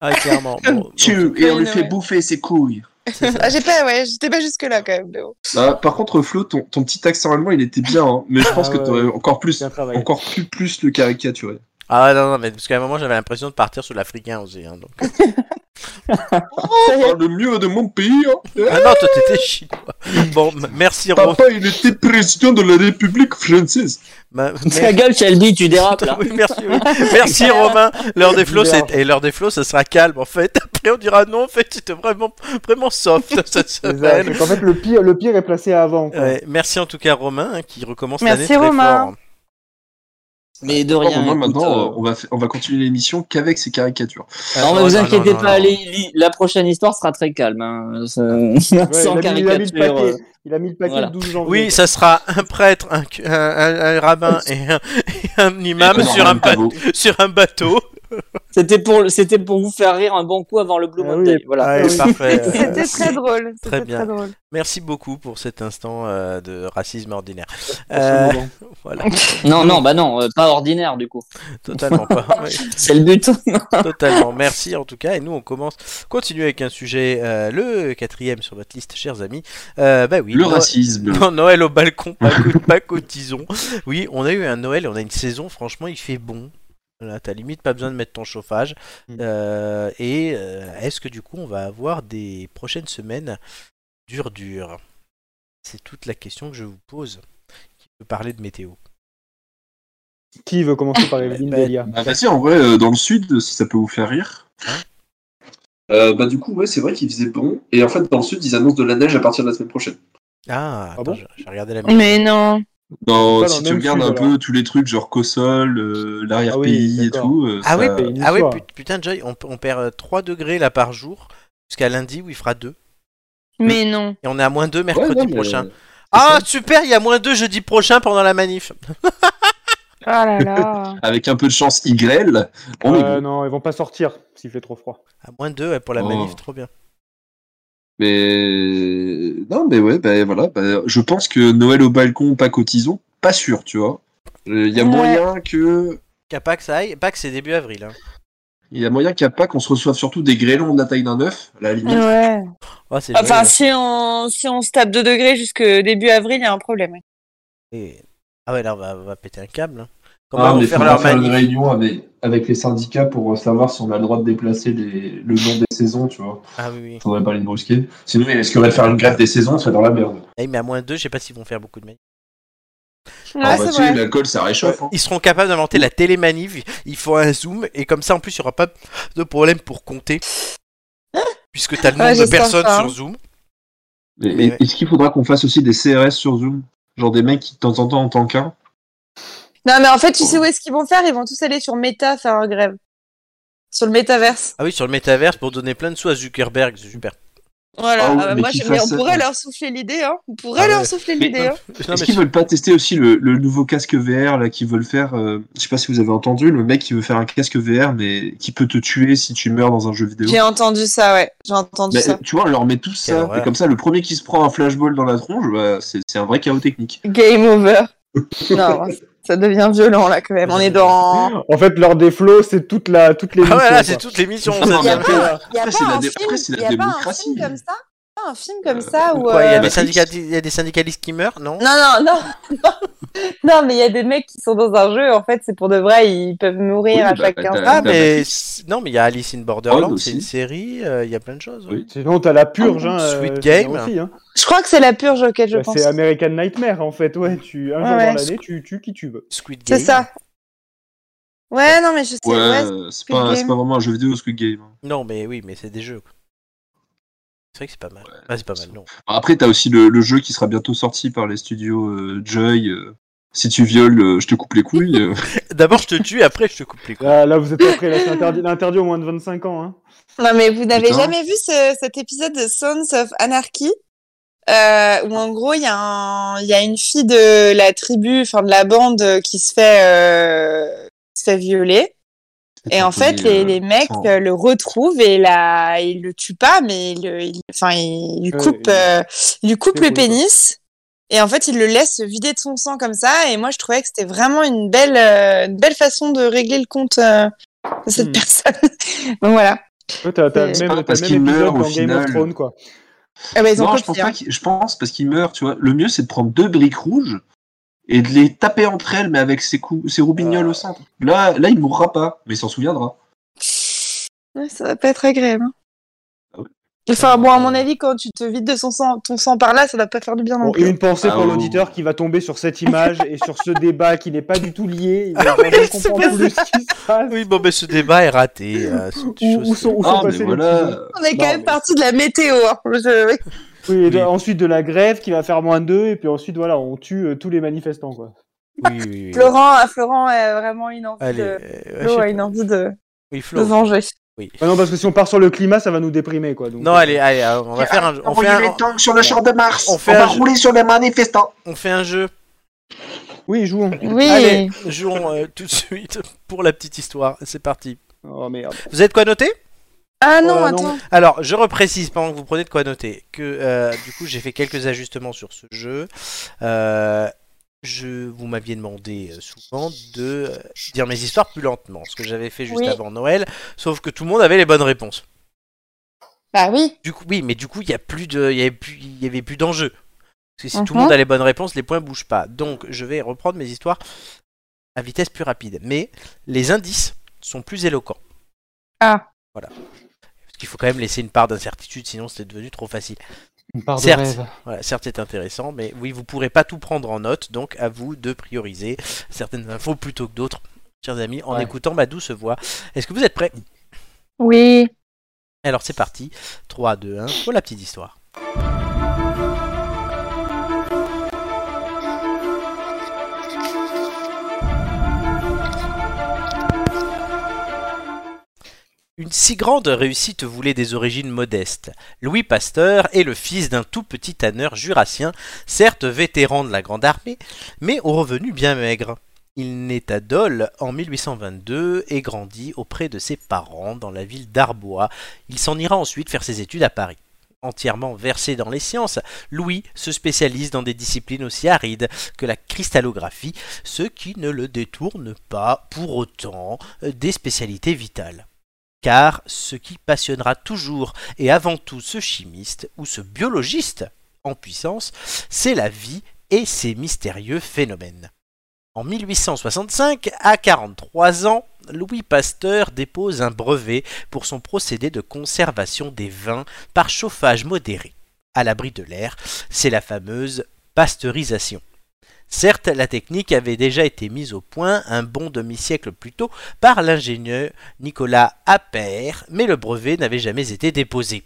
S1: Ah, clairement. Bon, bon,
S3: et on lui fait
S4: Noël.
S3: bouffer ses couilles.
S1: c'est ça.
S4: Ah, j'ai pas, ouais, j'étais pas jusque là quand même. mais bon.
S3: Ah, par contre, Flo, ton, ton petit accent allemand, il était bien, hein, mais je pense
S2: Ah
S3: que
S2: ouais.
S3: t'aurais encore plus,
S2: Bien travaillé.
S3: encore plus, plus le caricaturé.
S1: Ah ouais, non, non, mais parce qu'à un moment, j'avais l'impression de partir sur l'Africain aussi. hein, donc.
S3: Je parle le mieux de mon pays. hein.
S1: Ah non, toi, t'étais chinois. Bon, m- merci, Ron.
S3: Papa, il était président de la République française.
S1: Ma-
S5: Ta gueule, Shelby, tu dérapes là.
S1: Oui, merci, oui. merci Romain. L'heure des flots, c'est... et l'heure des flots, ça sera calme en fait. Après, on dira non, en fait, c'était vraiment, vraiment soft cette
S2: Exact.
S1: semaine.
S2: Donc, en fait, le pire, le pire est placé à avant. quoi.
S1: Ouais, merci en tout cas Romain hein, qui recommence
S7: Merci,
S1: l'année très
S7: Romain.
S1: fort.
S5: Mais de
S3: Oh, Bon,
S5: rien.
S3: moi,
S5: écoute,
S3: maintenant,
S5: euh,
S3: on, va, fa- on va continuer l'émission qu'avec ces caricatures.
S5: Non,
S1: Ah,
S5: mais
S2: Oh,
S5: vous
S1: non,
S5: inquiétez
S1: non, non,
S5: pas,
S1: non.
S5: les- les- la prochaine histoire sera très calme. hein. Ça-
S2: Ouais,
S5: Sans
S2: il, a mis, il a mis le
S5: caricature.
S2: paquet,
S5: euh,
S2: il a mis le paquet
S5: Voilà.
S2: le 12 janvier.
S1: Oui,
S2: quoi.
S1: ça sera un prêtre, un, cu- un- un- un rabbin et un, et un imam
S3: Norman
S1: sur un, ba-
S3: Pavot.
S1: sur un bateau.
S5: C'était pour, c'était pour vous faire rire un bon coup avant le Blue
S2: Ah
S5: Monday.
S2: oui.
S5: Voilà.
S1: Ouais,
S2: Ah oui.
S1: parfait. Euh,
S7: C'était très drôle.
S1: Très
S7: C'était
S1: bien.
S7: très drôle.
S1: Merci beaucoup pour cet instant euh, de racisme ordinaire.
S5: Euh,
S1: Euh, voilà,
S5: Non, non, bah non, euh, pas ordinaire du coup.
S1: totalement pas. oui.
S5: C'est le but.
S1: Totalement. Merci en tout cas. Et nous, on commence, continue avec un sujet, euh, le quatrième sur votre liste, chers amis. Euh, bah oui.
S3: Le
S1: Noël-
S3: racisme.
S1: Non, Noël au balcon, pas, co- pas cotisons. Oui, on a eu un Noël, on a une saison, franchement, il fait bon. Voilà, t'as limite pas besoin de mettre ton chauffage.
S2: Mm.
S1: Euh, et euh, est-ce que du coup, on va avoir des prochaines semaines dures, dures C'est toute la question que je vous pose. Qui peut parler de météo
S2: Qui veut commencer par Evelyne
S1: Bah,
S2: Delia
S3: Bah vas-y, en vrai, euh, dans le sud, si ça peut vous faire rire. Euh, bah du coup, ouais, c'est vrai qu'il faisait bon. Et en fait, dans le sud, ils annoncent de la neige à partir de la semaine prochaine.
S1: Ah, attends,
S2: bon
S1: je- j'ai regardé la météo.
S7: Mais non.
S3: Dans,
S2: Pas dans
S3: si
S2: le
S3: tu
S2: même
S3: regardes
S2: sud,
S3: un peu
S2: alors.
S3: tous les trucs, genre Cossol, euh, l'arrière-pays
S2: Ah oui,
S3: et
S2: d'accord.
S3: tout. euh,
S1: Ah oui,
S3: ça-
S2: pu-
S1: Ah ouais,
S2: Bonsoir.
S1: put- putain, Joy, on, on perd euh, 3 degrés là par jour jusqu'à lundi où il fera 2.
S7: Mais non.
S1: Et on est à moins 2 mercredi
S3: Ouais, non, mais- euh,
S1: prochain. Ah, super, il y a moins 2 jeudi prochain pendant la manif.
S7: Oh là là.
S3: Avec un peu de chance YL, on est
S2: Euh,
S3: bon.
S2: Non, ils vont pas sortir s'il fait trop froid.
S1: À Ah, moins 2 ouais, pour la
S3: Oh.
S1: manif, trop bien.
S3: Mais non, mais ouais, ben voilà. bah, je pense que Noël au balcon, pas cotisons, pas sûr, tu vois. Il y a
S7: Ouais.
S3: moyen que,
S1: Qu'à Pâques, ça aille. Pâques, c'est début avril. hein.
S3: il y a moyen qu'à Pâques, on se reçoive surtout des grêlons de la taille d'un œuf, à la limite.
S7: Ouais.
S1: Oh,
S3: Ah,
S1: c'est
S4: Enfin,
S7: hein.
S1: joli,
S4: si on, si on se tape 2 degrés jusque début avril, il y a un problème.
S1: là. Et- Ah ouais, là, on va, on va péter un câble. hein. Comment
S3: Ah,
S1: vont
S3: mais
S1: faire
S3: faudra
S1: leur
S3: faire
S1: manif
S3: une réunion avec, avec les syndicats pour savoir si on a le droit de déplacer les- le nom des saisons, tu vois.
S1: Ah oui, oui.
S3: Faudrait pas les brusquer. Sinon, ils risqueraient de faire une grève des saisons, c'est dans la merde.
S1: Eh, mais à moins 2, je sais pas s'ils vont faire beaucoup de manifs.
S3: Ah,
S4: Ah,
S7: Ouais,
S4: bah,
S7: c'est vrai.
S3: bah, l'alcool, ça réchauffe. hein.
S1: Ils seront capables d'inventer la télémanif. Il faut un zoom. Et comme ça, en plus, il n'y aura pas de problème pour compter. Puisque t'as le
S7: Ouais,
S1: nombre de
S7: j'espère
S1: personnes
S7: pas, hein.
S1: sur Zoom. Mais ouais.
S3: Est-ce qu'il faudra qu'on fasse aussi des CRS sur Zoom Genre des mecs qui, de temps en temps, en tant qu'un
S4: Non, mais en fait, tu sais où est-ce qu'ils vont faire Ils vont tous aller sur Meta faire un grève. Sur le métaverse.
S1: Ah oui, sur le métaverse pour donner plein de sous à Zuckerberg, c'est super.
S4: Voilà.
S3: Ah oui,
S4: Ah bah
S3: mais
S4: moi,
S3: qu'ils
S4: je- mais
S3: fassent ça.
S4: on pourrait leur souffler l'idée, hein. On pourrait
S1: Ah
S4: leur
S1: ouais.
S4: souffler
S3: Mais-
S4: l'idée, hein.
S1: Non,
S3: Est-ce
S1: mais
S3: qu'ils veulent pas tester aussi le, le nouveau casque VR là qu'ils veulent faire euh, Je sais pas si vous avez entendu, le mec qui veut faire un casque VR mais qui peut te tuer si tu meurs dans un jeu vidéo.
S4: J'ai entendu ça, ouais. J'ai entendu
S3: Bah,
S4: ça.
S3: tu vois, on leur met tous
S1: Quelle
S3: ça,
S1: horreur.
S3: et comme ça, le premier qui se prend un flashball dans la tronche, bah, c'est c'est un vrai chaos technique.
S4: Game over. non, ça devient violent, là, quand même. On est dans...
S2: En fait, leur déflot, c'est toute la, toutes les.
S1: Ah ouais, là, c'est toute l'émission. ça,
S3: Non,
S4: Il y a
S1: ça.
S3: mais
S4: pas, y a
S3: après, c'est
S4: pas
S3: la
S4: un
S3: dé-
S4: film,
S3: après, c'est la
S4: y a pas un
S3: démocratie.
S4: film comme ça Pas un film comme ça où...
S1: Quoi, il y, a
S4: euh,
S1: des
S3: Matrix.
S1: syndicats- il y a des syndicalistes qui meurent, non
S4: Non, non, non. non, mais il y a des mecs qui sont dans un jeu, en fait, c'est pour de vrai, ils peuvent mourir
S3: Oui,
S4: à
S3: bah,
S4: chaque
S3: bah,
S4: 15
S3: t'as-
S1: Ah,
S3: la
S1: mais
S3: Matrix.
S1: c'est- non, mais il y a Alice in Borderland,
S3: Prod
S1: c'est
S3: aussi.
S1: une série, euh, il y a plein de choses.
S3: Oui.
S2: Sinon, t'as la purge. Hein,
S1: Sweet
S2: euh,
S1: Game.
S2: aussi, hein.
S4: Je crois que c'est la purge auquel je
S2: Bah,
S4: pense. Ah
S2: C'est American Nightmare, en fait. Ouais, tu, un jour
S4: Ouais.
S2: dans l'année, tu tues qui tu veux.
S1: Squid Game.
S4: C'est ça. Ouais, non, mais je sais.
S3: Ouais,
S4: ouais.
S3: euh, c'est
S4: Squid
S3: pas, c'est
S4: Game.
S3: pas vraiment un jeu vidéo, Squid Game. hein.
S1: Non, mais oui, mais c'est des jeux. C'est vrai que c'est pas mal. Ah, c'est pas mal, non.
S3: Bah, Après, t'as aussi le, le jeu qui sera bientôt sorti par les studios euh, Joy. euh, si tu violes, euh, je te coupe les couilles. euh.
S1: D'abord, je te tue, et après, je te coupe les couilles.
S2: Là, là, vous êtes pas prêts. là, C'est interdit, l'interdit au moins de 25 ans. Hein.
S4: Non, mais vous n'avez
S3: Putain.
S4: jamais vu ce- cet épisode de Sons of Anarchy euh, où en gros il y, a un- il y a une fille de la tribu, enfin de la bande qui se fait, euh, qui se fait violer. Et en fait, les, les mecs
S3: sans-
S4: euh, le retrouvent et là, ils le tuent pas, mais ils, le- ils- enfin, ils lui
S2: Euh,
S4: coupent,
S2: ils-
S4: euh, ils lui coupent le
S2: déroulent, quoi.
S4: pénis. Et en fait, ils le laissent se vider de son sang comme ça. Et moi, je trouvais que c'était vraiment une belle, euh, une belle façon de régler le compte euh, de cette
S2: Hmm.
S4: personne. Donc voilà.
S2: Ouais, T'as t'as même,
S4: C'est
S3: pas
S2: t'as
S3: parce
S2: même
S3: qu'il
S2: épisode
S3: meurt, au
S2: dans Game of
S3: final.
S2: Thrones, quoi.
S4: Ah bah, ils ont
S3: Non, je
S4: copié.
S3: pense,
S4: hein.
S3: pas qu'il- je pense parce qu'ils meurent, tu vois. Le mieux, c'est de prendre deux briques rouges et de les taper entre elles, mais avec ses, coups, ses
S2: Ah.
S3: roubignoles au centre. Là, là, il mourra pas, mais il s'en souviendra.
S4: Ouais, ça va pas être agréable. hein.
S3: Ah ouais.
S4: Enfin, bon, à mon avis, quand tu te vides de son sang, ton sang par là, ça va pas faire du bien non
S2: Bon,
S4: plus.
S2: une pensée
S3: Ah,
S2: pour
S3: oh.
S2: l'auditeur qui va tomber sur cette image et sur ce débat qui n'est pas du tout lié. Il va
S1: oui,
S2: vraiment
S1: c'est
S2: comprendre
S1: pas
S2: plus ce qui se passe.
S1: Oui, bon, mais ce débat est raté. euh, c'est une
S2: Où,
S1: chose-
S2: où sont, où sont
S3: Ah, mais
S2: passés les petits
S3: voilà.
S4: On est quand
S2: Non,
S4: même
S2: mais-
S4: parti de la météo. hein. Je-
S2: Oui, et de-
S1: Oui.
S2: ensuite de la grève qui va faire moins deux, et puis ensuite, voilà, on tue euh, tous les manifestants, quoi.
S1: Oui, oui, oui, oui.
S4: Florent, euh, Florent a vraiment une envie
S1: Allez,
S4: de.
S1: euh, je sais
S4: Flo a
S1: pas.
S4: une envie de,
S1: Oui,
S4: de
S1: Flo.
S4: venger.
S2: Ah non, parce que si on part sur le climat, ça va nous déprimer, quoi. donc,
S1: Non,
S2: euh,
S1: allez, allez, on va faire un, on fait un,
S6: tanks sur le champ de Mars.
S1: on fait un-
S6: sur les manifestants.
S1: on fait un jeu.
S2: Oui, jouons.
S4: Oui.
S1: Allez, jouons euh, tout de suite pour la petite histoire. C'est parti.
S2: Oh merde.
S1: Vous avez de quoi noter
S4: Ah non,
S2: Oh là,
S4: attends.
S2: non.
S1: Euh, Alors, je reprécise pendant que vous prenez de quoi noter que euh, du coup j'ai fait quelques ajustements sur ce jeu. Euh, je vous m'aviez demandé euh, souvent de euh, dire mes histoires plus lentement, ce que j'avais fait juste
S4: Oui.
S1: avant Noël, sauf que tout le monde avait les bonnes réponses.
S4: Bah oui.
S1: Du coup, oui, mais du coup il y a plus de, il y avait plus, il y avait plus d'enjeu. Parce que si tout le
S4: Mhm.
S1: monde a les bonnes réponses, les points bougent pas. Donc, je vais reprendre mes histoires à vitesse plus rapide, mais les indices sont plus éloquents.
S4: Ah.
S1: Voilà. Parce qu'il faut quand même laisser une part d'incertitude, sinon c'était devenu trop facile.
S2: Une part de
S1: Certes.
S2: rêve.
S1: Voilà, certes, c'est intéressant, mais oui, vous pourrez pas tout prendre en note, donc à vous de prioriser certaines infos plutôt que d'autres, chers amis, en
S5: Ouais.
S1: écoutant ma douce voix. Est-ce que vous êtes prêts
S4: Oui.
S1: Alors c'est parti, 3, 2, 1, pour la petite histoire. Une si grande réussite voulait des origines modestes. Louis Pasteur est le fils d'un tout petit tanneur jurassien, certes vétéran de la Grande Armée, mais aux revenus bien maigres. Il naît à Dole en 1822 et grandit auprès de ses parents dans la ville d'Arbois. Il s'en ira ensuite faire ses études à Paris. Entièrement versé dans les sciences, Louis se spécialise dans des disciplines aussi arides que la cristallographie, ce qui ne le détourne pas pour autant euh, des spécialités vitales. Car ce qui passionnera toujours et avant tout ce chimiste ou ce biologiste en puissance, c'est la vie et ses mystérieux phénomènes. En 1865, à 43 ans, Louis Pasteur dépose un brevet pour son procédé de conservation des vins par chauffage modéré. À l'abri de l'air, c'est la fameuse pasteurisation. Certes, la technique avait déjà été mise au point un bon demi-siècle plus tôt par l'ingénieur Nicolas Appert, mais le brevet n'avait jamais été déposé.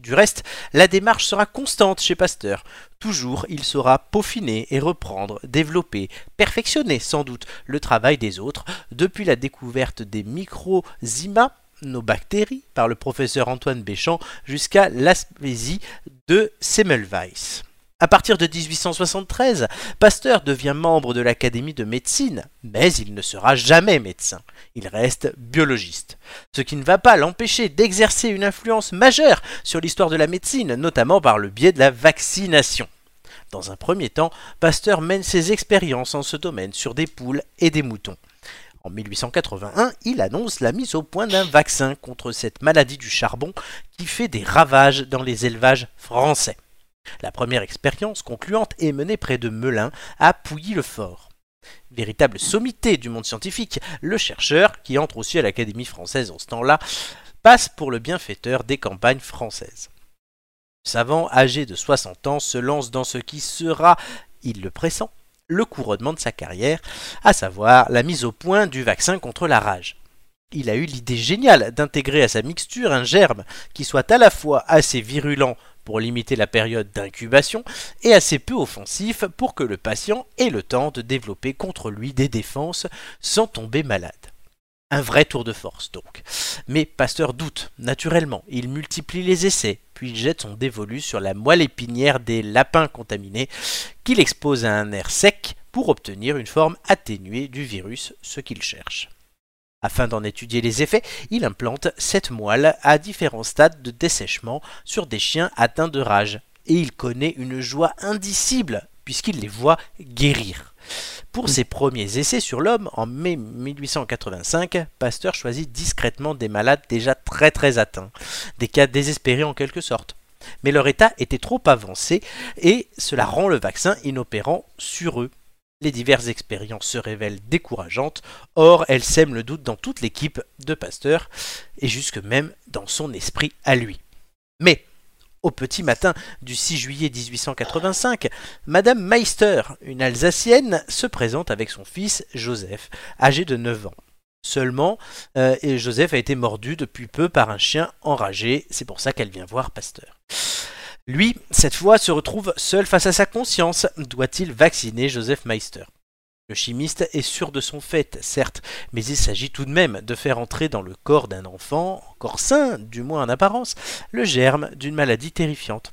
S1: Du reste, la démarche sera constante chez Pasteur. Toujours, il saura peaufiner et reprendre, développer, perfectionner sans doute le travail des autres, depuis la découverte des microzymas, nos bactéries, par le professeur Antoine Béchamp, jusqu'à l'aspésie de Semmelweis. À partir de 1873, Pasteur devient membre de l'Académie de médecine, mais il ne sera jamais médecin. Il reste biologiste. Ce qui ne va pas l'empêcher d'exercer une influence majeure sur l'histoire de la médecine, notamment par le biais de la vaccination. Dans un premier temps, Pasteur mène ses expériences en ce domaine sur des poules et des moutons. En 1881, il annonce la mise au point d'un vaccin contre cette maladie du charbon qui fait des ravages dans les élevages français. La première expérience concluante est menée près de Melun, à Pouilly-le-Fort. Véritable sommité du monde scientifique, le chercheur, qui entre aussi à l'Académie française en ce temps-là, passe pour le bienfaiteur des campagnes françaises. Le savant, âgé de 60 ans, se lance dans ce qui sera, il le pressent, le couronnement de sa carrière, à savoir la mise au point du vaccin contre la rage. Il a eu l'idée géniale d'intégrer à sa mixture un germe qui soit à la fois assez virulent pour limiter la période d'incubation et assez peu offensif pour que le patient ait le temps de développer contre lui des défenses sans tomber malade. Un vrai tour de force donc. Mais Pasteur doute, naturellement. Il multiplie les essais, puis jette son dévolu sur la moelle épinière des lapins contaminés, qu'il expose à un air sec pour obtenir une forme atténuée du virus, ce qu'il cherche. Afin d'en étudier les effets, il implante cette moelle à différents stades de dessèchement sur des chiens atteints de rage, et il connaît une joie indicible puisqu'il les voit guérir. Pour ses premiers essais sur l'homme, en mai 1885, Pasteur choisit discrètement des malades déjà très très atteints, des cas désespérés en quelque sorte. Mais leur état était trop avancé et cela rend le vaccin inopérant sur eux. Les diverses expériences se révèlent décourageantes, or elles sèment le doute dans toute l'équipe de Pasteur et jusque même dans son esprit à lui. Mais, au petit matin du 6 juillet 1885, Madame Meister, une Alsacienne, se présente avec son fils Joseph, âgé de 9 ans. Seulement, euh, et Joseph a été mordu depuis peu par un chien enragé, c'est pour ça qu'elle vient voir Pasteur. Lui, cette fois, se retrouve seul face à sa conscience. Doit-il vacciner Joseph Meister Le chimiste est sûr de son fait, certes, mais il s'agit tout de même de faire entrer dans le corps d'un enfant, encore sain, du moins en apparence, le germe d'une maladie terrifiante.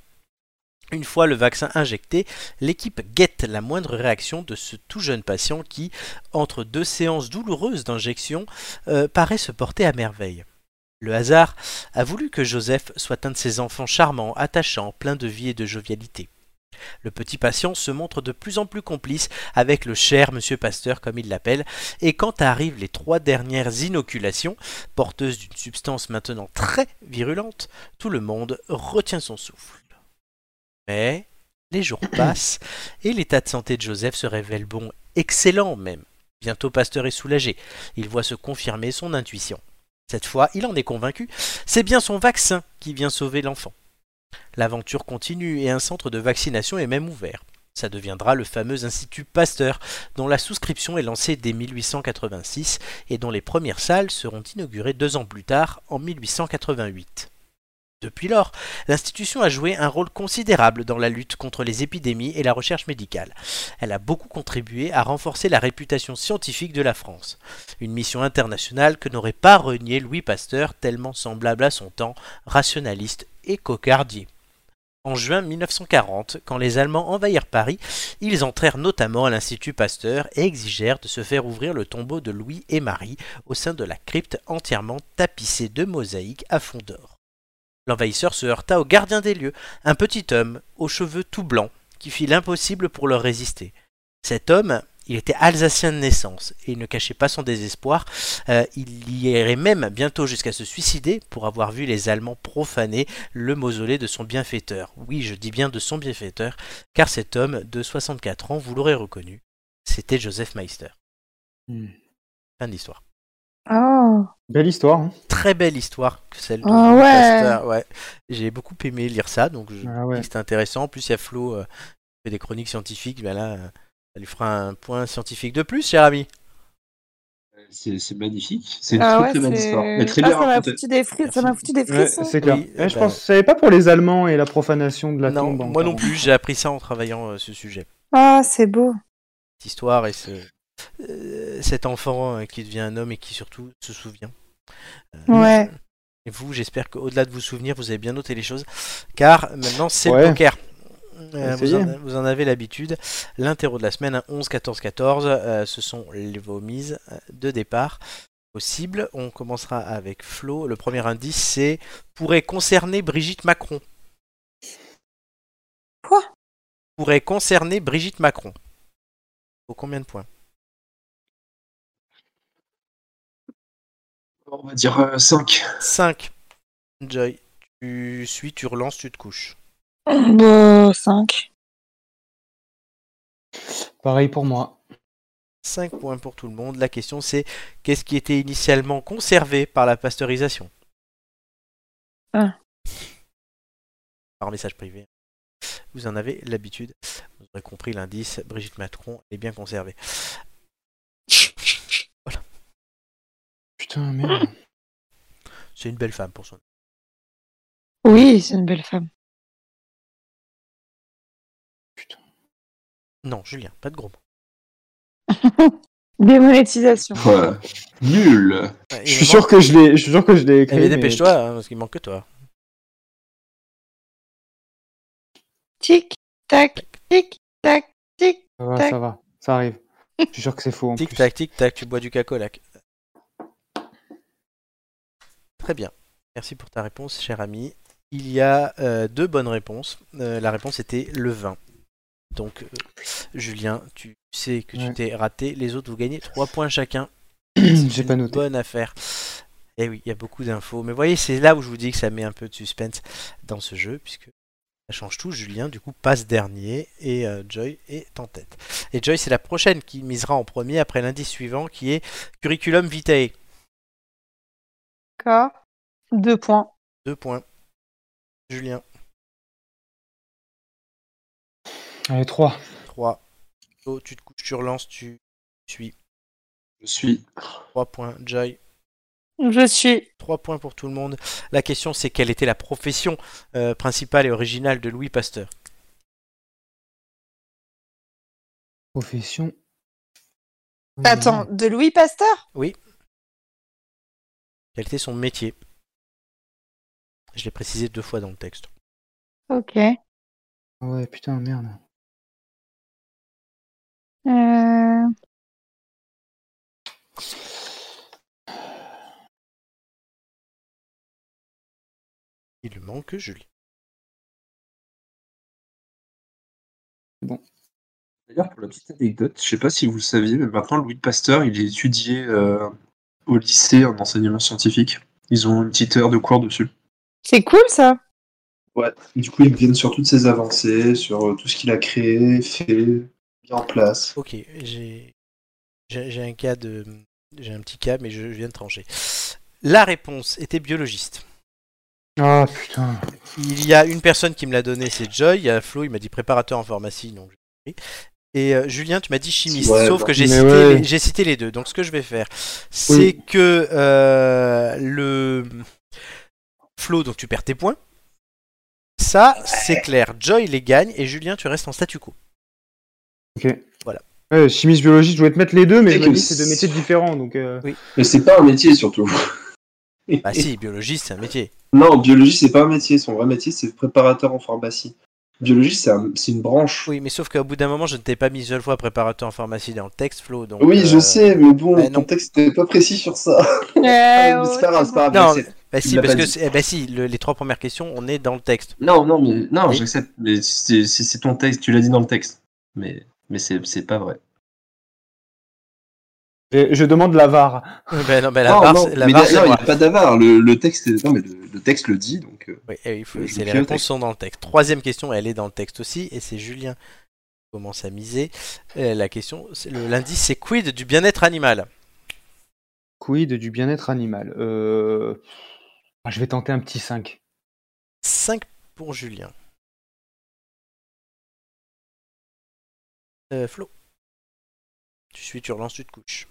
S1: Une fois le vaccin injecté, l'équipe guette la moindre réaction de ce tout jeune patient qui, entre deux séances douloureuses d'injection, euh, paraît se porter à merveille. Le hasard a voulu que Joseph soit un de ces enfants charmants, attachants, pleins de vie et de jovialité. Le petit patient se montre de plus en plus complice avec le cher monsieur Pasteur, comme il l'appelle, et quand arrivent les trois dernières inoculations, porteuses d'une substance maintenant très virulente, tout le monde retient son souffle. Mais les jours passent et l'état de santé de Joseph se révèle bon, excellent même. Bientôt Pasteur est soulagé, il voit se confirmer son intuition. Cette fois, il en est convaincu, c'est bien son vaccin qui vient sauver l'enfant. L'aventure continue et un centre de vaccination est même ouvert. Ça deviendra le fameux Institut Pasteur, dont la souscription est lancée dès 1886 et dont les premières salles seront inaugurées deux ans plus tard, en 1888. Depuis lors, l'institution a joué un rôle considérable dans la lutte contre les épidémies et la recherche médicale. Elle a beaucoup contribué à renforcer la réputation scientifique de la France, une mission internationale que n'aurait pas renié Louis Pasteur, tellement semblable à son temps, rationaliste et cocardier. En juin 1940, quand les Allemands envahirent Paris, ils entrèrent notamment à l'Institut Pasteur et exigèrent de se faire ouvrir le tombeau de Louis et Marie au sein de la crypte entièrement tapissée de mosaïques à fond d'or. L'envahisseur se heurta au gardien des lieux, un petit homme aux cheveux tout blancs, qui fit l'impossible pour leur résister. Cet homme, il était alsacien de naissance et il ne cachait pas son désespoir. Euh, il y irait même bientôt jusqu'à se suicider pour avoir vu les Allemands profaner le mausolée de son bienfaiteur. Oui, je dis bien de son bienfaiteur, car cet homme de 64 ans, vous l'aurez reconnu, c'était Joseph Meister.
S2: Hmm.
S1: Fin de l'histoire.
S4: Oh.
S2: Belle histoire. hein.
S1: Très belle histoire que celle de
S4: Ah ouais.
S1: Pasteur, ouais. J'ai beaucoup aimé lire ça, donc je
S2: Ah ouais.
S1: c'était intéressant. En plus, il y a Flo euh, qui fait des chroniques scientifiques. Ben là, euh, ça lui fera un point scientifique de plus, cher ami.
S3: C'est c'est magnifique. C'est une
S4: Ah
S3: très
S4: ouais,
S3: très belle
S4: c'est-
S3: histoire. Elle est très
S4: Ah,
S3: bien
S4: ça m'a
S3: racontée.
S4: foutu des fri- ça m'a foutu des
S2: Ouais,
S4: frissons.
S2: c'est clair.
S1: Oui,
S2: Eh, je
S1: bah-
S2: pense, je savais pas pour les Allemands et la profanation de la
S1: non,
S2: tombe.
S1: moi
S2: encore.
S1: non plus, j'ai appris ça en travaillant euh, ce sujet.
S4: Ah, c'est beau.
S1: Cette histoire et ce, euh, cet enfant euh, qui devient un homme et qui surtout se souvient. Euh,
S4: Ouais.
S1: Et vous, j'espère qu'au-delà de vous souvenir, vous avez bien noté les choses, car maintenant c'est le
S2: Ouais.
S1: poker. Euh, vous,
S2: Essayez.
S1: en, vous en avez l'habitude. L'interro de la semaine, hein, 11-14-14, euh, ce sont les, vos mises euh, de départ possibles. On commencera avec Flo. Le premier indice, c'est pourrait concerner Brigitte Macron.
S4: Quoi
S1: Pourrait concerner Brigitte Macron. Faut combien de points
S3: On va dire euh, 5.
S1: 5. Joy, tu suis, tu relances, tu te couches.
S4: Bon, 5.
S2: Pareil pour moi.
S1: 5 points pour tout le monde. La question c'est qu'est-ce qui était initialement conservé par la pasteurisation
S4: Ah.
S1: Par message privé. Vous en avez l'habitude. Vous aurez compris l'indice. Brigitte Macron est bien conservée.
S2: Putain, merde.
S1: C'est une belle femme pour son.
S4: Oui, c'est une belle femme.
S1: Non, Julien, pas de gros mots.
S4: Démonétisation.
S3: Nul.
S1: Ouais,
S2: Je
S1: il
S2: suis
S1: me
S2: sûr
S1: manque-
S2: que je l'ai, je suis sûr que je l'ai écrit.
S1: Eh bien,
S2: mais-
S1: dépêche-toi, hein, parce qu'il manque que toi.
S4: Tic, tac, tic, tac, tic.
S2: Ça va,
S4: Tac.
S2: ça va, ça arrive. Je suis sûr que c'est faux en plus.
S1: Tic-tac, tic-tac, tu bois du cacolac. Très bien. Merci pour ta réponse, cher ami. Il y a euh, deux bonnes réponses. Euh, la réponse était le vin. Donc, euh, Julien, tu sais que tu
S2: Ouais.
S1: t'es raté. Les autres, vous gagnez 3 points chacun.
S2: J'ai pas noté.
S1: Bonne affaire. Et oui, il y a beaucoup d'infos. Mais voyez, c'est là où je vous dis que ça met un peu de suspense dans ce jeu, puisque ça change tout. Julien, du coup, passe dernier et euh, Joy est en tête. Et Joy, c'est la prochaine qui misera en premier après l'indice suivant qui est Curriculum Vitae.
S4: D'accord. Deux points.
S1: Deux points. Julien,
S2: Allez, 3.
S1: 3. tu te couches, tu relances, tu suis.
S3: Je suis.
S1: 3 points. Joy,
S4: Je suis.
S1: 3 points pour tout le monde. La question, c'est quelle était la profession euh, principale et originale de Louis Pasteur
S2: Profession.
S4: Attends,
S8: Hmm.
S4: de Louis Pasteur
S1: Quel était son métier Je l'ai précisé deux fois dans le texte.
S4: Ok.
S9: Ouais, putain, merde.
S4: Euh,
S1: Il lui manque Julie.
S3: D'ailleurs, pour la petite anecdote, je sais pas si vous le saviez, mais maintenant Louis Pasteur, il est étudié euh, au lycée en enseignement scientifique. Ils ont une petite heure de cours dessus.
S7: C'est cool ça.
S3: Ouais. Du coup, ils viennent sur toutes ses avancées, sur euh, tout ce qu'il a créé, fait, mis en place.
S1: Ok, j'ai j'ai j'ai un cas de j'ai un petit cas, mais je, je viens de trancher. La réponse était biologiste.
S9: Ah, putain.
S1: Il y a une personne qui me l'a donné, c'est Joy. Il y a Flo, il m'a dit préparateur en pharmacie, donc j'ai compris. Et euh, Julien, tu m'as dit chimiste,
S3: Ouais,
S1: sauf
S3: bah,
S1: que j'ai
S9: mais
S1: cité,
S9: ouais.
S1: les- j'ai cité les deux. Donc ce que je vais faire, c'est
S3: Oui.
S1: que euh, le Flo, donc tu perds tes points. Ça, c'est clair. Joy les gagne et Julien, tu restes en statu quo.
S9: Ok.
S1: Voilà.
S9: Ouais, chimiste biologie, je voulais te mettre les deux, mais
S3: Et
S9: je me
S3: que
S9: dis c'est deux
S3: c'est-
S9: métiers différents, donc. euh,
S3: Mais c'est pas un métier surtout.
S1: Bah si, biologiste, c'est un métier.
S3: Non, biologie, c'est pas un métier. Son vrai métier, c'est préparateur en pharmacie. Biologie, c'est un- c'est une branche.
S1: Oui, mais sauf qu'au bout d'un moment, je ne t'ai pas mis une seule fois préparateur en pharmacie dans le texte, Flo. Donc,
S3: Oui, je
S1: euh,
S3: sais, mais bon,
S1: ben non.
S3: ton texte n'était pas précis sur ça.
S4: euh,
S3: Mais c'est pas grave, c'est pas grave.
S1: Non,
S3: j'accepte.
S1: Bah
S3: Tu
S1: si,
S3: l'as
S1: parce
S3: pas
S1: que
S3: dit.
S1: c'est- eh ben si, le- les trois premières questions, on est dans le texte.
S3: Non, non, mais non,
S1: Oui.
S3: j'accepte. Mais c'est c'est- c'est ton texte, tu l'as dit dans le texte. Mais, mais c'est c'est pas vrai.
S2: Et je demande l'avare.
S1: Ben non, ben la
S3: non,
S1: barre,
S3: non,
S1: c'est- la
S3: mais
S1: barre,
S3: non,
S1: c'est
S3: il n'y
S1: moi.
S3: a pas d'avare. Le, le texte, est- non, mais le, le texte le dit, donc. euh,
S1: Oui, eh oui, faut-
S3: Je
S1: c'est
S3: me
S1: les
S3: fie au
S1: réponses
S3: texte.
S1: sont dans le texte. Troisième question, elle est dans le texte aussi, et c'est Julien qui commence à miser. Euh, la question, c'est- le lundi, c'est quid du bien-être animal
S9: Quid du bien-être animal euh... ah, Je vais tenter un petit 5.
S1: 5 pour Julien. Euh, Flo, tu suis, tu relances, tu te couches.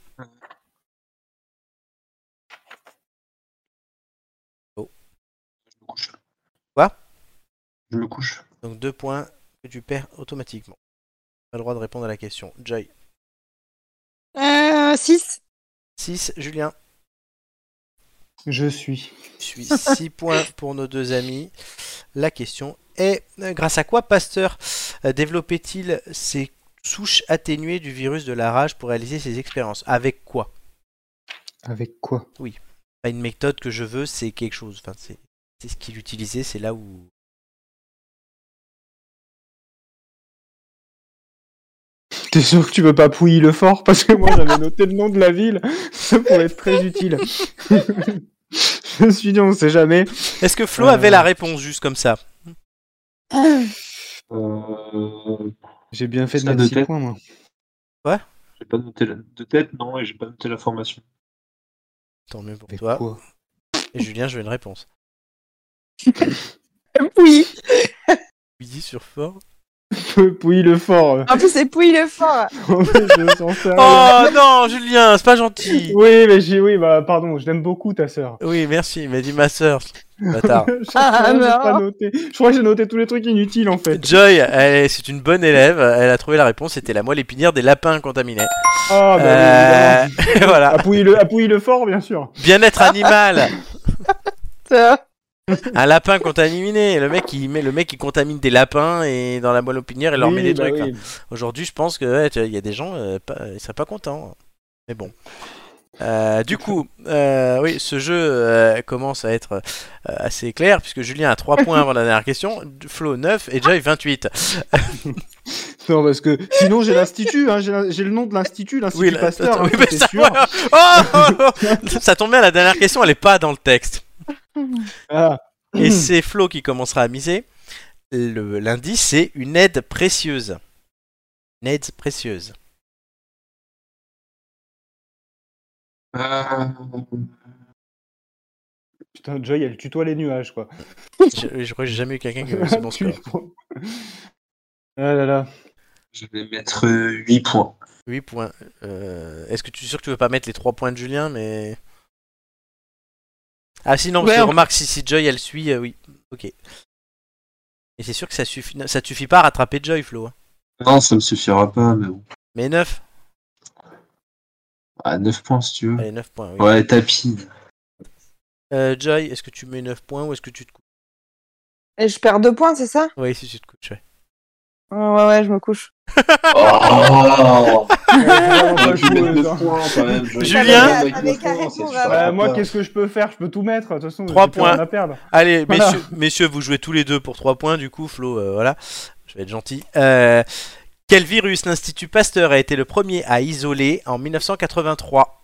S3: je me couche.
S1: Quoi
S3: Je me couche.
S1: Donc deux points que tu perds automatiquement. Pas le droit de répondre à la question. Joy,
S7: Euh, 6.
S1: 6. Julien,
S9: Je suis.
S1: tu suis 6 points pour nos deux amis. La question est euh, grâce à quoi Pasteur euh, développait-il ses souches atténuées du virus de la rage pour réaliser ses expériences Avec quoi
S9: Avec quoi
S1: Pas une méthode que je veux, c'est quelque chose. Enfin, c'est c'est ce qu'il utilisait, c'est là où.
S9: T'es sûr que tu veux pas Pouilly le fort Parce que moi j'avais noté le nom de la ville. Ça pourrait être très utile. je me suis dit, on sait jamais.
S1: Est-ce que Flo
S9: Euh.
S1: avait la réponse juste comme ça
S3: Euh,
S9: J'ai bien fait de
S3: Ça,
S9: mettre
S3: de
S9: 6
S3: tête.
S9: points, moi.
S3: j'ai pas noté la... de tête, non, et j'ai pas noté la formation.
S1: Tant mieux pour
S9: Avec
S1: toi.
S9: quoi
S1: Et Julien, je veux une réponse.
S4: oui.
S1: Midi sur fort.
S9: Pouilly le fort.
S4: En plus, c'est Pouille le fort.
S9: je sens ça.
S1: Oh non, Julien, c'est pas gentil.
S9: Oui, mais j'ai, oui, bah, pardon, je l'aime beaucoup, ta sœur.
S1: Oui, merci, il m'a dit ma soeur. Bâtard.
S9: Je
S4: Ah,
S9: crois que j'ai
S4: non.
S9: pas noté. Je crois que j'ai noté tous les trucs inutiles, en fait.
S1: Joy, elle est- c'est une bonne élève. Elle a trouvé la réponse. C'était la moelle épinière des lapins contaminés.
S9: Ah, bah,
S1: Euh, voilà.
S9: Pouilly le, à Pouilly-le fort, bien sûr.
S1: Bien-être animal.
S4: Ça.
S1: Un lapin contaminé. Le mec, il met, le mec, il contamine des lapins et dans la moelle épinière, il leur
S9: Oui,
S1: met des
S9: bah
S1: trucs. hein.
S9: oui.
S1: là. Aujourd'hui, je pense que ouais, tu vois, il y a des gens, euh, pas- ils seraient pas contents. Mais bon. Euh, du coup, euh, oui, ce jeu euh, commence à être euh, assez clair puisque Julien a 3 points avant la dernière question, Flo 9 et Joy 28.
S9: Ah, Non, parce que sinon j'ai l'institut, hein, j'ai la- j'ai le nom de l'institut, l'institut
S1: Oui, la-
S9: Pasteur,
S1: oui,
S9: hein,
S1: mais
S9: c'est
S1: ça,
S9: sûr.
S1: ouais. Oh, oh, oh. Ça tombe bien, la dernière question, elle est pas dans le texte.
S9: Ah.
S1: Et c'est Flo qui commencera à miser. Le lundi, c'est une aide précieuse. Une aide précieuse.
S3: Euh,
S9: Putain, Joy, elle tutoie les nuages, quoi.
S1: Je, je crois que j'ai jamais eu quelqu'un qui a eu aussi bon
S9: Tu
S1: score.
S9: le prends. Ah là là.
S3: Je vais mettre 8 points.
S1: 8 points. Euh, Est-ce que tu es sûr que tu veux pas mettre les 3 points de Julien mais... Ah sinon, parce
S4: Ouais,
S1: que
S4: on-
S1: remarque, si, si Joy elle suit, euh, oui. Ok. Et c'est sûr que ça suffit, ça te suffit pas à rattraper Joy, Flo. hein.
S3: Non, ça me suffira pas, mais bon.
S1: Mais 9.
S3: À 9 points si tu veux.
S1: Allez, 9 points. oui.
S3: Ouais, tapis.
S1: Euh, Joy, est-ce que tu mets 9 points ou est-ce que tu te couches
S4: Et je perds deux points, c'est ça
S1: Oui, si tu te couches, ouais.
S4: Ouais, ouais, ouais, je me couche.
S3: Oh
S2: Vraiment
S3: J'aurais
S2: pas
S3: pu mettre
S2: joueuse,
S3: deux
S2: hein.
S3: points, quand même. Ah, J'aurais pu
S1: Julien
S3: mettre deux
S7: Avec un
S3: points,
S7: répond,
S3: c'est
S7: vraiment.
S3: super.
S2: Bah, moi, qu'est-ce que je peux faire Je peux tout mettre. De toute façon,
S1: Trois
S2: j'ai plus rien
S1: points.
S2: à perdre.
S1: Allez,
S2: Voilà.
S1: messieurs, messieurs, vous jouez tous les deux pour 3 points, du coup, Flo, euh, voilà, je vais être gentil. Euh, quel virus l'Institut Pasteur a été le premier à isoler en 1983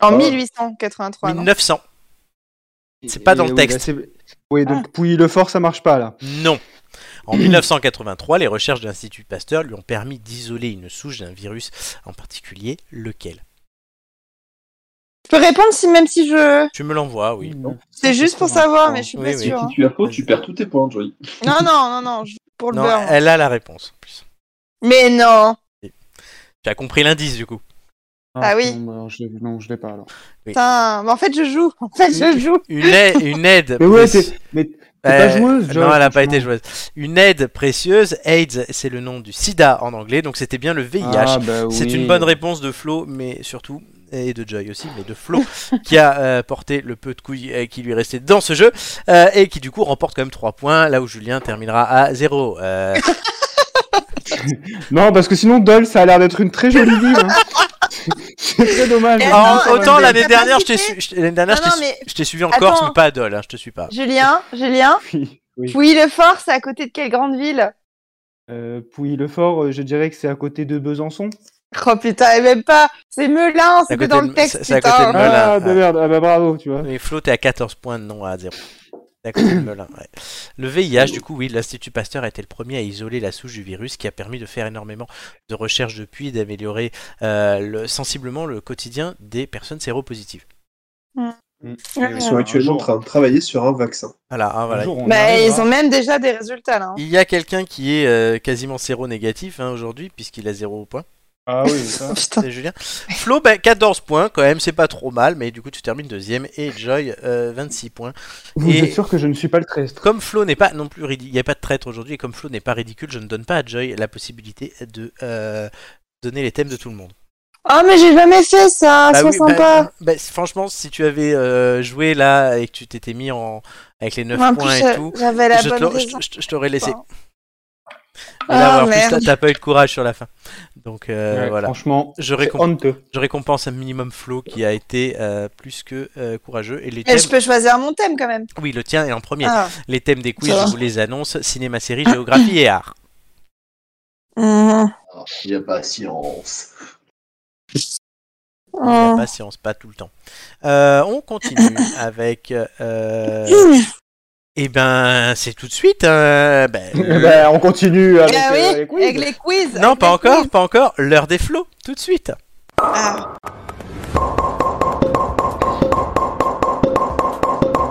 S4: En
S3: Oh.
S4: 1883, non
S1: 1900 C'est pas dans
S9: Et
S1: le
S9: oui,
S1: texte.
S9: là, c'est- Ah. Oui, donc Pouilly le fort, ça marche pas là.
S1: Non. En 1983, les recherches de l'Institut Pasteur lui ont permis d'isoler une souche d'un virus, en particulier lequel
S4: Je peux répondre si, même si je.
S1: Tu me l'envoies, oui.
S9: Ah,
S4: C'est juste pour savoir, mais je suis
S1: Oui,
S4: pas
S1: oui.
S4: sûre.
S3: Si tu as faux, tu perds tous tes points, Joy.
S4: hein. Non, non, non, non, euh, je- pour le
S1: Non,
S4: beurre.
S1: elle a la réponse. en plus.
S4: Mais non
S1: Tu as compris l'indice, du coup.
S4: Ah oui.
S9: Non, bah, je l'ai- non, je l'ai pas alors.
S4: Putain, mais en fait, je joue. En fait, je joue.
S1: Une aide, une aide
S9: Mais ouais,
S1: précie-
S9: t'es mais t'es pas
S1: Euh,
S9: joueuse, Joy,
S1: Non, elle n'a pas
S9: franchement.
S1: été joueuse. Une aide précieuse, AIDS, c'est le nom du sida en anglais, donc c'était bien le VIH.
S9: Ah, bah
S1: C'est
S9: oui.
S1: une bonne réponse de Flo, mais surtout, et de Joy aussi, mais de Flo, qui a euh, porté le peu de couilles euh, qui lui restait dans ce jeu, euh, et qui du coup remporte quand même 3 points, là où Julien terminera à 0. Euh,
S9: Non, parce que sinon, Dol, ça a l'air d'être une très jolie ville. hein. C'est très dommage.
S4: Et
S1: en-
S4: attends,
S1: autant
S4: Ah mais
S1: l'année
S4: t'as
S1: dernière,
S4: pas
S1: je t'ai
S4: cité
S1: su- je- l'année dernière, je
S4: Non,
S1: t'ai
S4: non,
S1: su-
S4: mais-
S1: je t'ai suivi en Corse,
S4: Attends.
S1: mais pas à Dole, hein, je te suis pas.
S4: Julien, Julien,
S9: Oui, oui.
S4: oui, le fort, c'est à côté de quelle grande ville
S9: Euh, Pouilly-le-Fort, euh, je dirais que c'est à côté de Besançon.
S4: Oh putain, et même pas C'est Melun,
S1: à côté
S4: c'était dans
S1: de-
S4: le texte,
S1: c'est à côté de
S4: putain.
S1: Melun,
S9: Ah,
S1: ouais.
S9: bah merde, ah bah bravo, tu vois.
S1: Mais Flo, t'es à 14 points, non à 0. D'accord, Melun, ouais. Le VIH, du coup, oui, l'Institut Pasteur a été le premier à isoler la souche du virus qui a permis de faire énormément de recherches depuis et d'améliorer euh, le- sensiblement le quotidien des personnes séropositives.
S3: Ils sont actuellement en train de travailler sur un vaccin.
S1: Voilà, hein, voilà.
S4: Bah, ils ont même déjà des résultats là. hein.
S1: Il y a quelqu'un qui est euh, quasiment séro-négatif hein, aujourd'hui, puisqu'il a 0 points,
S9: Ah oui, ça.
S4: Putain.
S1: c'est Julien. Flo, ben, 14 points quand même, c'est pas trop mal, mais du coup tu termines deuxième. Et Joy, euh, 26 points.
S9: Vous
S1: Et-
S9: êtes sûr que je ne suis pas le 13
S1: Comme Flo n'est pas non plus ridicule, il n'y a pas de traître aujourd'hui, et comme Flo n'est pas ridicule, je ne donne pas à Joy la possibilité de euh, donner les thèmes de tout le monde.
S4: Oh, mais j'ai jamais fait Ah, ça,
S1: Bah
S4: sois
S1: oui, bah,
S4: sympa.
S1: bah, franchement, si tu avais euh, joué là et que tu t'étais mis en... avec les 9
S4: Moi, en
S1: points
S4: plus, euh,
S1: et tout,
S4: j'avais la
S1: je te
S4: bonne
S1: l'aurais- je
S4: raison.
S1: te- je t'aurais laissé.
S4: Bon.
S1: Mais là,
S4: Ah,
S1: ouais, en plus,
S4: merde.
S1: t'as- t'as pas eu de courage sur la fin. Donc euh,
S9: Ouais,
S1: voilà.
S9: Franchement,
S1: Je,
S9: c'est
S1: récomp-
S9: honteux.
S1: je récompense un minimum Flo qui a été euh, plus que euh, courageux. Et les
S4: Mais
S1: thèmes...
S4: je peux choisir mon thème quand même.
S1: Oui, le tien est en premier.
S4: Ah.
S1: Les thèmes des quiz,
S4: Ça
S1: je
S4: va.
S1: vous les annonce cinéma, série, géographie et art.
S4: Mmh,
S3: Il n'y a pas science.
S1: Il y a
S7: Oh.
S4: mmh.
S1: patience, pas tout le temps. Euh, on continue avec. Euh... Eh ben, c'est tout de suite. hein, ben,
S9: Eh ben, on continue
S7: Bah
S9: avec,
S4: Ah
S9: euh,
S4: oui,
S9: les quiz.
S4: avec les quiz.
S1: non,
S4: avec
S1: pas
S4: les
S1: encore,
S4: quiz.
S1: pas encore. L'heure des flots, tout de suite.
S4: Ah.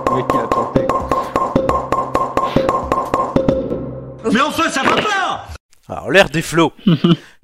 S9: Le mec, il a tenté.
S1: Alors, l'heure des flots.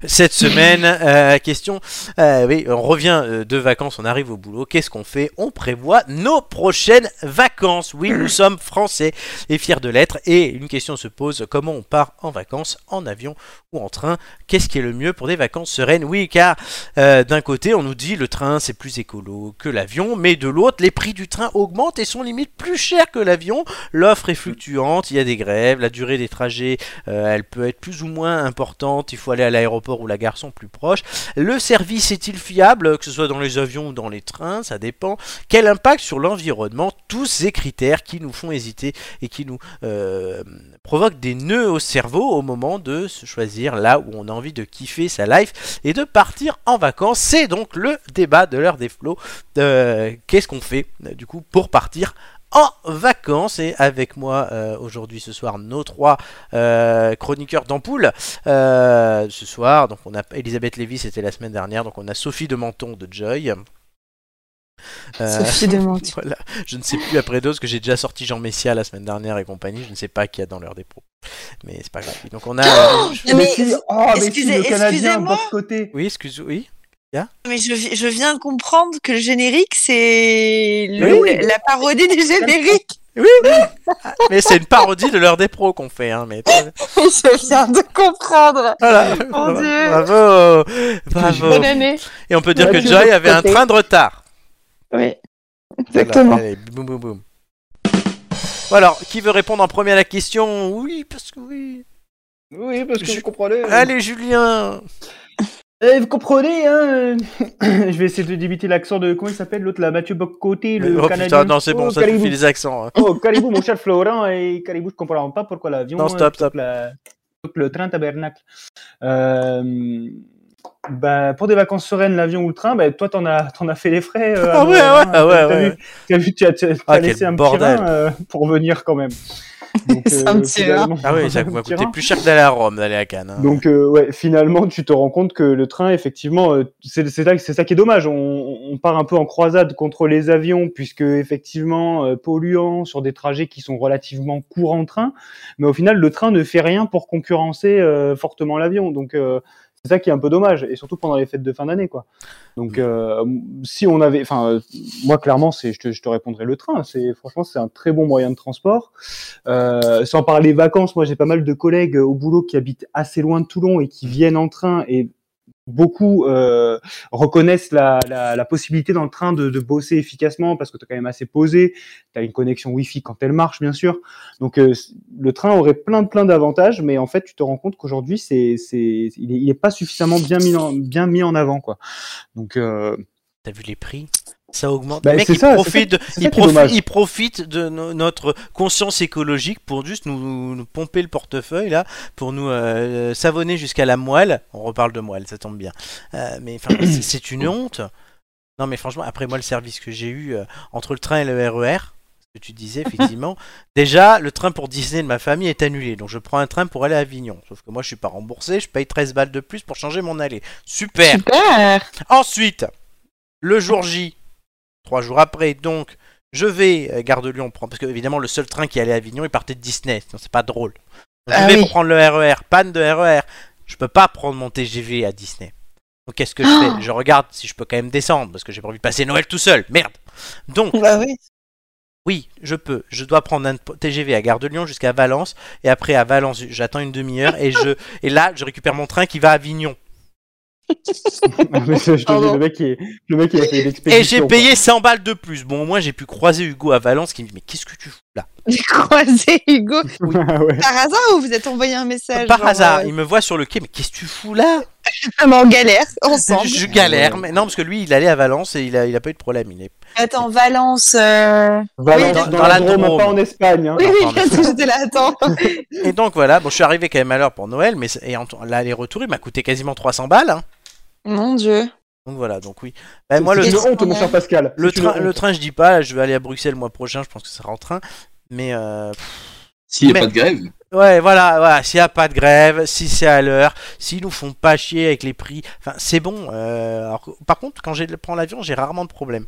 S1: Cette semaine, euh, question. euh, oui, on revient euh, de vacances, on arrive au boulot. Qu'est-ce qu'on fait On prévoit nos prochaines vacances. Oui, nous sommes français et fiers de l'être. Et une question se pose comment on part en vacances, en avion ou en train Qu'est-ce qui est le mieux pour des vacances sereines Oui, car euh, d'un côté, on nous dit le train c'est plus écolo que l'avion, mais de l'autre, les prix du train augmentent et sont limite plus chers que l'avion. L'offre est fluctuante, il y a des grèves, la durée des trajets euh, elle peut être plus ou moins importante, il faut aller à l'aéroport ou la gare sont plus proches. Le service est-il fiable, que ce soit dans les avions ou dans les trains, ça dépend. Quel impact sur l'environnement Tous ces critères qui nous font hésiter et qui nous euh, provoquent des nœuds au cerveau au moment de se choisir là où on a envie de kiffer sa life et de partir en vacances. C'est donc le débat de l'heure des flots. Euh, Qu'est-ce qu'on fait euh, du coup pour partir en vacances et avec moi euh, aujourd'hui ce soir nos trois euh, chroniqueur d'ampoule euh, ce soir. Donc on a Elisabeth Lévy, c'était la semaine dernière. Donc on a Sophie de Menton de Joy. Euh,
S4: Sophie demande.
S1: voilà. Je ne sais plus après d'autres que j'ai déjà sorti Jean Messia la semaine dernière et compagnie. Je ne sais pas qui y a dans leur dépôt. Mais c'est pas grave. Donc on a.
S7: Non, mais-
S9: si, oh, mais si,
S7: excusez-
S9: le Canadien,
S7: excusez-moi.
S9: de côté.
S1: Oui, excuse. Oui.
S7: Mais je, vi- je viens de comprendre que le générique, c'est le-
S9: Oui.
S7: la parodie du générique.
S1: Mais c'est une parodie de l'heure des pros qu'on fait. Hein, mais...
S4: Je viens de comprendre.
S1: voilà.
S4: Mon Dieu.
S1: Bravo. Bravo.
S4: Bonne année.
S1: Et on peut dire que
S4: Mathieu
S1: Joy
S4: de
S1: avait un
S4: côté.
S1: train de retard.
S4: Oui,
S1: Voilà,
S4: exactement.
S1: allez, boum, boum, boum. Bon, alors, qui veut répondre en premier à la question Oui, parce que oui.
S2: Oui, parce
S1: que Je- vous
S2: comprenez.
S1: Allez, Julien
S2: Eh, vous comprenez, hein Je vais essayer de débiter l'accent de. Comment il s'appelle l'autre, là Mathieu Bocoté, le
S1: Oh
S2: Canadien.
S1: putain, non, c'est bon,
S2: Oh,
S1: ça suffit
S2: Caribou.
S1: les accents. hein.
S2: Oh, Caribou, mon cher Florent, et Caribou, je comprends pas pourquoi l'avion.
S1: Non,
S2: hein,
S1: stop, stop.
S2: toque la- toque le train tabernacle. Euh, bah, pour des vacances sereines, l'avion ou le train, bah, toi, t'en as, t'en as fait les frais. euh,
S1: Ah
S2: à
S1: ouais,
S2: Noël,
S1: ouais,
S2: hein.
S1: ah ouais,
S2: T'as- t'as
S1: ouais. Ah,
S2: vu- T'as vu, tu as, tu as- t'as
S1: quel
S2: laissé un petit
S1: bordel.
S2: rein, euh, pour venir quand même. Donc, euh,
S4: C'est un petit rein.
S2: finalement,
S1: Ah oui, ça
S2: un
S1: m'a
S2: petit
S1: coûté
S2: rein.
S1: plus cher que d'aller à Rome, d'aller à Cannes. hein.
S2: Donc euh, ouais, finalement, tu te rends compte que le train, effectivement, euh, c'est c'est ça, c'est ça qui est dommage. On, on part un peu en croisade contre les avions, puisque effectivement, euh, polluants sur des trajets qui sont relativement courts en train. Mais au final, le train ne fait rien pour concurrencer euh, fortement l'avion. Donc euh, c'est ça qui est un peu dommage, et surtout pendant les fêtes de fin d'année, quoi. Donc euh, si on avait, enfin, euh, moi clairement, c'est, je te, je te répondrai le train. C'est franchement, c'est un très bon moyen de transport. Euh, sans parler vacances, moi j'ai pas mal de collègues euh, au boulot qui habitent assez loin de Toulon et qui viennent en train et beaucoup euh, reconnaissent la, la, la possibilité dans le train de, de bosser efficacement parce que tu es quand même assez posé, tu as une connexion Wi-Fi quand elle marche bien sûr. Donc euh, c- le train aurait plein plein d'avantages, mais en fait tu te rends compte qu'aujourd'hui c'est c'est il est, il est pas suffisamment bien mis en, bien mis en avant quoi. Donc euh,
S1: T'as vu les prix ça augmente.
S2: Bah,
S1: Les mecs,
S2: c'est
S1: ils
S2: ça, c'est
S1: profitent,
S2: ça-
S1: de-
S2: c'est
S1: ils
S2: ça qui est
S1: profi-
S2: dommage.
S1: ils profitent de no- notre conscience écologique pour juste nous, nous pomper le portefeuille, là, pour nous euh, savonner jusqu'à la moelle. On reparle de moelle, ça tombe bien. Euh, mais enfin, c'est- c'est une honte. Non, mais franchement, après moi, le service que j'ai eu euh, entre le train et le RER, ce que tu disais, effectivement, déjà, le train pour Disney de ma famille est annulé. Donc, je prends un train pour aller à Avignon. Sauf que moi, je suis pas remboursé, je paye 13 balles de plus pour changer mon aller. Super!
S4: Super.
S1: Ensuite, le jour J, trois jours après, donc, je vais à Gare de Lyon prendre. Parce que, évidemment, le seul train qui allait à Avignon, il partait de Disney. sinon c'est pas drôle. Donc, je
S4: Ah
S1: vais
S4: oui.
S1: pour prendre le RER, panne de RER. Je peux pas prendre mon TGV à Disney. Donc, qu'est-ce que je
S4: Ah.
S1: fais Je regarde si je peux quand même descendre. Parce que j'ai pas envie de passer Noël tout seul. Merde Donc,
S4: Bah oui.
S1: oui, je peux. Je dois prendre un TGV à Gare de Lyon jusqu'à Valence. Et après, à Valence, j'attends une demi-heure. Et, je... et là, je récupère mon train qui va à Avignon.
S2: mais je te dis,
S4: Pardon.
S2: le mec il est- le mec il a fait une
S1: Et j'ai
S2: expédition. quoi.
S1: payé 100 balles de plus. Bon, au moins, j'ai pu croiser Hugo à Valence qui me dit Mais qu'est-ce que tu fous là
S8: J'ai croisé Hugo
S2: Ah ouais.
S8: par hasard ou vous êtes envoyé un message
S1: Par
S8: genre,
S1: hasard,
S8: euh,
S1: il me voit sur le quai Mais qu'est-ce que tu fous là
S4: Ah,
S8: Vraiment en galère, ensemble.
S1: Je galère. Mais non, parce que lui, il allait à Valence et il a, il a pas eu de problème. Il est...
S8: Attends, Valence. euh,
S2: Valence,
S1: Ah dans-
S2: dans,
S1: dans la
S2: la Drôme,
S1: Drôme.
S2: pas en Espagne. hein.
S8: Oui, oui,
S1: pardon.
S8: j'étais là, attends.
S1: Et donc voilà, bon, je suis arrivé quand même à l'heure pour Noël, mais c'est- et en- l'aller-retour, il m'a coûté quasiment 300 balles. hein.
S8: Mon dieu.
S1: Donc voilà, donc oui. Ben, moi, le,
S2: C'est une
S8: train-
S2: honte, mon cher Pascal.
S1: le
S2: C'est une
S1: train, le
S2: honte.
S1: train, je dis pas, je vais aller à Bruxelles le mois prochain, je pense que ça sera en train. Mais euh,
S3: S'il n'y a
S1: Mais-
S3: pas de grève,
S1: Ouais, voilà, voilà. S'il n'y a pas de grève, si c'est à l'heure, s'ils nous font pas chier avec les prix, enfin, c'est bon. euh, alors que- par contre, quand je prends l'avion, j'ai rarement de problème.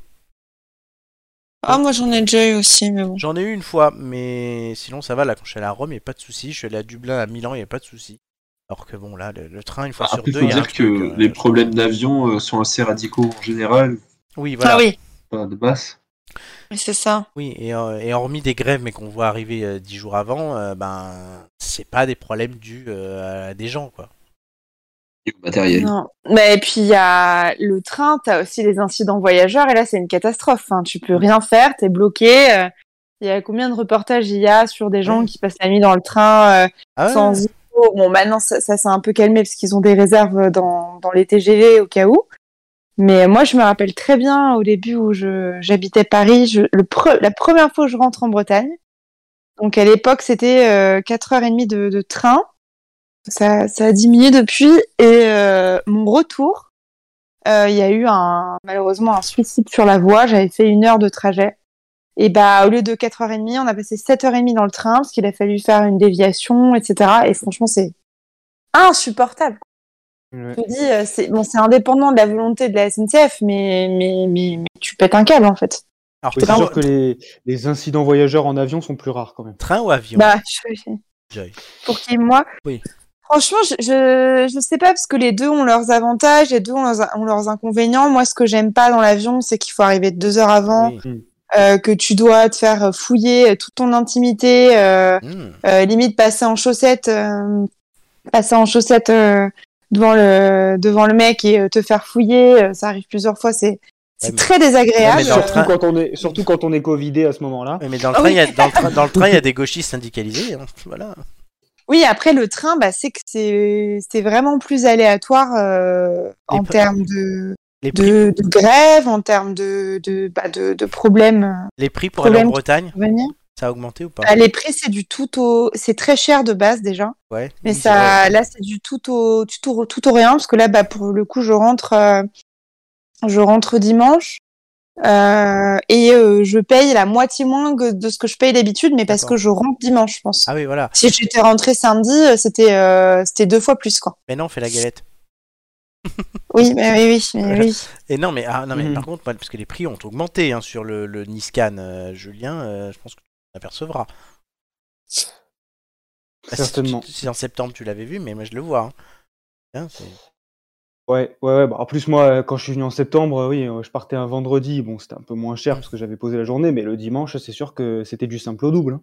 S8: Ah, moi j'en ai déjà eu aussi, mais bon.
S1: J'en ai eu une fois, mais sinon, ça va. Là, quand je suis allé à Rome, il n'y a pas de souci. Je suis allé à Dublin, à Milan, il n'y a pas de souci. Alors que bon, là, le, le train, une fois sur
S3: après,
S1: deux,
S3: faut
S1: il y a un
S3: dire que
S1: truc, euh,
S3: les problèmes d'avion euh, sont assez radicaux en général,
S1: Oui, voilà.
S8: Ah oui,
S3: enfin, de base.
S8: mais c'est ça.
S1: Oui, et, euh, et hormis des grèves, mais qu'on voit arriver euh, dix jours avant, euh, ben, c'est pas des problèmes dus euh, à des gens, quoi.
S3: Et au matériel.
S4: Non. Mais puis il y a le train, t'as aussi les incidents voyageurs et là c'est une catastrophe. hein. Tu peux rien faire, t'es bloqué. euh, Il y a combien de reportages il y a sur des gens
S1: Ouais.
S4: qui passent la nuit dans le train euh,
S1: Ah ouais,
S4: sans eau. Bon maintenant ça, ça s'est un peu calmé parce qu'ils ont des réserves dans, dans les TGV au cas où. Mais moi je me rappelle très bien au début où je j'habitais Paris, je, le pre- la première fois que je rentre en Bretagne. Donc à l'époque, c'était euh, 4h30 de, de train. Ça, ça a diminué depuis. Et euh, mon retour, euh, il y a eu un, malheureusement un suicide sur la voie. J'avais fait une heure de trajet. Et bah au lieu de 4h30, on a passé 7h30 dans le train parce qu'il a fallu faire une déviation, etc. Et franchement, c'est insupportable.
S2: Ouais.
S4: Je me dis, euh, c'est bon, c'est indépendant de la volonté de la SNCF, mais, mais, mais, mais tu pètes un câble en fait.
S1: Alors,
S2: Oui, c'est
S1: train,
S2: sûr que les, les incidents voyageurs en avion sont plus rares quand même.
S1: train ou avion
S4: Bah, je-
S1: Joy
S4: pour qui moi
S1: Oui.
S4: Franchement, je, je, je sais pas parce que les deux ont leurs avantages, les deux ont leurs, ont leurs inconvénients. Moi, ce que j'aime pas dans l'avion, c'est qu'il faut arriver deux heures avant,
S1: Oui.
S4: euh, que tu dois te faire fouiller euh, toute ton intimité, euh,
S1: Hmm.
S4: euh, limite passer en chaussettes, euh, passer en chaussettes euh, devant le devant le mec et euh, te faire fouiller. euh, ça arrive plusieurs fois, c'est
S1: mais-
S4: c'est C'est très
S1: Ouais,
S4: désagréable.
S1: mais dans le
S2: Surtout
S1: train-
S2: quand on est, surtout quand on est covidé à ce moment-là.
S1: Ouais, Mais dans le
S4: Ah
S1: train,
S4: oui.
S1: il y a- dans le train- dans le train, il y a des gauchistes syndicalisés. hein, Voilà.
S4: Oui, après le train, bah, c'est que c'est c'est vraiment plus aléatoire euh,
S1: Les
S4: en
S1: pre-
S4: termes de,
S1: Les prix,
S4: de, de grève, en termes de, de, bah, de, de problèmes
S1: les prix pour aller en
S4: problème-
S1: Bretagne,
S4: à venir.
S1: ça a augmenté ou pas
S4: Bah, les prix, c'est du tout au. C'est très cher de base déjà.
S1: Ouais.
S4: Mais
S1: Oui, c'est
S4: ça,
S1: vrai.
S4: là, c'est du tout au, du tout, au- tout au rien. Parce que là, bah, pour le coup, je rentre, euh, je rentre dimanche. euh, et euh, je paye la moitié moins que de ce que je paye d'habitude, mais parce
S1: D'accord.
S4: que je rentre dimanche, je pense.
S1: Ah oui, voilà.
S4: Si j'étais rentrée samedi, euh, c'était euh, c'était deux fois plus, quoi.
S1: Mais non, on fait la galette.
S4: Oui, mais oui, oui, mais
S1: Voilà.
S4: oui.
S1: Et non, mais, ah, non, mais
S2: Mhm.
S1: par contre, moi, parce que les prix ont augmenté hein, sur le, le Niscan, euh, Julien, euh, je pense que tu l'apercevras. Bah, si-
S2: Certainement.
S1: Si, si en septembre tu l'avais vu, mais moi je le vois. hein. Hein, c'est-
S2: Ouais, ouais, ouais. bah, en plus, moi, euh, quand je suis venu en septembre, euh, oui, euh, je partais un vendredi. Bon, c'était un peu moins cher parce que j'avais posé la journée, mais le dimanche, c'est sûr que c'était du simple au double. hein.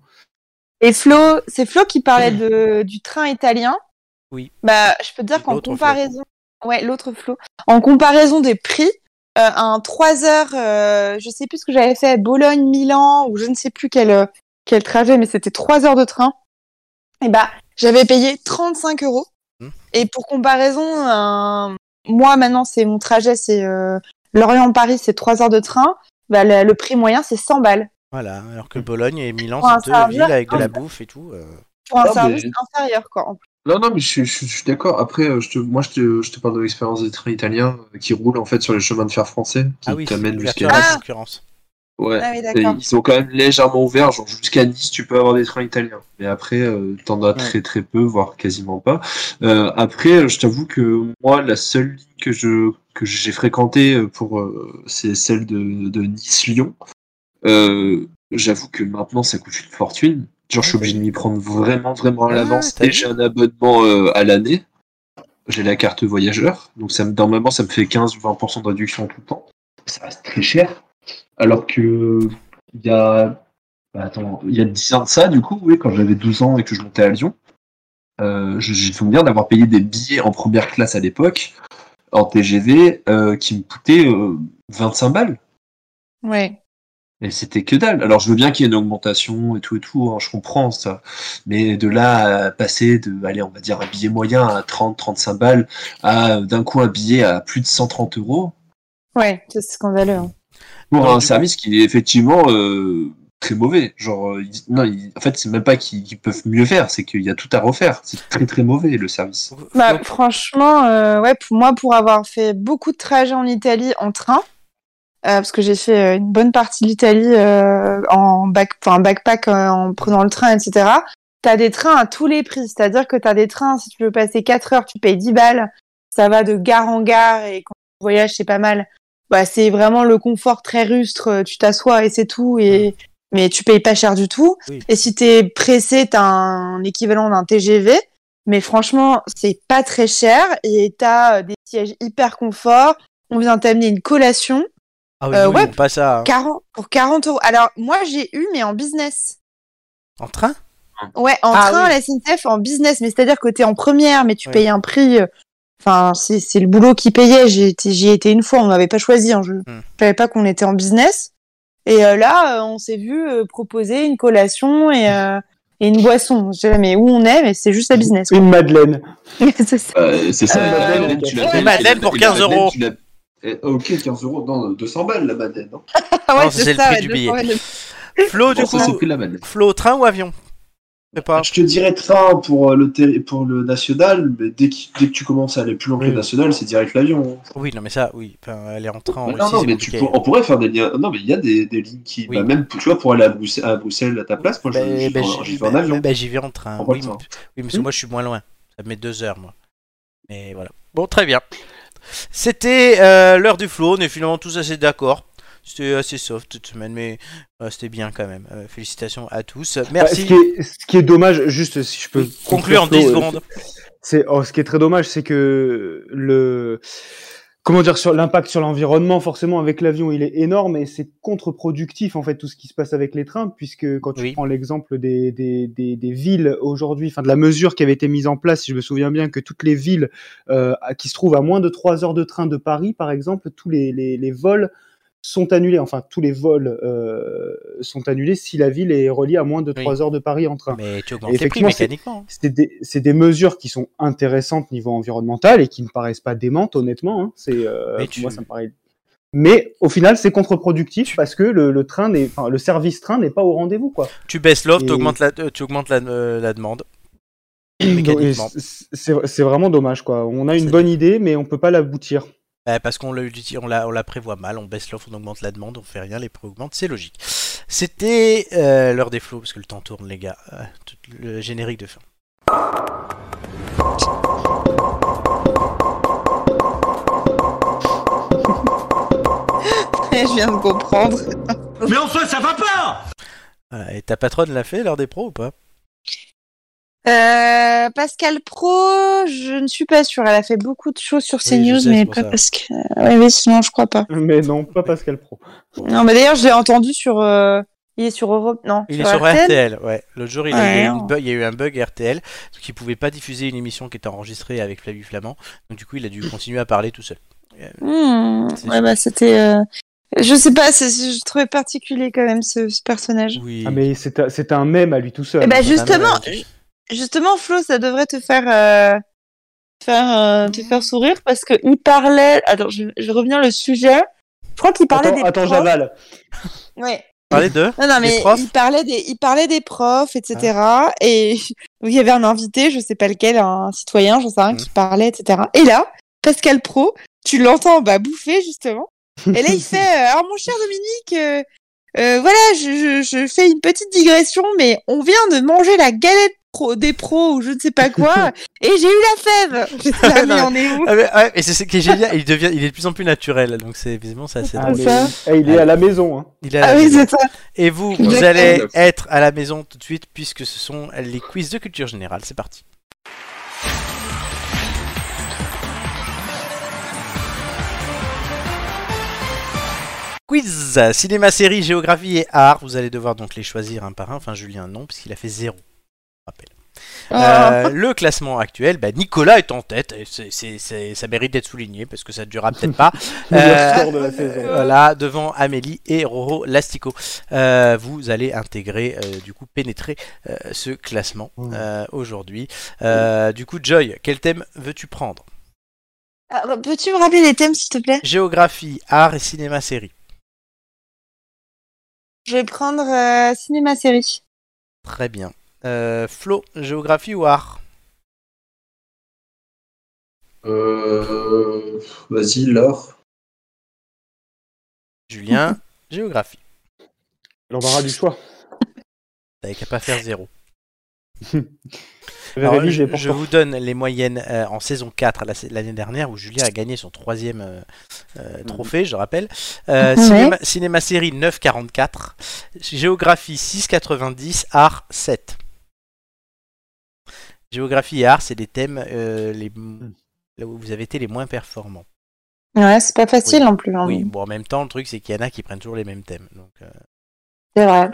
S4: Et Flo, c'est Flo qui parlait de, du train italien.
S1: Oui.
S4: Bah, je peux te dire qu'en
S1: L'autre Flo.
S4: comparaison, ouais, l'autre Flo, en comparaison des prix, euh, un 3 heures, euh, je sais plus ce que j'avais fait, Bologne, Milan, ou je ne sais plus quel, euh, quel trajet, mais c'était 3 heures de train. Et bah, j'avais payé 35 euros.
S1: Hmm.
S4: Et pour comparaison, un- moi maintenant, c'est mon trajet, c'est euh, Lorient-Paris, c'est 3 heures de train. Bah, le, le prix moyen, c'est 100 balles
S1: Voilà, alors que Bologne et Milan,
S4: Pour un
S1: c'est deux villes
S4: serveur,
S1: avec de la
S4: hein.
S1: bouffe et tout. euh.
S4: pour un
S3: Ah,
S4: service
S3: mais-
S4: inférieur, quoi. en
S3: Non, non, mais je, suis- je suis- je suis d'accord. Après, euh, je te, moi, je te, je te parle de l'expérience des trains italiens euh, qui roulent en fait sur les chemins de fer français, qui
S1: Ah oui, c'est
S3: t'amènent
S1: l'ouverture
S3: jusqu'à.
S1: à
S4: Ah
S1: la concurrence.
S3: Ouais.
S4: Ah oui,
S3: Et
S4: d'accord.
S3: ils sont quand même légèrement ouverts, genre jusqu'à Nice, tu peux avoir des trains italiens. Mais après, euh, t'en as très très peu, voire quasiment pas. Euh, après, euh, je t'avoue que moi, la seule ligne que je que j'ai fréquentée euh, pour euh, c'est celle de, de Nice-Lyon. Euh, J'avoue que maintenant, ça coûte une fortune. Genre, je suis obligé de m'y prendre vraiment vraiment à
S1: Ah,
S3: l'avance.
S1: t'as
S3: Et
S1: vu
S3: j'ai un abonnement euh, à l'année. J'ai la carte voyageur, donc ça me, normalement ça me fait 15 ou 20% de réduction tout le temps. Ça reste très cher. Alors que il y a bah, attends, il y a 10 ans de ça, du coup, oui, quand j'avais 12 ans et que je montais à Lyon, euh, je- j'ai le souvenir d'avoir payé des billets en première classe à l'époque, en TGV, euh, qui me coûtaient euh, 25 balles.
S4: Ouais.
S3: Et c'était que dalle. Alors je veux bien qu'il y ait une augmentation et tout et tout, hein, je comprends ça. Mais de là à passer de, allez, on va dire un billet moyen à 30, 35 balles, à euh, d'un coup un billet à plus de 130 euros,
S4: Ouais, c'est scandaleux. hein.
S3: pour
S1: Donc,
S3: un
S1: du
S3: service qui est effectivement euh, très mauvais. Genre, euh, ils- non, ils- en fait, c'est même pas qu'ils qu'ils peuvent mieux faire, c'est qu'il y a tout à refaire. C'est très très mauvais le service.
S1: Flo-
S4: Bah,
S1: Flo-
S4: franchement, euh, ouais, pour moi, pour avoir fait beaucoup de trajets en Italie en train, euh, parce que j'ai fait euh, une bonne partie de l'Italie euh, en back, enfin, en backpack euh, en prenant le train, etc. T'as des trains à tous les prix, c'est-à-dire que t'as des trains, si tu veux passer 4 heures, tu payes 10 balles, ça va de gare en gare, et quand tu voyages, c'est pas mal. Bah, c'est vraiment le confort très rustre, euh, tu t'assois et c'est tout, et... mais tu payes pas cher du tout.
S1: Oui.
S4: Et si t'es pressé, t'as un équivalent d'un TGV, mais franchement, c'est pas très cher, et t'as euh, des sièges hyper confort, on vient t'amener une collation,
S1: Ah oui,
S4: euh,
S1: oui,
S4: ouais.
S1: non, pas ça. hein.
S4: 40, pour 40 euros. Alors, moi, j'ai eu, mais en business.
S1: En train
S4: Ouais, en
S7: Ah oui.
S4: train, à la SNCF, en business. Mais c'est-à-dire que t'es en première, mais tu
S1: Ouais.
S4: payes un prix. euh, Enfin, c'est c'est le boulot qui payait. J'ai été- J'y ai été une fois, on m'avait pas choisi. Hein, je ne
S1: Hmm.
S4: savais pas qu'on était en business. Et euh, là, euh, on s'est vu euh, proposer une collation et,
S1: Hmm.
S4: euh, et une boisson. Je disais, mais où on est Mais c'est juste la business. quoi.
S2: Une madeleine.
S4: C'est ça.
S3: Euh, c'est ça,
S4: Euh,
S3: la Madeleine, tu la
S1: Une
S3: payes-
S1: Madeleine
S3: et la-
S1: pour
S3: et la
S1: 15
S3: Madeleine,
S1: euros.
S3: tu la- Eh, Ok, 15 euros, non, 200 balles la Madeleine. Non
S1: Non, ça, c'est le prix
S4: Ah ouais,
S1: du
S4: deux
S1: billet.
S4: fois, ouais,
S1: Flo, Oh, du
S3: Bon, ça, c'est Ah, le
S1: coup,
S3: prix de la Madeleine.
S1: Flo, train ou avion Je sais pas.
S3: Je te dirais train pour euh, le, terri- pour le national, mais dès, qu'il- dès que tu commences à aller plus loin que le
S2: Oui.
S3: national, c'est direct l'avion. hein.
S1: Oui, non, mais ça, oui. Enfin, aller en train en
S3: Ouais,
S1: Russie,
S3: non, non,
S1: c'est
S3: mais tu
S1: compliqué.
S3: pour- on pourrait faire des liens. Non, mais il y a des, des lignes qui.
S1: Oui.
S3: bah, même tu vois, pour aller à, Bruxelles, à Bruxelles à ta place, moi, je-
S1: Ben,
S3: j'y
S1: ben,
S3: vais en-
S1: j'y
S3: j'y vais en avion.
S1: ben, ben, j'y vais en train.
S3: En
S1: Oui, mais,
S3: voiture.
S1: oui, parce que moi, je suis moins loin. Ça met deux heures, moi. Mais voilà. Bon, très bien. C'était euh, l'heure du flow. On est finalement tous assez d'accord. C'était assez soft cette semaine, mais euh, c'était bien quand même. Euh, félicitations à tous.
S2: Bah, ce,
S1: Merci.
S2: qui est, ce qui est dommage, juste si je peux
S1: Conclure en
S2: Flo,
S1: 10
S2: euh,
S1: secondes.
S2: C'est oh, ce qui est très dommage, c'est que le comment dire sur l'impact sur l'environnement, forcément avec l'avion, il est énorme et c'est contre-productif en fait tout ce qui se passe avec les trains, puisque quand tu
S1: Oui.
S2: prends l'exemple des, des, des, des villes aujourd'hui, enfin de la mesure qui avait été mise en place, si je me souviens bien, que toutes les villes euh, à- qui se trouvent à moins de 3 heures de train de Paris, par exemple, tous les, les, les vols sont annulés, enfin tous les vols euh, sont annulés si la ville est reliée à moins de
S1: Oui.
S2: trois heures de Paris en train.
S1: Mais tu
S2: Et
S1: augmentes les prix
S2: effectivement, c'est-
S1: mécaniquement.
S2: C'est des, c'est des mesures qui sont intéressantes niveau environnemental et qui ne paraissent pas démentes, honnêtement. hein. C'est, euh,
S1: Mais
S2: pour
S1: tu-
S2: moi, ça me paraît. Mais au final, c'est contre-productif parce que le, le train n'est, enfin, le service train n'est pas au rendez-vous, quoi.
S1: hein. Tu baisses l'offre,
S2: Et-
S1: tu augmentes la, euh, tu augmentes la, euh, la demande.
S2: Donc, et
S1: mécaniquement.
S2: c'est- C'est c'est vraiment dommage, quoi. On a
S1: C'est-
S2: une bonne idée, mais on peut pas l'aboutir.
S1: Euh, parce qu'on l'a uti- on la, on la prévoit mal, on baisse l'offre, on augmente la demande, on fait rien, les prix augmentent, c'est logique. C'était euh, l'heure des flots, parce que le temps tourne, les gars. Euh, tout le générique de fin.
S4: Je viens de comprendre.
S8: Mais enfin, ça va pas
S1: Voilà, Et ta patronne l'a fait, l'heure des pros ou pas
S4: Euh, Pascal Pro, je ne suis pas sûre. Elle a fait beaucoup de choses sur
S1: Oui, je
S4: CNews,
S1: sais, c'est
S4: mais
S1: pour
S4: pas
S1: ça.
S4: Pascal. Oui, oui, sinon je crois pas.
S2: Mais non, pas Pascal Pro.
S4: Non, mais d'ailleurs, je l'ai entendu sur. euh, Il est sur Europe, non
S1: Il est sur RTL, ouais. L'autre jour, il, a- il y a eu
S4: Ouais,
S1: une bu- il y a eu un bug RTL, parce qu'il pouvait pas diffuser une émission qui était enregistrée avec Flavie Flamand, donc du coup, il a dû continuer à parler tout seul.
S4: Hmm,
S1: C'est
S4: ouais,
S1: sûr.
S4: bah c'était. euh, Je sais pas, c'est- je trouvais particulier quand même ce, ce personnage.
S1: Oui. Ah, euh,
S2: Ah, mais c'est un- c'est un mème à lui tout seul.
S4: Eh ben,
S2: hein.
S4: justement, justement, Flo, ça devrait te faire. euh, Faire, euh, te faire sourire parce que il parlait. Attends, je, je reviens le sujet. Je crois qu'il parlait
S2: Attends,
S4: des
S2: attends
S4: profs.
S2: j'avale.
S4: Ouais.
S1: Parler de
S4: Non, non,
S1: Des
S4: mais
S1: profs Ah.
S4: il parlait des, il parlait des profs, etc. Et donc, il y avait un invité, je sais pas lequel, un citoyen, j'en sais
S1: Mm.
S4: rien, qui parlait, etc. Et là, Pascal Pro, tu l'entends bah, bouffer, justement. Et là, il fait euh, Alors, mon cher Dominique, euh, euh, voilà, je, je, je fais une petite digression, mais on vient de manger la galette pro, des pros ou je ne sais pas quoi, et j'ai eu la fève. J'étais là, mais on est où
S1: Ah, mais, ouais, et c'est ce qui est génial, il, devient, il est de plus en plus naturel, donc c'est visiblement ça. c'est
S2: Ah,
S1: drôle.
S2: mais-
S4: ça.
S2: eh, il est à la maison. Hein.
S1: Il est à
S4: Ah
S1: la
S4: oui,
S1: maison.
S4: c'est ça.
S1: Et vous,
S4: Exactement.
S1: vous allez être à la maison tout de suite puisque ce sont les quiz de culture générale. C'est parti. Quiz cinéma, série, géographie et art. Vous allez devoir donc les choisir un par un. Enfin, Julien, non, puisqu'il a fait zéro.
S4: Ah.
S1: Euh, le classement actuel, bah, Nicolas est en tête. Et c'est- c'est- c'est- ça mérite d'être souligné parce que ça ne durera peut-être pas.
S2: Meilleur
S1: Euh,
S2: score de la saison.
S1: voilà, devant Amélie et Roro Lastico. Euh, vous allez intégrer, euh, du coup, pénétrer euh, ce classement euh, aujourd'hui. Euh, du coup, Joy, quel thème veux-tu prendre
S4: Ah, Peux-tu me rappeler les thèmes, s'il te plaît
S1: Géographie, art et cinéma-série.
S4: Je vais prendre euh, cinéma-série.
S1: Très bien. Euh, Flo, géographie ou art
S9: Euh, Vas-y, l'art.
S1: Julien, géographie.
S2: L'embarras du choix.
S1: T'avais qu'à pas faire zéro.
S2: Je vais
S1: Alors,
S2: réviser
S1: je,
S2: pour
S1: je
S2: ça.
S1: vous donne les moyennes euh, en saison 4 la sa- l'année dernière où Julien a gagné son troisième euh, euh, trophée, je rappelle. Euh,
S4: Ouais.
S1: cinéma, cinéma-série 9,44. Géographie 6,90. Art 7. Géographie et art, c'est des thèmes euh, les, là où vous avez été les moins performants.
S4: Ouais, c'est pas facile en
S7: Ah
S4: plus. hein.
S1: Oui, bon, en même temps, le truc, c'est qu'il y en a qui prennent toujours les mêmes thèmes. Donc, euh,
S4: C'est vrai.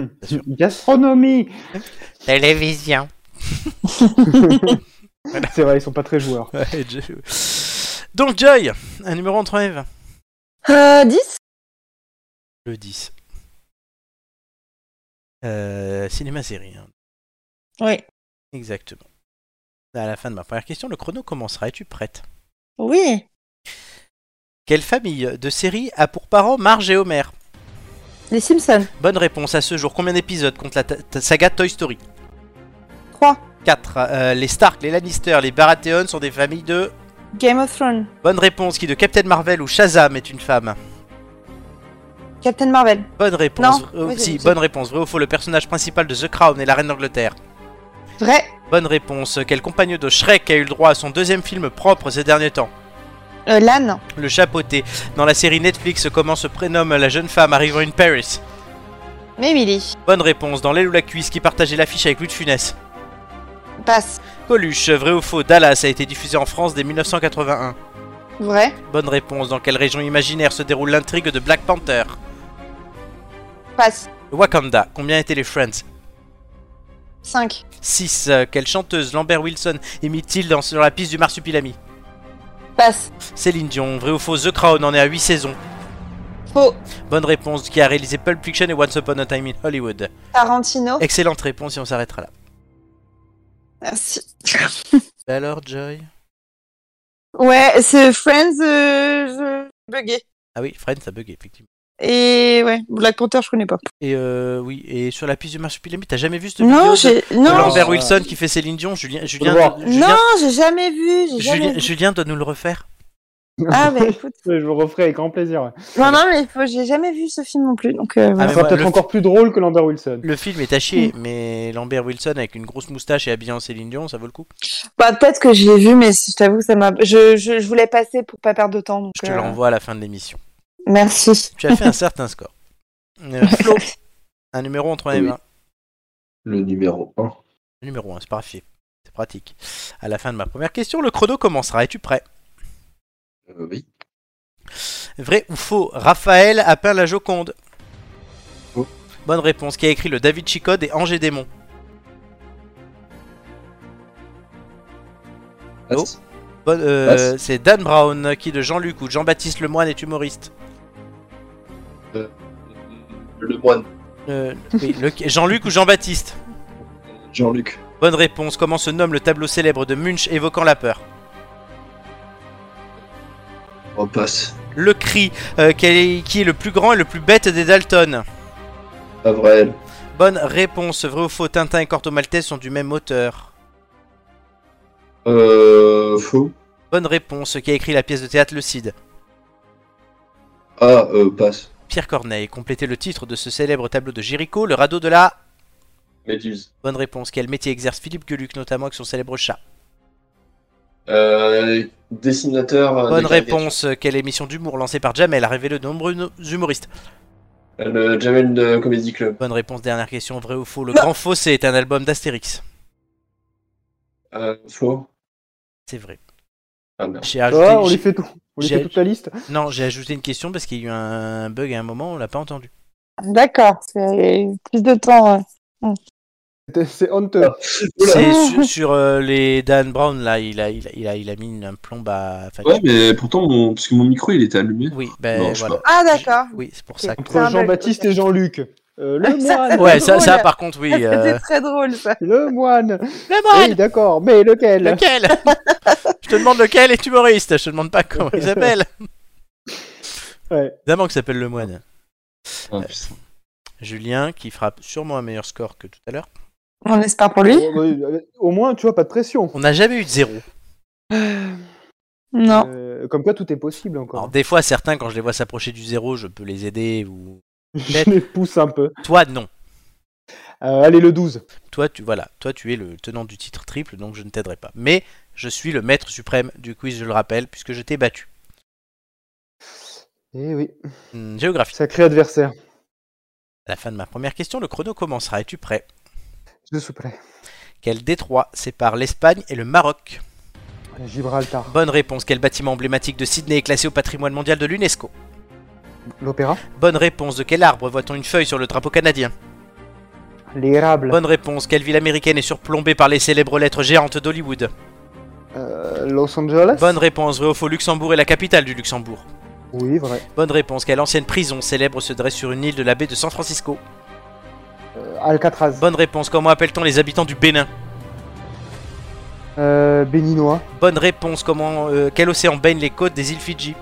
S2: Gastronomie.
S1: Télévision.
S2: C'est vrai, ils sont pas très joueurs.
S1: Ouais, je- Donc, Joy, un numéro entre 1 et 20.
S4: Euh, 10
S1: Le 10. Euh, Cinéma-série. hein.
S4: Oui.
S1: Exactement. À la fin de ma première question, le chrono commencera. Es-tu prête
S4: Oui.
S1: Quelle famille de série a pour parents Marge et Homer
S4: Les Simpsons.
S1: Bonne réponse à ce jour. Combien d'épisodes compte la ta- ta- saga Toy Story
S4: 3.
S1: 4. les Stark, les Lannister, les Baratheon sont des familles de...
S4: Game of Thrones.
S1: Bonne réponse. Qui de Captain Marvel ou Shazam est une femme
S4: Captain Marvel.
S1: Bonne réponse.
S4: Non.
S1: Euh,
S4: Oui,
S1: si,
S4: c'est-
S1: bonne réponse. Vrai ou faux, le personnage principal de The Crown est la reine d'Angleterre
S4: Vrai.
S1: Bonne réponse. Quel compagnon de Shrek a eu le droit à son deuxième film propre ces derniers temps
S4: Euh, Lan.
S1: Le chapeauté. Dans la série Netflix, comment se prénomme la jeune femme arrivant in Paris
S4: Emily.
S1: Bonne réponse. Dans L'aile ou la cuisse, qui partageait l'affiche avec Louis de Funès
S4: Passe.
S1: Coluche, vrai ou faux, Dallas a été diffusé en France dès 1981.
S4: Vrai.
S1: Bonne réponse. Dans quelle région imaginaire se déroule l'intrigue de Black Panther
S4: Passe.
S1: Wakanda. Combien étaient les Friends
S4: 5.
S1: 6. Quelle chanteuse Lambert Wilson imite-t-il dans Sur la piste du Marsupilami
S4: Passe.
S1: Céline Dion, vrai ou faux, The Crown en est à 8 saisons.
S4: Faux.
S1: Bonne réponse qui a réalisé Pulp Fiction et Once Upon a Time in Hollywood.
S4: Tarantino.
S1: Excellente réponse et on s'arrêtera là.
S4: Merci.
S1: Alors, Joy
S4: Ouais, c'est Friends, euh, je bugué.
S1: Ah oui, Fred, ça bugué, effectivement.
S4: Et ouais, Black Panther, je connais pas.
S1: Et euh, oui, et sur la piste du Marsupilami, t'as jamais vu cette vidéo
S4: Non,
S1: de-
S4: j'ai
S1: de
S4: non,
S1: Lambert
S3: j'ai-
S1: Wilson qui fait Céline Dion Julien, Julien,
S2: voir.
S1: Julien,
S4: non, j'ai jamais vu. J'ai jamais
S1: Julien,
S4: vu.
S1: Julien doit nous le refaire.
S4: Ah bah écoute,
S2: Je le referai avec grand plaisir. ouais.
S4: non, non, mais faut- j'ai jamais vu ce film non plus, donc euh,
S1: Ah,
S4: voilà.
S1: mais
S2: Ça sera
S1: moi,
S2: peut-être
S1: le-
S2: encore plus drôle que Lambert Wilson.
S1: Le film est à chier,
S4: Mm.
S1: mais Lambert Wilson avec une grosse moustache et habillé en Céline Dion, ça vaut le coup.
S4: Bah, peut-être que je l'ai vu, mais je t'avoue que ça m'a. Je, je, je voulais passer pour pas perdre de temps. Donc,
S1: Je te
S4: euh,
S1: l'envoie à la fin de l'émission.
S4: Merci.
S1: Tu as fait un certain score. Euh, Flo, un numéro entre 1 et
S3: Oui.
S1: 20.
S3: Le numéro 1.
S1: Numéro 1, c'est parfait. C'est pratique. À la fin de ma première question, le chrono commencera. Es-tu prêt
S3: Euh, oui.
S1: Vrai ou faux Raphaël a peint la Joconde.
S3: Faux.
S1: Bonne réponse. Qui a écrit le David Chicode et Angers Démon Oh.
S3: Passe.
S1: Bonne- euh, c'est Dan Brown qui de Jean-Luc ou de Jean-Baptiste Lemoine est humoriste.
S3: Le moine.
S1: Euh, oui, le- Jean-Luc ou Jean-Baptiste
S3: Jean-Luc.
S1: Bonne réponse. Comment se nomme le tableau célèbre de Munch évoquant la peur
S3: On oh, passe.
S1: Le cri, euh, quel est- qui est le plus grand et le plus bête des Dalton
S3: Avrel.
S1: Bonne réponse. Vrai ou faux Tintin et Corto Maltese sont du même auteur
S3: Euh, faux.
S1: Bonne réponse. Qui a écrit la pièce de théâtre Le Cid
S3: Ah, euh, passe.
S1: Pierre Corneille. Complétez le titre de ce célèbre tableau de Géricault, le radeau de la...
S3: Méduse.
S1: Bonne réponse. Quel métier exerce Philippe Gueluc, notamment avec son célèbre chat
S3: Euh, dessinateur. euh,
S1: Bonne
S3: des caricatures.
S1: réponse. Quelle émission d'humour lancée par Jamel a révélé de nombreux no- humoristes
S3: Euh, Le Jamel de Comedy Club.
S1: Bonne réponse. Dernière question. Vrai ou faux Le
S4: Non.
S1: Grand Fossé est un album d'Astérix
S3: Euh, faux.
S1: C'est vrai.
S3: Ah merde.
S1: J'ai
S2: Ça
S1: ajouté...
S2: va, on les fait tout. On les
S1: j'ai-
S2: fait toute la liste.
S1: Non, j'ai ajouté une question parce qu'il y a eu un bug à un moment, on l'a pas entendu.
S4: D'accord, c'est plus de temps.
S2: C'est- C'est
S4: Oh,
S2: honteux.
S1: C'est sur, sur, euh, les Dan Brown là, il a, il a, il a, il a mis une plombe à. enfin,
S3: Ouais, mais pourtant, mon... parce que mon micro il était allumé.
S1: Oui, ben
S3: Non, je sais
S1: voilà.
S4: Ah, d'accord.
S1: Oui, c'est pour ça. Que...
S4: C'est un
S2: Entre Jean-Baptiste
S4: bug,
S2: et Jean-Luc. Euh, le
S4: Ça,
S2: moine.
S4: c'est
S1: Ouais, ça,
S4: drôle.
S1: ça par contre, oui.
S4: C'était
S1: euh,
S4: très drôle ça.
S2: Le moine.
S1: Le
S2: Oui, d'accord. Mais lequel
S1: Lequel Je te demande lequel est humoriste. Je te demande pas comment il s'appelle.
S2: Ouais.
S1: Évidemment qu'il s'appelle le moine.
S3: Ah, putain.
S1: Julien qui frappe sûrement un meilleur score que tout à l'heure.
S4: On espère pour lui.
S2: Oh, bah, Au moins, tu vois, pas de pression.
S1: On n'a jamais eu de zéro.
S4: Non.
S2: Euh, comme quoi, tout est possible
S1: Alors
S2: encore.
S1: des fois, certains quand je les vois s'approcher du zéro, je peux les aider ou.
S2: Je les pousse un peu.
S1: Toi non.
S2: Euh, allez, le 12.
S1: Toi tu voilà, toi tu es le tenant du titre triple, donc je ne t'aiderai pas. Mais je suis le maître suprême du quiz, je le rappelle, puisque je t'ai battu.
S2: Eh oui,
S1: Hmm, Géographie.
S2: sacré adversaire.
S1: À la fin de ma première question, le chrono commencera. Es-tu prêt
S2: Je vous plaît.
S1: Quel détroit sépare l'Espagne et le Maroc
S2: Gibraltar.
S1: Bonne réponse. Quel bâtiment emblématique de Sydney est classé au patrimoine mondial de l'UNESCO
S2: L'opéra.
S1: Bonne réponse. De quel arbre voit-on une feuille sur le drapeau canadien
S2: L'érable.
S1: Bonne réponse. Quelle ville américaine est surplombée par les célèbres lettres géantes d'Hollywood
S2: Euh, Los Angeles.
S1: Bonne réponse. Vrai ou faux, Luxembourg est la capitale du Luxembourg.
S2: Oui, vrai.
S1: Bonne réponse. Quelle ancienne prison célèbre se dresse sur une île de la baie de San Francisco
S2: Euh, Alcatraz.
S1: Bonne réponse. Comment appelle-t-on les habitants du Bénin
S2: Euh, Béninois.
S1: Bonne réponse. Comment, euh, quel océan baigne les côtes des îles Fidji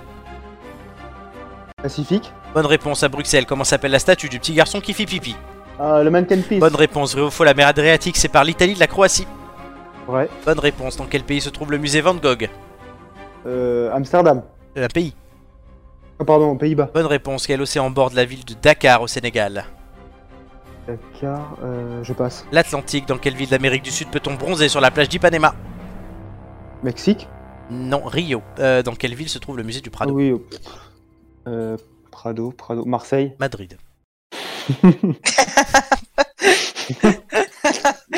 S2: Pacifique.
S1: Bonne réponse à Bruxelles. Comment s'appelle la statue du petit garçon qui fit pipi
S2: Euh, le Mannequin Peace.
S1: Bonne réponse. Vrai ou faux, la mer Adriatique sépare l'Italie de la Croatie
S2: Vrai.
S1: Bonne réponse. Dans quel pays se trouve le musée Van Gogh
S2: Euh, Amsterdam.
S1: Euh, Un pays.
S2: Oh, pardon, Pays-Bas.
S1: Bonne réponse. Quel océan borde la ville de Dakar au Sénégal
S2: Dakar. euh, je passe.
S1: L'Atlantique. Dans quelle ville d'Amérique du Sud peut-on bronzer sur la plage d'Ipanema
S2: Mexique.
S1: Non, Rio. Euh, dans quelle ville se trouve le musée du Prado
S2: Oui. euh, pff. Euh, Prado, Prado, Marseille.
S1: Madrid.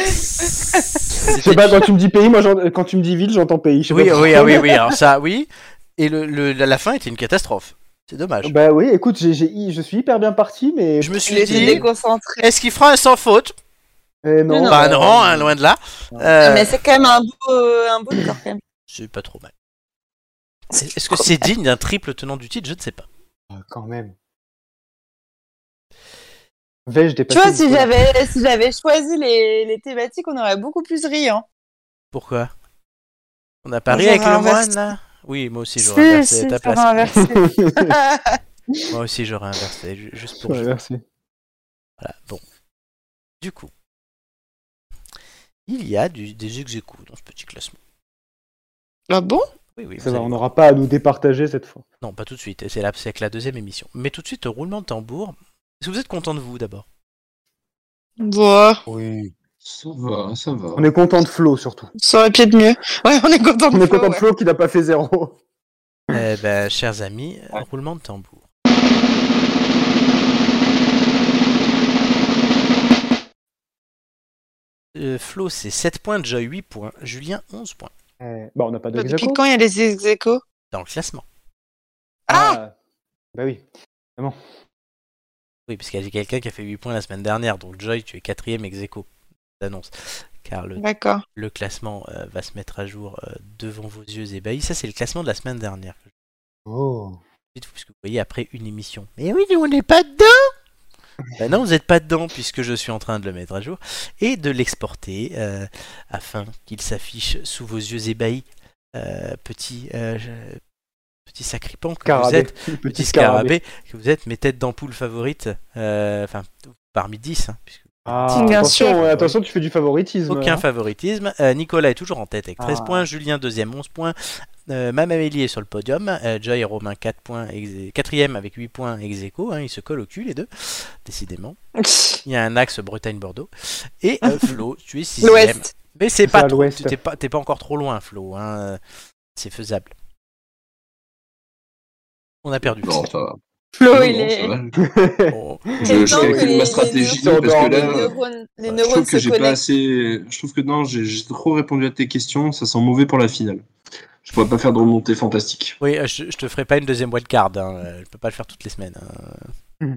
S1: C'était-
S2: Je sais pas, quand tu me dis pays, moi, j'en- quand tu me dis ville, j'entends pays. je sais
S1: Oui,
S2: pas
S1: oui,
S2: pourquoi.
S1: ah oui, oui. Alors ça, oui. Et le, le- la la fin était une catastrophe. C'est dommage.
S2: Bah oui, écoute, j'ai- j'ai- je suis hyper bien parti, mais.
S1: Je me suis
S4: Ah Il était
S1: dit,
S4: déconcentré.
S1: est-ce qu'il fera un sans faute
S2: Eh non.
S1: Bah non, hein, loin de là. Euh,
S4: Ah Mais c'est quand même un beau, euh, un beau score quand même.
S1: C'est pas trop mal. Est-ce que c'est digne d'un triple tenant du titre Je ne sais pas.
S2: Euh, Quand même. Vais-je dépasser
S4: Tu vois,
S2: le
S4: si
S2: Nicolas
S4: j'avais si j'avais choisi les, les thématiques, on aurait beaucoup plus ri. Hein.
S1: Pourquoi On a parié
S4: J'aurais
S1: avec le moine
S4: inversé.
S1: là Oui, moi aussi j'aurais inversé
S4: Si, si,
S1: à ta
S4: ça
S1: place.
S4: va inverser.
S1: Moi aussi j'aurais inversé, ju- juste pour.
S2: Ouais, merci.
S1: Voilà, bon. Du coup, il y a du- des ex aequo dans ce petit classement.
S7: Ah bon
S1: Oui, oui, vous
S2: Ça va,
S1: allez
S2: on
S1: voir.
S2: n'aura pas à nous départager cette fois.
S1: Non, pas tout de suite, c'est la, c'est que la deuxième émission. Mais tout de suite, au roulement de tambour. Est-ce que vous êtes content de vous d'abord
S7: Bon,
S3: Oui. Ça va, ça va.
S2: On est content de Flo surtout.
S7: ça aurait pu être mieux. Ouais, on est content de
S2: On est
S7: Flo,
S2: content de
S7: ouais.
S2: Flo qui n'a pas fait zéro.
S1: Eh ben, chers amis, roulement de tambour. Euh, Flo, c'est 7 points, Joy 8 points, Julien 11 points
S2: Eh, bah, on n'a pas de
S7: Depuis
S2: Xaco.
S7: quand il y a les ex-échos
S1: dans le classement.
S2: Ah Bah oui.
S1: Oui, parce qu'il y a quelqu'un qui a fait 8 points la semaine dernière, donc Joy, tu es quatrième ex aequo, d'annonce. Car le,
S7: D'accord.
S1: le classement euh, va se mettre à jour euh, devant vos yeux ébahis. Ça, c'est le classement de la semaine dernière.
S2: Oh.
S1: Dites-vous, Parce que vous voyez, après une émission. Mais oui, nous, on n'est pas dedans Ben non, vous n'êtes pas dedans, puisque je suis en train de le mettre à jour, et de l'exporter, euh, afin qu'il s'affiche sous vos yeux ébahis, euh, petit, euh, je- petit sacripant que vous
S2: Scarabée.
S1: êtes, petit scarabée que vous êtes, mes têtes d'ampoule favorites, euh, enfin, parmi 10, hein, puisque
S2: Ah,
S7: Bien
S2: attention,
S1: sûr.
S2: ouais, attention, tu fais du favoritisme.
S1: Aucun
S2: hein.
S1: favoritisme. Euh, Nicolas est toujours en tête avec 13
S2: Ah.
S1: points. Julien, deuxième, 11 points. Euh, Mam Amélie est sur le podium. Euh, Joy et Romain, 4 points. ex- Quatrième avec 8 points ex aequo, hein, ils se collent au cul, les deux. Décidément. Il y a un axe Bretagne-Bordeaux. Et euh, Flo, tu es sixième.
S4: L'Ouest.
S1: Mais c'est
S2: C'est
S1: pas
S2: à
S1: trop-
S2: l'ouest.
S1: T'es pas, t'es pas encore trop loin, Flo. hein, euh, C'est faisable. On a perdu.
S3: Non, ça va.
S4: Flo,
S3: Non,
S4: il
S3: non,
S4: est.
S3: ça va.
S1: Oh.
S3: Je, je
S4: temps que
S3: calcule
S4: les-
S3: ma stratégie
S2: les neurones-
S3: parce que
S4: Les
S3: là, euh,
S4: neurones, les
S3: je trouve
S4: neurones
S3: que
S4: se
S3: j'ai pas
S4: connectent.
S3: assez. Je trouve que non, j'ai j'ai trop répondu à tes questions. Ça sent mauvais pour la finale. Je pourrais pas faire de remontée fantastique.
S1: Oui, euh, je, je te ferai pas une deuxième wildcard. Hein. euh, Je peux pas le faire toutes les semaines. hein.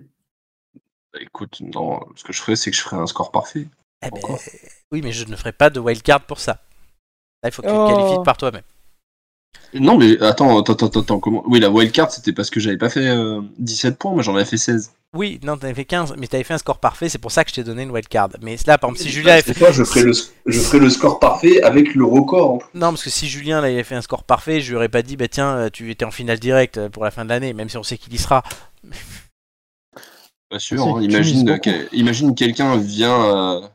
S3: Bah, écoute, non. Ce que je ferais, c'est que je ferais un score parfait.
S1: Eh ben,
S3: Encore.
S1: oui, mais je ne ferai pas de wildcard pour ça. Là, il faut que tu
S4: Oh.
S1: te qualifies par toi-même.
S3: Non, mais attends, attends, attends, attends. Comment Oui, la wildcard, c'était parce que j'avais pas fait euh, 17 points. Moi, j'en avais fait 16.
S1: Oui, non, t'avais fait 15, mais t'avais fait un score parfait, c'est pour ça que je t'ai donné une wildcard. Mais là, par exemple, si Julien avait
S3: Cette
S1: fait...
S3: fois, je ferai le, je ferai le score parfait avec le record. hein. en plus.
S1: Non, parce que si Julien là, il avait fait un score parfait, je lui aurais pas dit, bah tiens, euh, tu étais en finale directe euh, pour la fin de l'année, même si on sait qu'il y sera.
S3: Pas sûr.
S2: Si,
S3: hein.
S2: tu mises
S3: Imagine,
S2: beaucoup.
S3: que- imagine quelqu'un vient, euh,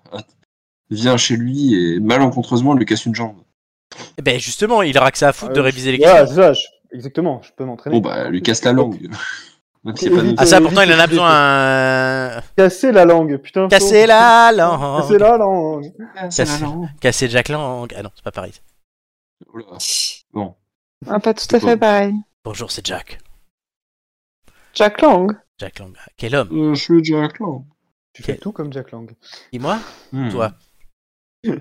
S3: vient chez lui et malencontreusement lui casse une jambe.
S1: Eh ben justement, il aura que ça à foutre de
S2: Euh,
S1: réviser les questions.
S2: Voilà, c'est ça. je- Exactement, je peux m'entraîner.
S3: Bon bah, lui casse la langue. Même s'il y a pas de-
S1: Ah ça, pourtant, il en a besoin. euh,
S2: Casser la langue, putain. Flo.
S1: Casser la
S2: Casser
S1: langue.
S2: la langue.
S6: Euh,
S1: Casser,
S6: hein.
S1: casser Jack Lang. Ah non, c'est pas pareil.
S3: Oh là. Non.
S4: Ah, pas tout à
S3: Bon.
S4: fait pareil.
S1: Bonjour, c'est Jack.
S4: Jack Lang.
S1: Jack Lang. Ah, Quel homme.
S3: Euh, je suis Jack Lang.
S2: Tu fais
S1: Ok.
S2: tout comme Jack Lang.
S1: Dis-moi,
S3: Hmm.
S1: toi.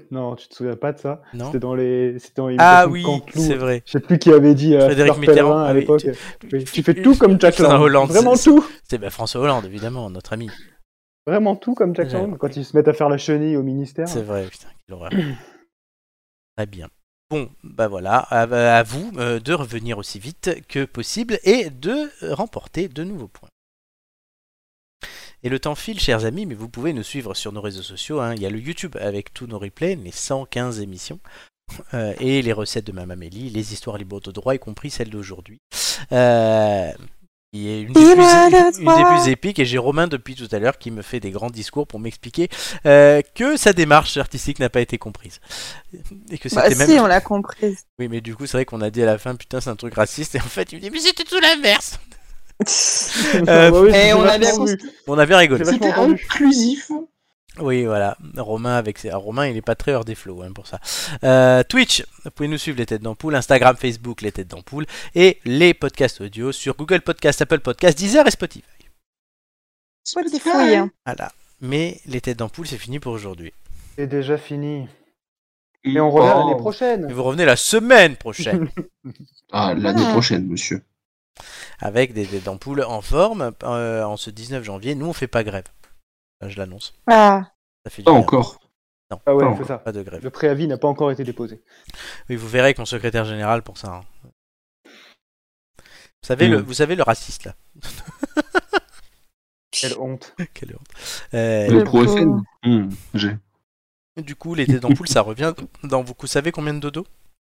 S2: Non, tu te souviens pas de ça
S1: Non.
S2: C'était dans les, c'était dans les
S1: Ah
S2: émissions de
S1: oui,
S2: Canteloup.
S1: c'est vrai.
S2: Je sais plus qui avait dit à
S1: Frédéric
S2: Frédéric
S1: Mitterrand,
S2: Mitterrand
S1: ah
S2: à
S1: oui,
S2: l'époque.
S1: tu-
S2: Oui, Tu fais tout comme Jack
S1: Frédéric
S2: Lang.
S1: Hollande,
S2: Vraiment
S1: c'est-
S2: tout.
S1: C'est bah, François Hollande, évidemment, notre ami.
S2: Vraiment tout comme Jack
S1: J'ai-
S2: Lang. Quand ils se mettent à faire la chenille au ministère.
S1: C'est vrai, putain, quelle horreur. Très bien. Bon, bah voilà, à, à vous euh, de revenir aussi vite que possible et de remporter de nouveaux points. Et le temps file, chers amis, mais vous pouvez nous suivre sur nos réseaux sociaux. hein. Il y a le YouTube avec tous nos replays, les 115 émissions, euh, et les recettes de Mamamélie, les histoires libres de droit, y compris celle d'aujourd'hui. Euh, qui est une des,
S7: Libre
S1: plus,
S7: de
S1: une des
S7: droit.
S1: plus épiques, et j'ai Romain depuis tout à l'heure qui me fait des grands discours pour m'expliquer euh, que sa démarche artistique n'a pas été comprise. Et que
S4: Bah,
S1: c'était même.
S4: si, on l'a comprise.
S1: Oui, mais du coup, c'est vrai qu'on a dit à la fin, putain, c'est un truc raciste, et en fait, il me dit, mais c'était tout l'inverse Euh,
S2: Ah bah oui,
S4: Et
S2: j'ai
S4: on a
S2: vachement
S4: bien
S2: vu.
S4: constaté.
S1: On a bien rigolé.
S2: J'ai vachement entendu.
S3: inclusif.
S1: Oui, voilà. Romain, avec ses... ah, Romain il est pas très hors des flots hein, pour ça. Euh, Twitch, vous pouvez nous suivre les têtes d'ampoule. Instagram, Facebook, les têtes d'ampoule. Et les podcasts audio sur Google Podcast, Apple Podcast, Deezer et Spotify.
S4: Spotify. hein.
S1: Voilà. Mais les têtes d'ampoule, c'est fini pour aujourd'hui.
S2: C'est déjà fini. Et on revient l'année prochaine.
S1: Mais vous revenez la semaine prochaine
S3: Ah, l'année
S4: Ah.
S3: prochaine, monsieur.
S1: avec des têtes d'ampoule en forme. euh, en ce 19 janvier, nous, on fait pas grève. Là, je l'annonce.
S4: Ah.
S1: Ça fait du
S3: Pas
S1: bien.
S3: encore.
S1: Non,
S2: Ah ouais,
S3: Non.
S2: c'est ça.
S1: pas de grève.
S2: Le préavis n'a pas encore été déposé.
S1: Oui, vous verrez avec mon secrétaire général pour ça. hein. Vous savez, le,
S3: Mm.
S1: vous savez le raciste là.
S2: Quelle honte.
S1: Quelle honte.
S2: Eh
S1: Euh,
S3: Le
S2: ben,
S4: Le
S3: pro
S4: pro.
S3: FN. Hmm, j'ai.
S1: du coup, les têtes d'ampoule, ça revient dans vous. Vous savez combien de dodo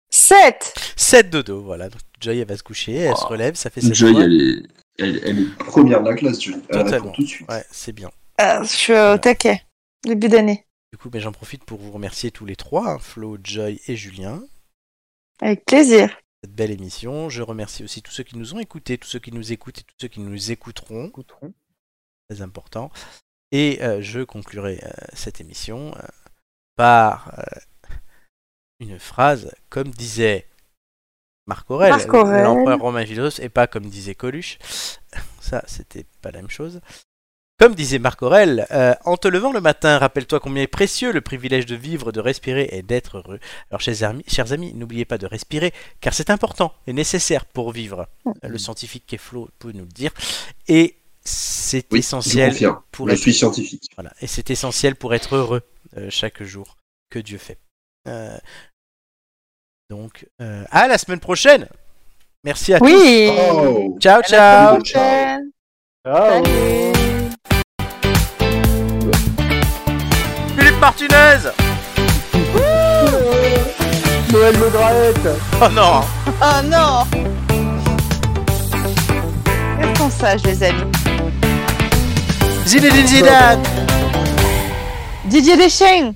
S4: 7
S1: 7 dodo, voilà. Donc, Joy, elle va se coucher, elle se relève, ça fait 7
S3: Joy, elle est, elle, elle est première de la classe, Joy. Elle répond
S1: Totalement.
S3: tout de suite.
S1: Ouais, c'est bien.
S7: Ah, je suis au taquet. Début d'année.
S1: Du coup, ben, j'en profite pour vous remercier tous les trois, hein, Flo, Joy et Julien.
S7: Avec plaisir.
S1: cette belle émission. Je remercie aussi tous ceux qui nous ont écoutés, tous ceux qui nous écoutent et tous ceux qui nous écouteront. Très important. Et euh, je conclurai euh, cette émission euh, par euh, une phrase, comme disait Marc Aurèle,
S4: Marc Aurèle.
S1: l'empereur romain philosophe, et pas comme disait Coluche. Ça, c'était pas la même chose. Comme disait Marc Aurèle, euh, en te levant le matin, rappelle-toi combien est précieux le privilège de vivre, de respirer et d'être heureux. Alors, chers amis, chers amis, n'oubliez pas de respirer, car c'est important et nécessaire pour vivre. Le scientifique qui est Flo peut nous le dire. Et c'est
S3: Oui, Je
S1: essentiel
S3: confirme.
S1: pour
S3: je
S1: être-
S3: suis scientifique.
S1: voilà. Et c'est essentiel pour être heureux euh, chaque jour que Dieu fait. Euh, donc, euh, à la semaine prochaine. Merci à
S4: Oui
S3: Oh
S1: tous. Ciao, ciao.
S3: Ciao.
S2: Ah, ouais.
S4: Salut.
S1: Philippe Martinez.
S2: Noël Le Graët.
S1: Oh non.
S7: Oh non Restons sages, les amis.
S1: Zinedine Zidane.
S7: Didier Deschamps